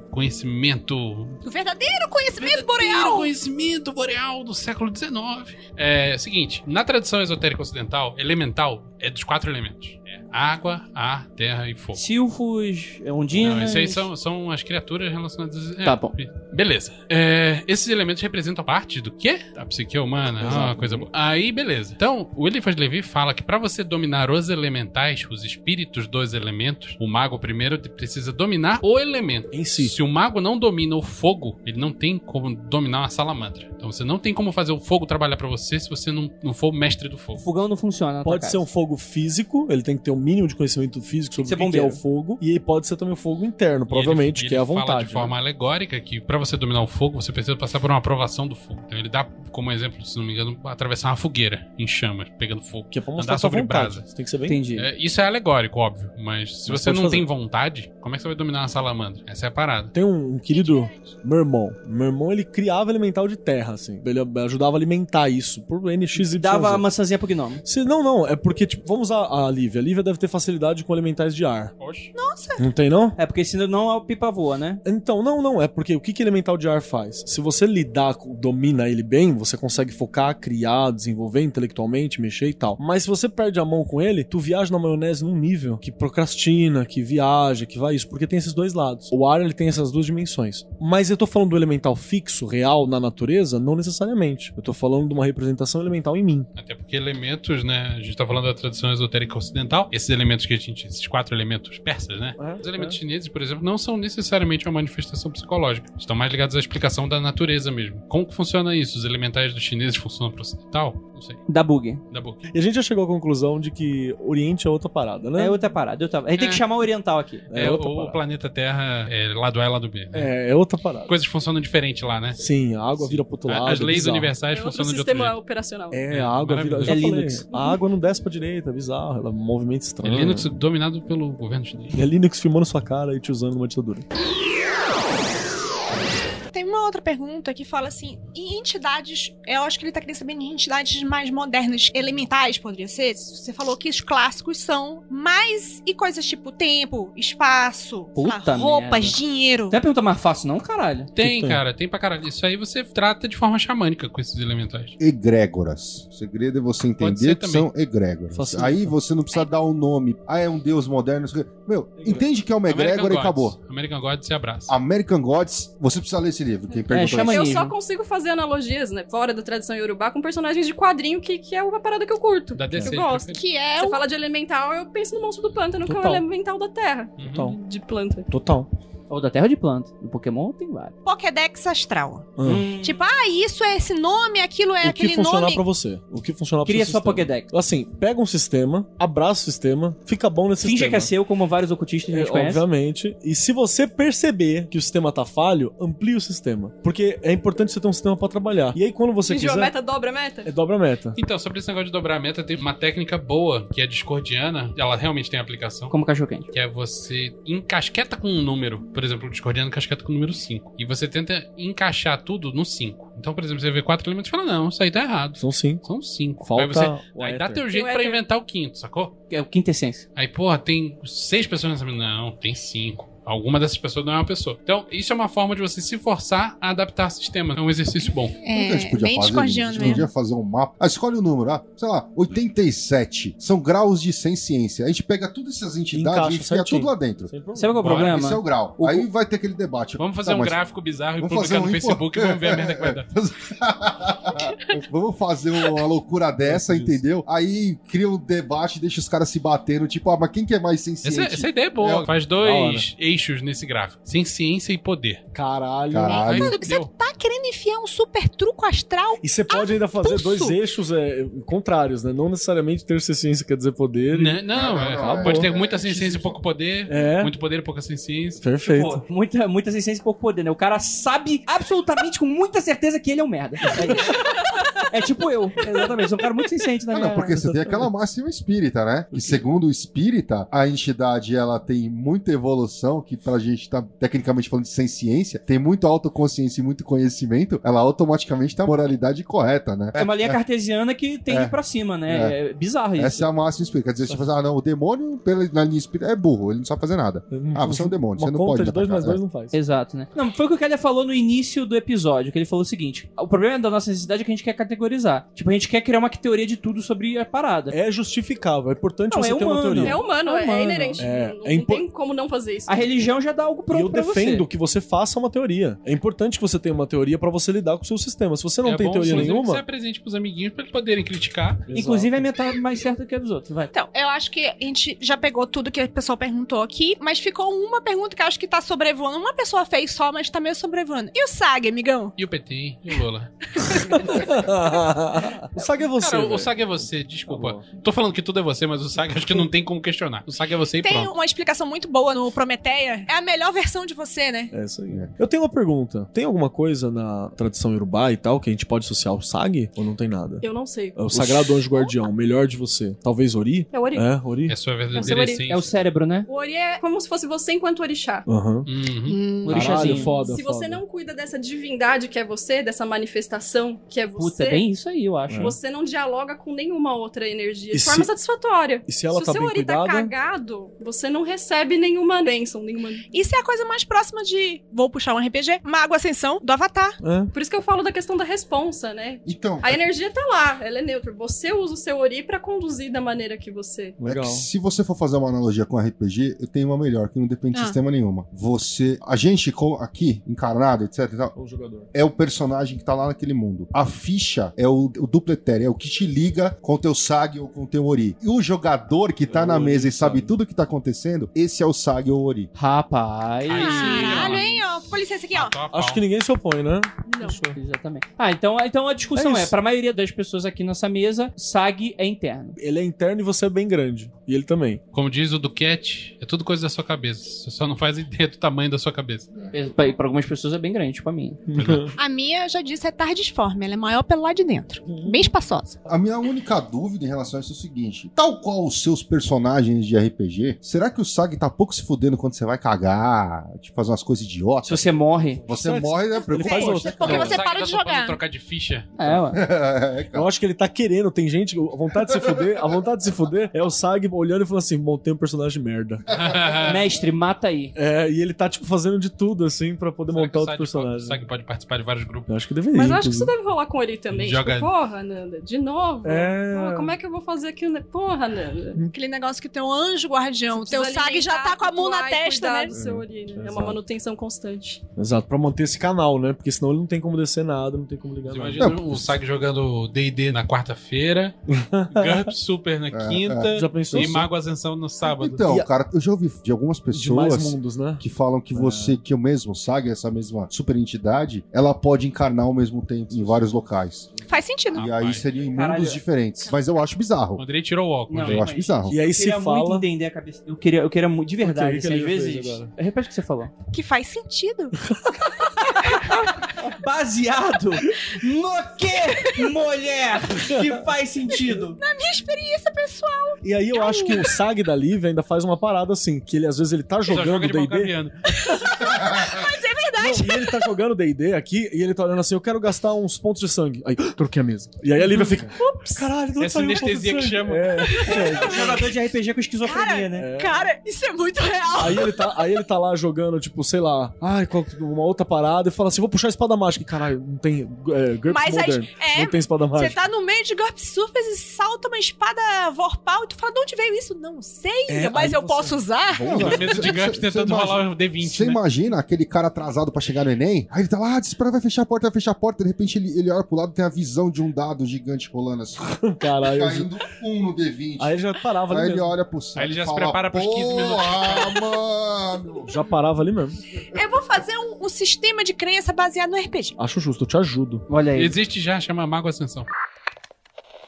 conhecimento
O verdadeiro conhecimento
Ter o
boreal.
conhecimento boreal do século XIX. É, seguinte, na tradição esotérica ocidental, elemental é dos quatro elementos. É água, ar, terra e fogo.
Silfos, ondinas...
Não, isso aí são, são as criaturas relacionadas... é,
Tá bom.
Beleza. É, esses elementos representam parte do quê? Da psique humana.
Exato.
Ah, coisa boa. Aí, beleza. Então, o Eliphas Levi fala que pra você dominar os elementais, os espíritos dos elementos, o mago primeiro precisa dominar o elemento.
Em si.
Se o mago não domina o fogo, ele não tem como dominar uma salamandra. Então você não tem como fazer o fogo trabalhar pra você se você não, não for o mestre do
O
fogo.
fogão não funciona na tua
Pode ser
casa.
um fogo físico, ele tem que ter um mínimo de conhecimento físico sobre
ser
o que que é o
bombeiro.
fogo. E pode ser também o fogo interno, provavelmente,
E ele-
que é a
ele
vontade.
Fala de
né?
forma alegórica que pra você dominar o fogo, você precisa passar por uma aprovação do fogo. Então ele dá como exemplo, se não me engano, atravessar uma fogueira em chamas, pegando fogo.
Que é pra
Andar
mostrar sua
sobre
vontade.
brasa.
Você tem que ser bem
Entendi.
É, isso é alegórico, óbvio. Mas se
Mas
você
pode
não
fazer.
tem vontade, como é que você vai dominar uma salamandra? Essa é a parada.
Tem um, um querido meu irmão. Meu irmão, ele criava elemental de terra, assim. Ele ajudava a alimentar isso por NX
Dava a maçãzinha pro gnomo.
Se, não, não, é porque, tipo, vamos usar a Lívia. A Lívia deve ter facilidade com elementais de ar.
Oxe.
Não tem, não?
É porque senão não a pipa voa, né?
Então, não, não, é porque o que, que elemental de ar faz? Se você lidar, com- domina ele bem, você consegue focar, criar, desenvolver intelectualmente, mexer e tal. Mas se você perde a mão com ele, tu viaja na maionese num nível que procrastina, que viaja, que vai isso, porque tem esses dois lados. O ar, ele tem essas duas dimensões. Mas eu tô falando do elemental fixo, real, na natureza? Não necessariamente. Eu tô falando de uma representação elemental em mim.
Até porque elementos, né? A gente tá falando da tradição esotérica ocidental. Esses elementos que a gente. Esses quatro elementos persas, né?
É,
Os elementos chineses, por exemplo, não são necessariamente uma manifestação psicológica. Estão mais ligados à explicação da natureza mesmo. Como que funciona isso? Os elementais dos chineses funcionam pro ocidental? Não sei.
Dá bug.
Da boca.
E a gente já chegou à conclusão de que Oriente é outra parada, né?
É outra parada. outra- A gente tem que
É.
chamar o oriental aqui.
É, o,
outra
o
parada.
planeta Terra é lado A e lado B. Né?
É, é outra parada.
Coisas funcionam diferente lá, né?
Sim, a água vira pro outro lado.
A- As
é
leis
bizarro.
universais
É outro
funcionam de outro
sistema
jeito.
operacional.
É,
É,
a água vira. eu já
É
falei,
Linux.
A água não desce pra direita, é bizarro. Ela é um movimento
É
estranho.
Linux dominado pelo governo chinês.
É Linux filmando sua cara e te usando numa ditadura.
Tem uma outra pergunta que fala assim: e entidades? Eu acho que ele tá querendo saber de entidades mais modernas, elementais, poderia ser? Você falou que os clássicos são mais e coisas tipo tempo, espaço, sei lá,
Puta
roupas,
merda.
dinheiro.
Não é pergunta mais fácil, não, caralho.
Tem,
tem?
cara, tem pra caralho. Isso aí você trata de forma xamânica com esses elementais.
Egrégoras. O segredo é você
ser
entender que
também.
são egrégoras.
Facilita.
Aí você não precisa dar um nome. Ah, é um deus moderno. não sei o quê. Meu, entende que é uma egrégora e
Gods.
acabou. Ah,
American Gods se abraça.
American Gods, você precisa ler esse livro.
É,
Quem perguntou
chama
isso.
Eu
Maneiro.
só consigo fazer analogias, né? Fora da tradição yorubá, com personagens de quadrinho, que, que é uma parada que eu curto.
Da
que
DC.
eu gosto.
prefere.
Que é
Você
o.
fala de elemental, eu penso no monstro do pântano, que é
Total.
um elemental da terra.
Uhum.
Total.
De planta.
Total.
Ou da terra de planta. No Pokémon tem vários.
Pokédex astral.
Hum.
Tipo, ah, isso é esse nome, aquilo é
o que
aquele
funcionar
nome.
pra você. O que funcionar pra
Cria
seu
sua
sistema.
Pokédex.
Assim, pega um sistema, abraça o sistema, fica bom nesse
Finge
sistema.
que é seu, como vários ocultistas que a gente
É,
conhece.
Obviamente. E se você perceber que o sistema tá falho, amplie o sistema. Porque é importante você ter um sistema pra trabalhar. E aí, quando você
Fingiu a
quiser,
meta, dobra a meta?
é dobra a meta.
Então, sobre esse negócio de dobrar a meta, tem uma técnica boa, que é discordiana. Ela realmente tem aplicação.
Como cachorro quente.
Que é você encasqueta com um número. Por exemplo, o Discordiano encasqueta com o número 5. E você tenta encaixar tudo no 5. Então, por exemplo, você vê quatro elementos e fala: Não, isso aí tá errado.
São cinco.
São 5.
Falta
Aí você.
o
Aí dá
éter.
teu jeito
O
pra
éter.
inventar o quinto, sacou?
É o quintessência.
Aí, porra, tem seis pessoas nessa mesa. Não, tem cinco. Alguma dessas pessoas não é uma pessoa. Então, isso é uma forma de você se forçar a adaptar o sistema. É um exercício bom.
Sabe o que a gente
É,
podia
bem
fazer? a
discordiano
gente
mesmo.
podia fazer um mapa. Ah, escolhe o número, ah, sei lá, 87. São graus de sem ciência. A gente pega todas essas entidades
Encaixa
e enfia
certinho.
tudo lá dentro.
Sem
Sabe qual é o
Bora,
problema?
Esse é o grau.
O-
Aí vai ter aquele debate.
Vamos fazer
Tá,
um
mas
gráfico bizarro e
vamos
publicar
fazer
no
um
Facebook e vamos ver a merda que vai dar.
[laughs] Vamos fazer uma loucura dessa, entendeu? Aí cria um debate, deixa os caras se batendo, tipo, ah, mas quem que é mais sem
Essa,
ciência?
essa ideia é boa.
É,
Faz
da hora.
dois eixos nesse gráfico. Sem ciência e poder.
Caralho.
Caralho.
Mano, você
Deu.
tá querendo enfiar um super truco astral?
E você pode ainda fazer
pulso.
dois eixos é, contrários, né? Não necessariamente ter ciência quer dizer poder.
Né? Não, é,
Acabou.
pode ter muita sem ciência e pouco poder.
Ah, tá É.
Muito poder e pouca sem ciência.
Perfeito.
Pô, muita, muita essência e pouco poder, né? O cara sabe absolutamente, com muita certeza, que ele é um merda. É, é tipo eu, exatamente. Sou um cara muito sensente na
Ah,
minha...
não, porque você tem aquela máxima espírita, né? Que segundo o espírita, a entidade ela tem muita evolução, que pra gente tá tecnicamente falando de sem ciência, tem muita autoconsciência e muito conhecimento, ela automaticamente tem a moralidade correta, né?
É uma linha cartesiana que tem pra cima, né? É, bizarro isso.
Essa é a máxima espírita. Quer dizer, você fala, ah, não, o demônio pela, na linha espírita é burro, ele não sabe fazer nada. Ah, você é um demônio,
Uma
você não
conta
pode.
de dois
matar,
mais
né?
dois não faz.
Exato, né? Não, foi o que o Keller falou no início do episódio, que ele falou o seguinte: o problema da nossa necessidade é que a gente quer categorizar. Tipo, a gente quer criar uma teoria de tudo sobre a parada.
É justificável. É importante
Não,
você
é
ter uma
humano.
teoria.
É humano,
É
é,
humano.
inerente.
É,
não
é impo-
tem como não fazer isso.
A religião já dá algo
E
pronto
eu
pra você.
defendo que você faça uma teoria. É importante que você tenha uma teoria pra você lidar com o seu sistema. Se você não
é
tem
bom,
teoria
inclusive, que Você
nenhuma.
apresente pros amiguinhos pra eles poderem criticar.
Inclusive, é metade mais certa que a dos outros. Vai.
Então, eu acho que a gente já pegou tudo que o pessoal perguntou aqui, mas ficou uma pergunta que eu acho que tá sobrevoando. Uma pessoa fez só, mas tá meio sobrevoando. E o Saga, amigão?
E o PT, hein? e o Lula.
[laughs] o Saga é você.
Cara, o
velho.
Saga é você,
Tá
desculpa.
bom.
Tô falando que tudo é você, mas o Saga acho que não tem como questionar. O Saga é você e
Tem
pronto.
uma explicação muito boa no Prometeia. É a melhor versão de você, né?
É isso aí. Eu tenho uma pergunta. Tem alguma coisa na tradição Yorubá e tal que a gente pode associar ao Sag? Ou não tem nada?
Eu não sei.
É o Sagrado Anjo Guardião, melhor de você. Talvez Ori?
É o Ori.
É,
um-
Ori?
É sua
Você
verdadeira
varia.
essência.
É o cérebro, né?
O Ori é como se fosse você enquanto orixá.
Aham.
O
Uhum.
Hum.
Caralho,
orixazinho.
foda,
se você
foda.
não cuida dessa divindade que é você, dessa manifestação que é você,
Puta, é bem isso aí, eu acho.
você não dialoga com nenhuma outra energia
né? E
de forma
se-
satisfatória.
E se ela
se
tá
o seu
bem
Ori
cuidada?
tá cagado, você não recebe nenhuma bênção, nenhuma.
Isso é a coisa mais próxima de. Vou puxar um RPG. Mago Ascensão do Avatar.
É.
Por isso que eu falo da questão da responsa, né?
Então,
A energia tá lá, ela é neutra. Você usa o seu Ori pra conduzir da maneira que você.
É
Legal.
que se você for fazer uma analogia com RPG, eu tenho uma melhor, que não depende de
Ah.
sistema nenhuma. Você. A gente co- aqui, encarnado, etc. e tal,
O jogador.
é o personagem que tá lá naquele mundo. A ficha é o, o dupletério, é o que te liga com o teu Sag ou com o teu Ori. E o jogador que tá
É o
na
Ori,
mesa e sabe
sabe.
tudo que tá acontecendo, esse é o Sag ou o Ori.
Rapaz.
Aí sim,
Caralho,
ó.
hein? Ó, com licença aqui, ó.
Matou a pau.
Acho que ninguém se opõe, né?
Não.
Exatamente. Ah, então, então a discussão
É
é,
isso.
pra maioria das pessoas aqui nessa mesa, SAG é interno.
Ele é interno e você é bem grande. E ele também.
Como diz o Duquette, é tudo coisa da sua cabeça. Você só não faz [laughs] ideia do tamanho da sua cabeça.
É, Pra, pra algumas pessoas é bem grande, tipo a minha.
A minha, já disse, é tardisforme. Ela é maior pelo lado de dentro.
Hum.
Bem espaçosa.
A minha única dúvida em relação a isso é o seguinte: tal qual os seus personagens de RPG, será que o Sag tá pouco se fudendo quando você vai cagar, tipo, fazer umas coisas
Se
idiotas?
você morre.
Você
Ele
morre, né?
[laughs] Ele faz
É,
outro.
Porque
Não,
você
o Saga
para
tá
de
topando
jogar.
trocar de ficha.
É, ué.
[laughs] É, cara.
Eu acho que ele tá querendo. Tem gente, a vontade de se fuder, a vontade de se fuder é o Sag olhando e falando assim: montei um personagem merda.
[laughs]
É.
Mestre, mata aí.
É, e ele tá, tipo, fazendo de tudo, assim, pra poder
Será que
montar
o
outro
Sag pode-
personagem.
O Sag pode participar de vários grupos.
Eu acho que deveria.
Mas eu acho que isso
inclusive.
deve rolar com o Ori também.
Joga-
Tipo, porra, Nanda, de novo?
É.
Porra, como é que eu vou fazer aqui? né? Porra, Nanda.
Hum.
Aquele negócio que tem um anjo guardião. Teu
Precisa
Sag já
alimentar,
tá com a mão na
cultuar e
testa,
cuidar
né?
do seu Ori, né? É uma
Exato.
manutenção constante.
importante.
Exato, pra manter esse canal, né? Porque senão ele não tem como descer nada, não tem como ligar
Você
nada.
imagina o Sag jogando D&D na quarta-feira, GURPS Super na quinta
é. Já pensou?
e Mago Ascensão no sábado.
Então,
Tá, E a-
cara, eu já ouvi de algumas
de mais
pessoas
mundos, né?
que falam que você, que o mesmo Saga, essa mesma super entidade, ela pode encarnar ao mesmo tempo em vários locais.
Faz sentido.
e aí
Rapaz.
seria em mundos
Caralho.
diferentes. Mas eu acho bizarro.
O Andrei tirou o óculos.
Não,
eu
gente.
acho bizarro.
E aí
Eu
se
queria muito
fala.
entender a cabeça. Eu queria, eu queria mu- de verdade,
Ok, o que
assim, às
ele fez
vezes.
agora?
Repete o que você falou.
Que
[laughs]
faz sentido.
Baseado no que, [laughs] mulher? Que faz sentido.
Na minha experiência pessoal.
E aí eu acho que o Sag da Liv ainda faz uma parada assim, que ele às vezes ele tá
Só joga
jogando
de mão
D&D
caviando.
Não, e ele tá jogando D&D aqui e ele tá olhando assim, eu quero gastar uns pontos de sangue. Aí, "Ah, troquei a mesa. E aí a Lívia fica, ups, caralho, não
É
saiu um ponto de
sinestesia que
sangue.
chama.
É.
Jogador de RPG com esquizofrenia,
Cara,
né?
cara, isso é muito real.
Aí ele, tá, aí ele tá lá jogando, tipo, sei lá, ai, qual- uma outra parada e fala assim, vou puxar a espada mágica. E, Caralho, não tem é, GURPS
Mas aí-
Modern,
é,
não tem espada
Você
mágica.
tá no meio de golpes surfers e salta uma espada vorpal e tu fala, de onde veio isso? Não sei,
É,
mas
aí
eu
você-
posso usar.
Vamos lá.
Na mesa de
Cê-
GURPS
cê-
tentando
cê imagina-
rolar o
Você
D20, né?
imagina aquele cara atrasado pra chegar no Enem? Aí ele tá lá, ah, espera, vai fechar a porta, vai fechar a porta. De repente ele, ele olha pro lado e tem a visão de um dado gigante rolando assim.
Caralho. eu-
caindo um no D20.
Aí ele já parava
Aí
ali
ele
mesmo.
olha pro saco
Aí ele já
e
se
fala,
prepara pros 15 minutos.
"Porra, [laughs] mano.
Já parava ali mesmo.
Eu vou fazer um, um sistema de crença baseado no RPG.
Acho justo, eu te ajudo.
Olha aí.
Existe já, chama Mago Ascensão.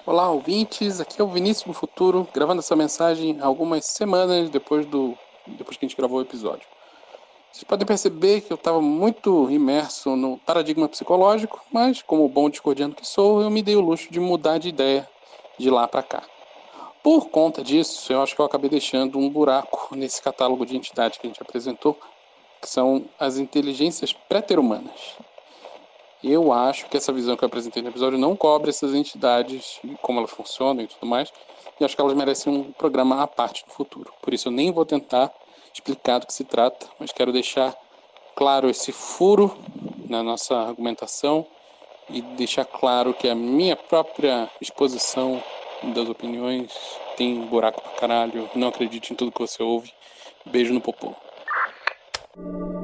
Olá, ouvintes. Aqui é o Vinícius do Futuro, gravando essa mensagem algumas semanas depois do depois que a gente gravou o episódio. Vocês podem perceber que eu estava muito imerso no paradigma psicológico, mas como bom discordiano que sou, eu me dei o luxo de mudar de ideia de lá para cá. Por conta disso, eu acho que eu acabei deixando um buraco nesse catálogo de entidades que a gente apresentou, que são as inteligências pré-humanas. Eu acho que essa visão que eu apresentei no episódio não cobre essas entidades, e como elas funcionam e tudo mais, e acho que elas merecem um programa à parte no futuro. Por isso eu nem vou tentar explicar do que se trata, mas quero deixar claro esse furo na nossa argumentação e deixar claro que a minha própria exposição das opiniões tem buraco pra caralho. Não acredite em tudo que você ouve. Beijo no popô.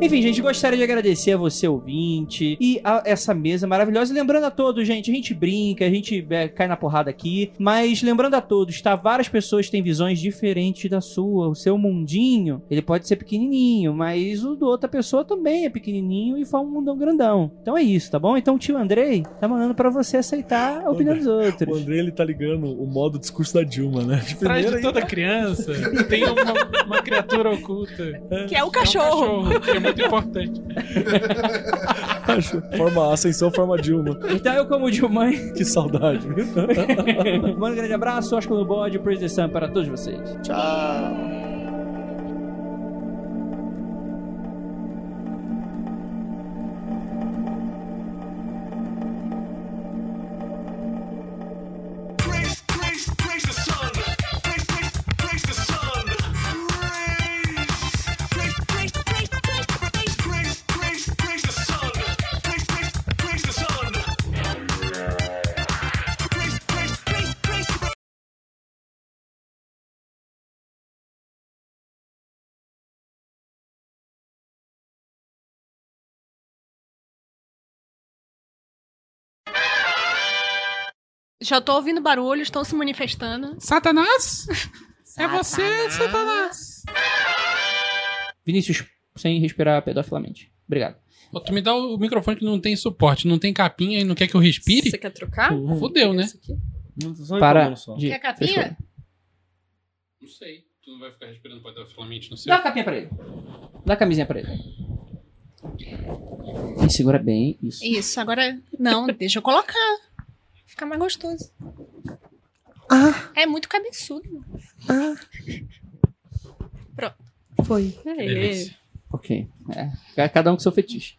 Enfim, gente, gostaria de agradecer a você, ouvinte, e a essa mesa maravilhosa. E Lembrando a todos, gente, a gente brinca, a gente é, cai na porrada aqui, mas lembrando a todos, tá? Várias pessoas têm visões diferentes da sua. O seu mundinho, ele pode ser pequenininho, mas o da outra pessoa também é pequenininho e forma um mundão grandão. Então é isso, tá bom? Então o tio Andrei tá mandando pra você aceitar a opinião dos
O
outros.
André, ele tá ligando o modo discurso da Dilma, né? De
Atrás
primeira
de
[laughs]
toda criança tem uma, uma criatura oculta.
Que é o
É
cachorro.
um cachorro, que é [laughs] muito importante.
aí, forma ascensão, forma Dilma.
Então eu, como de [laughs] mãe,
Que saudade.
mando um grande abraço, Oscar no bode, Praise the Sun para todos vocês.
Já tô ouvindo barulho, estão se manifestando.
Satanás? É você, Satanás?
Vinícius, sem respirar pedofilamente. Obrigado.
Pô, tu me dá o microfone que não tem suporte, não tem capinha e não quer que eu respire?
Você quer trocar?
Fudeu, né?
Isso aqui.
Para de...
Quer capinha?
Não sei. Tu não vai ficar respirando pedofilamente no
Dá a capinha pra ele. Dá a camisinha pra ele. E segura bem isso.
Isso, agora. Não, deixa eu colocar. Fica mais gostoso. É muito cabeçudo.
Aê.
Delícia.
É
Ok. É. Cada um com seu fetiche.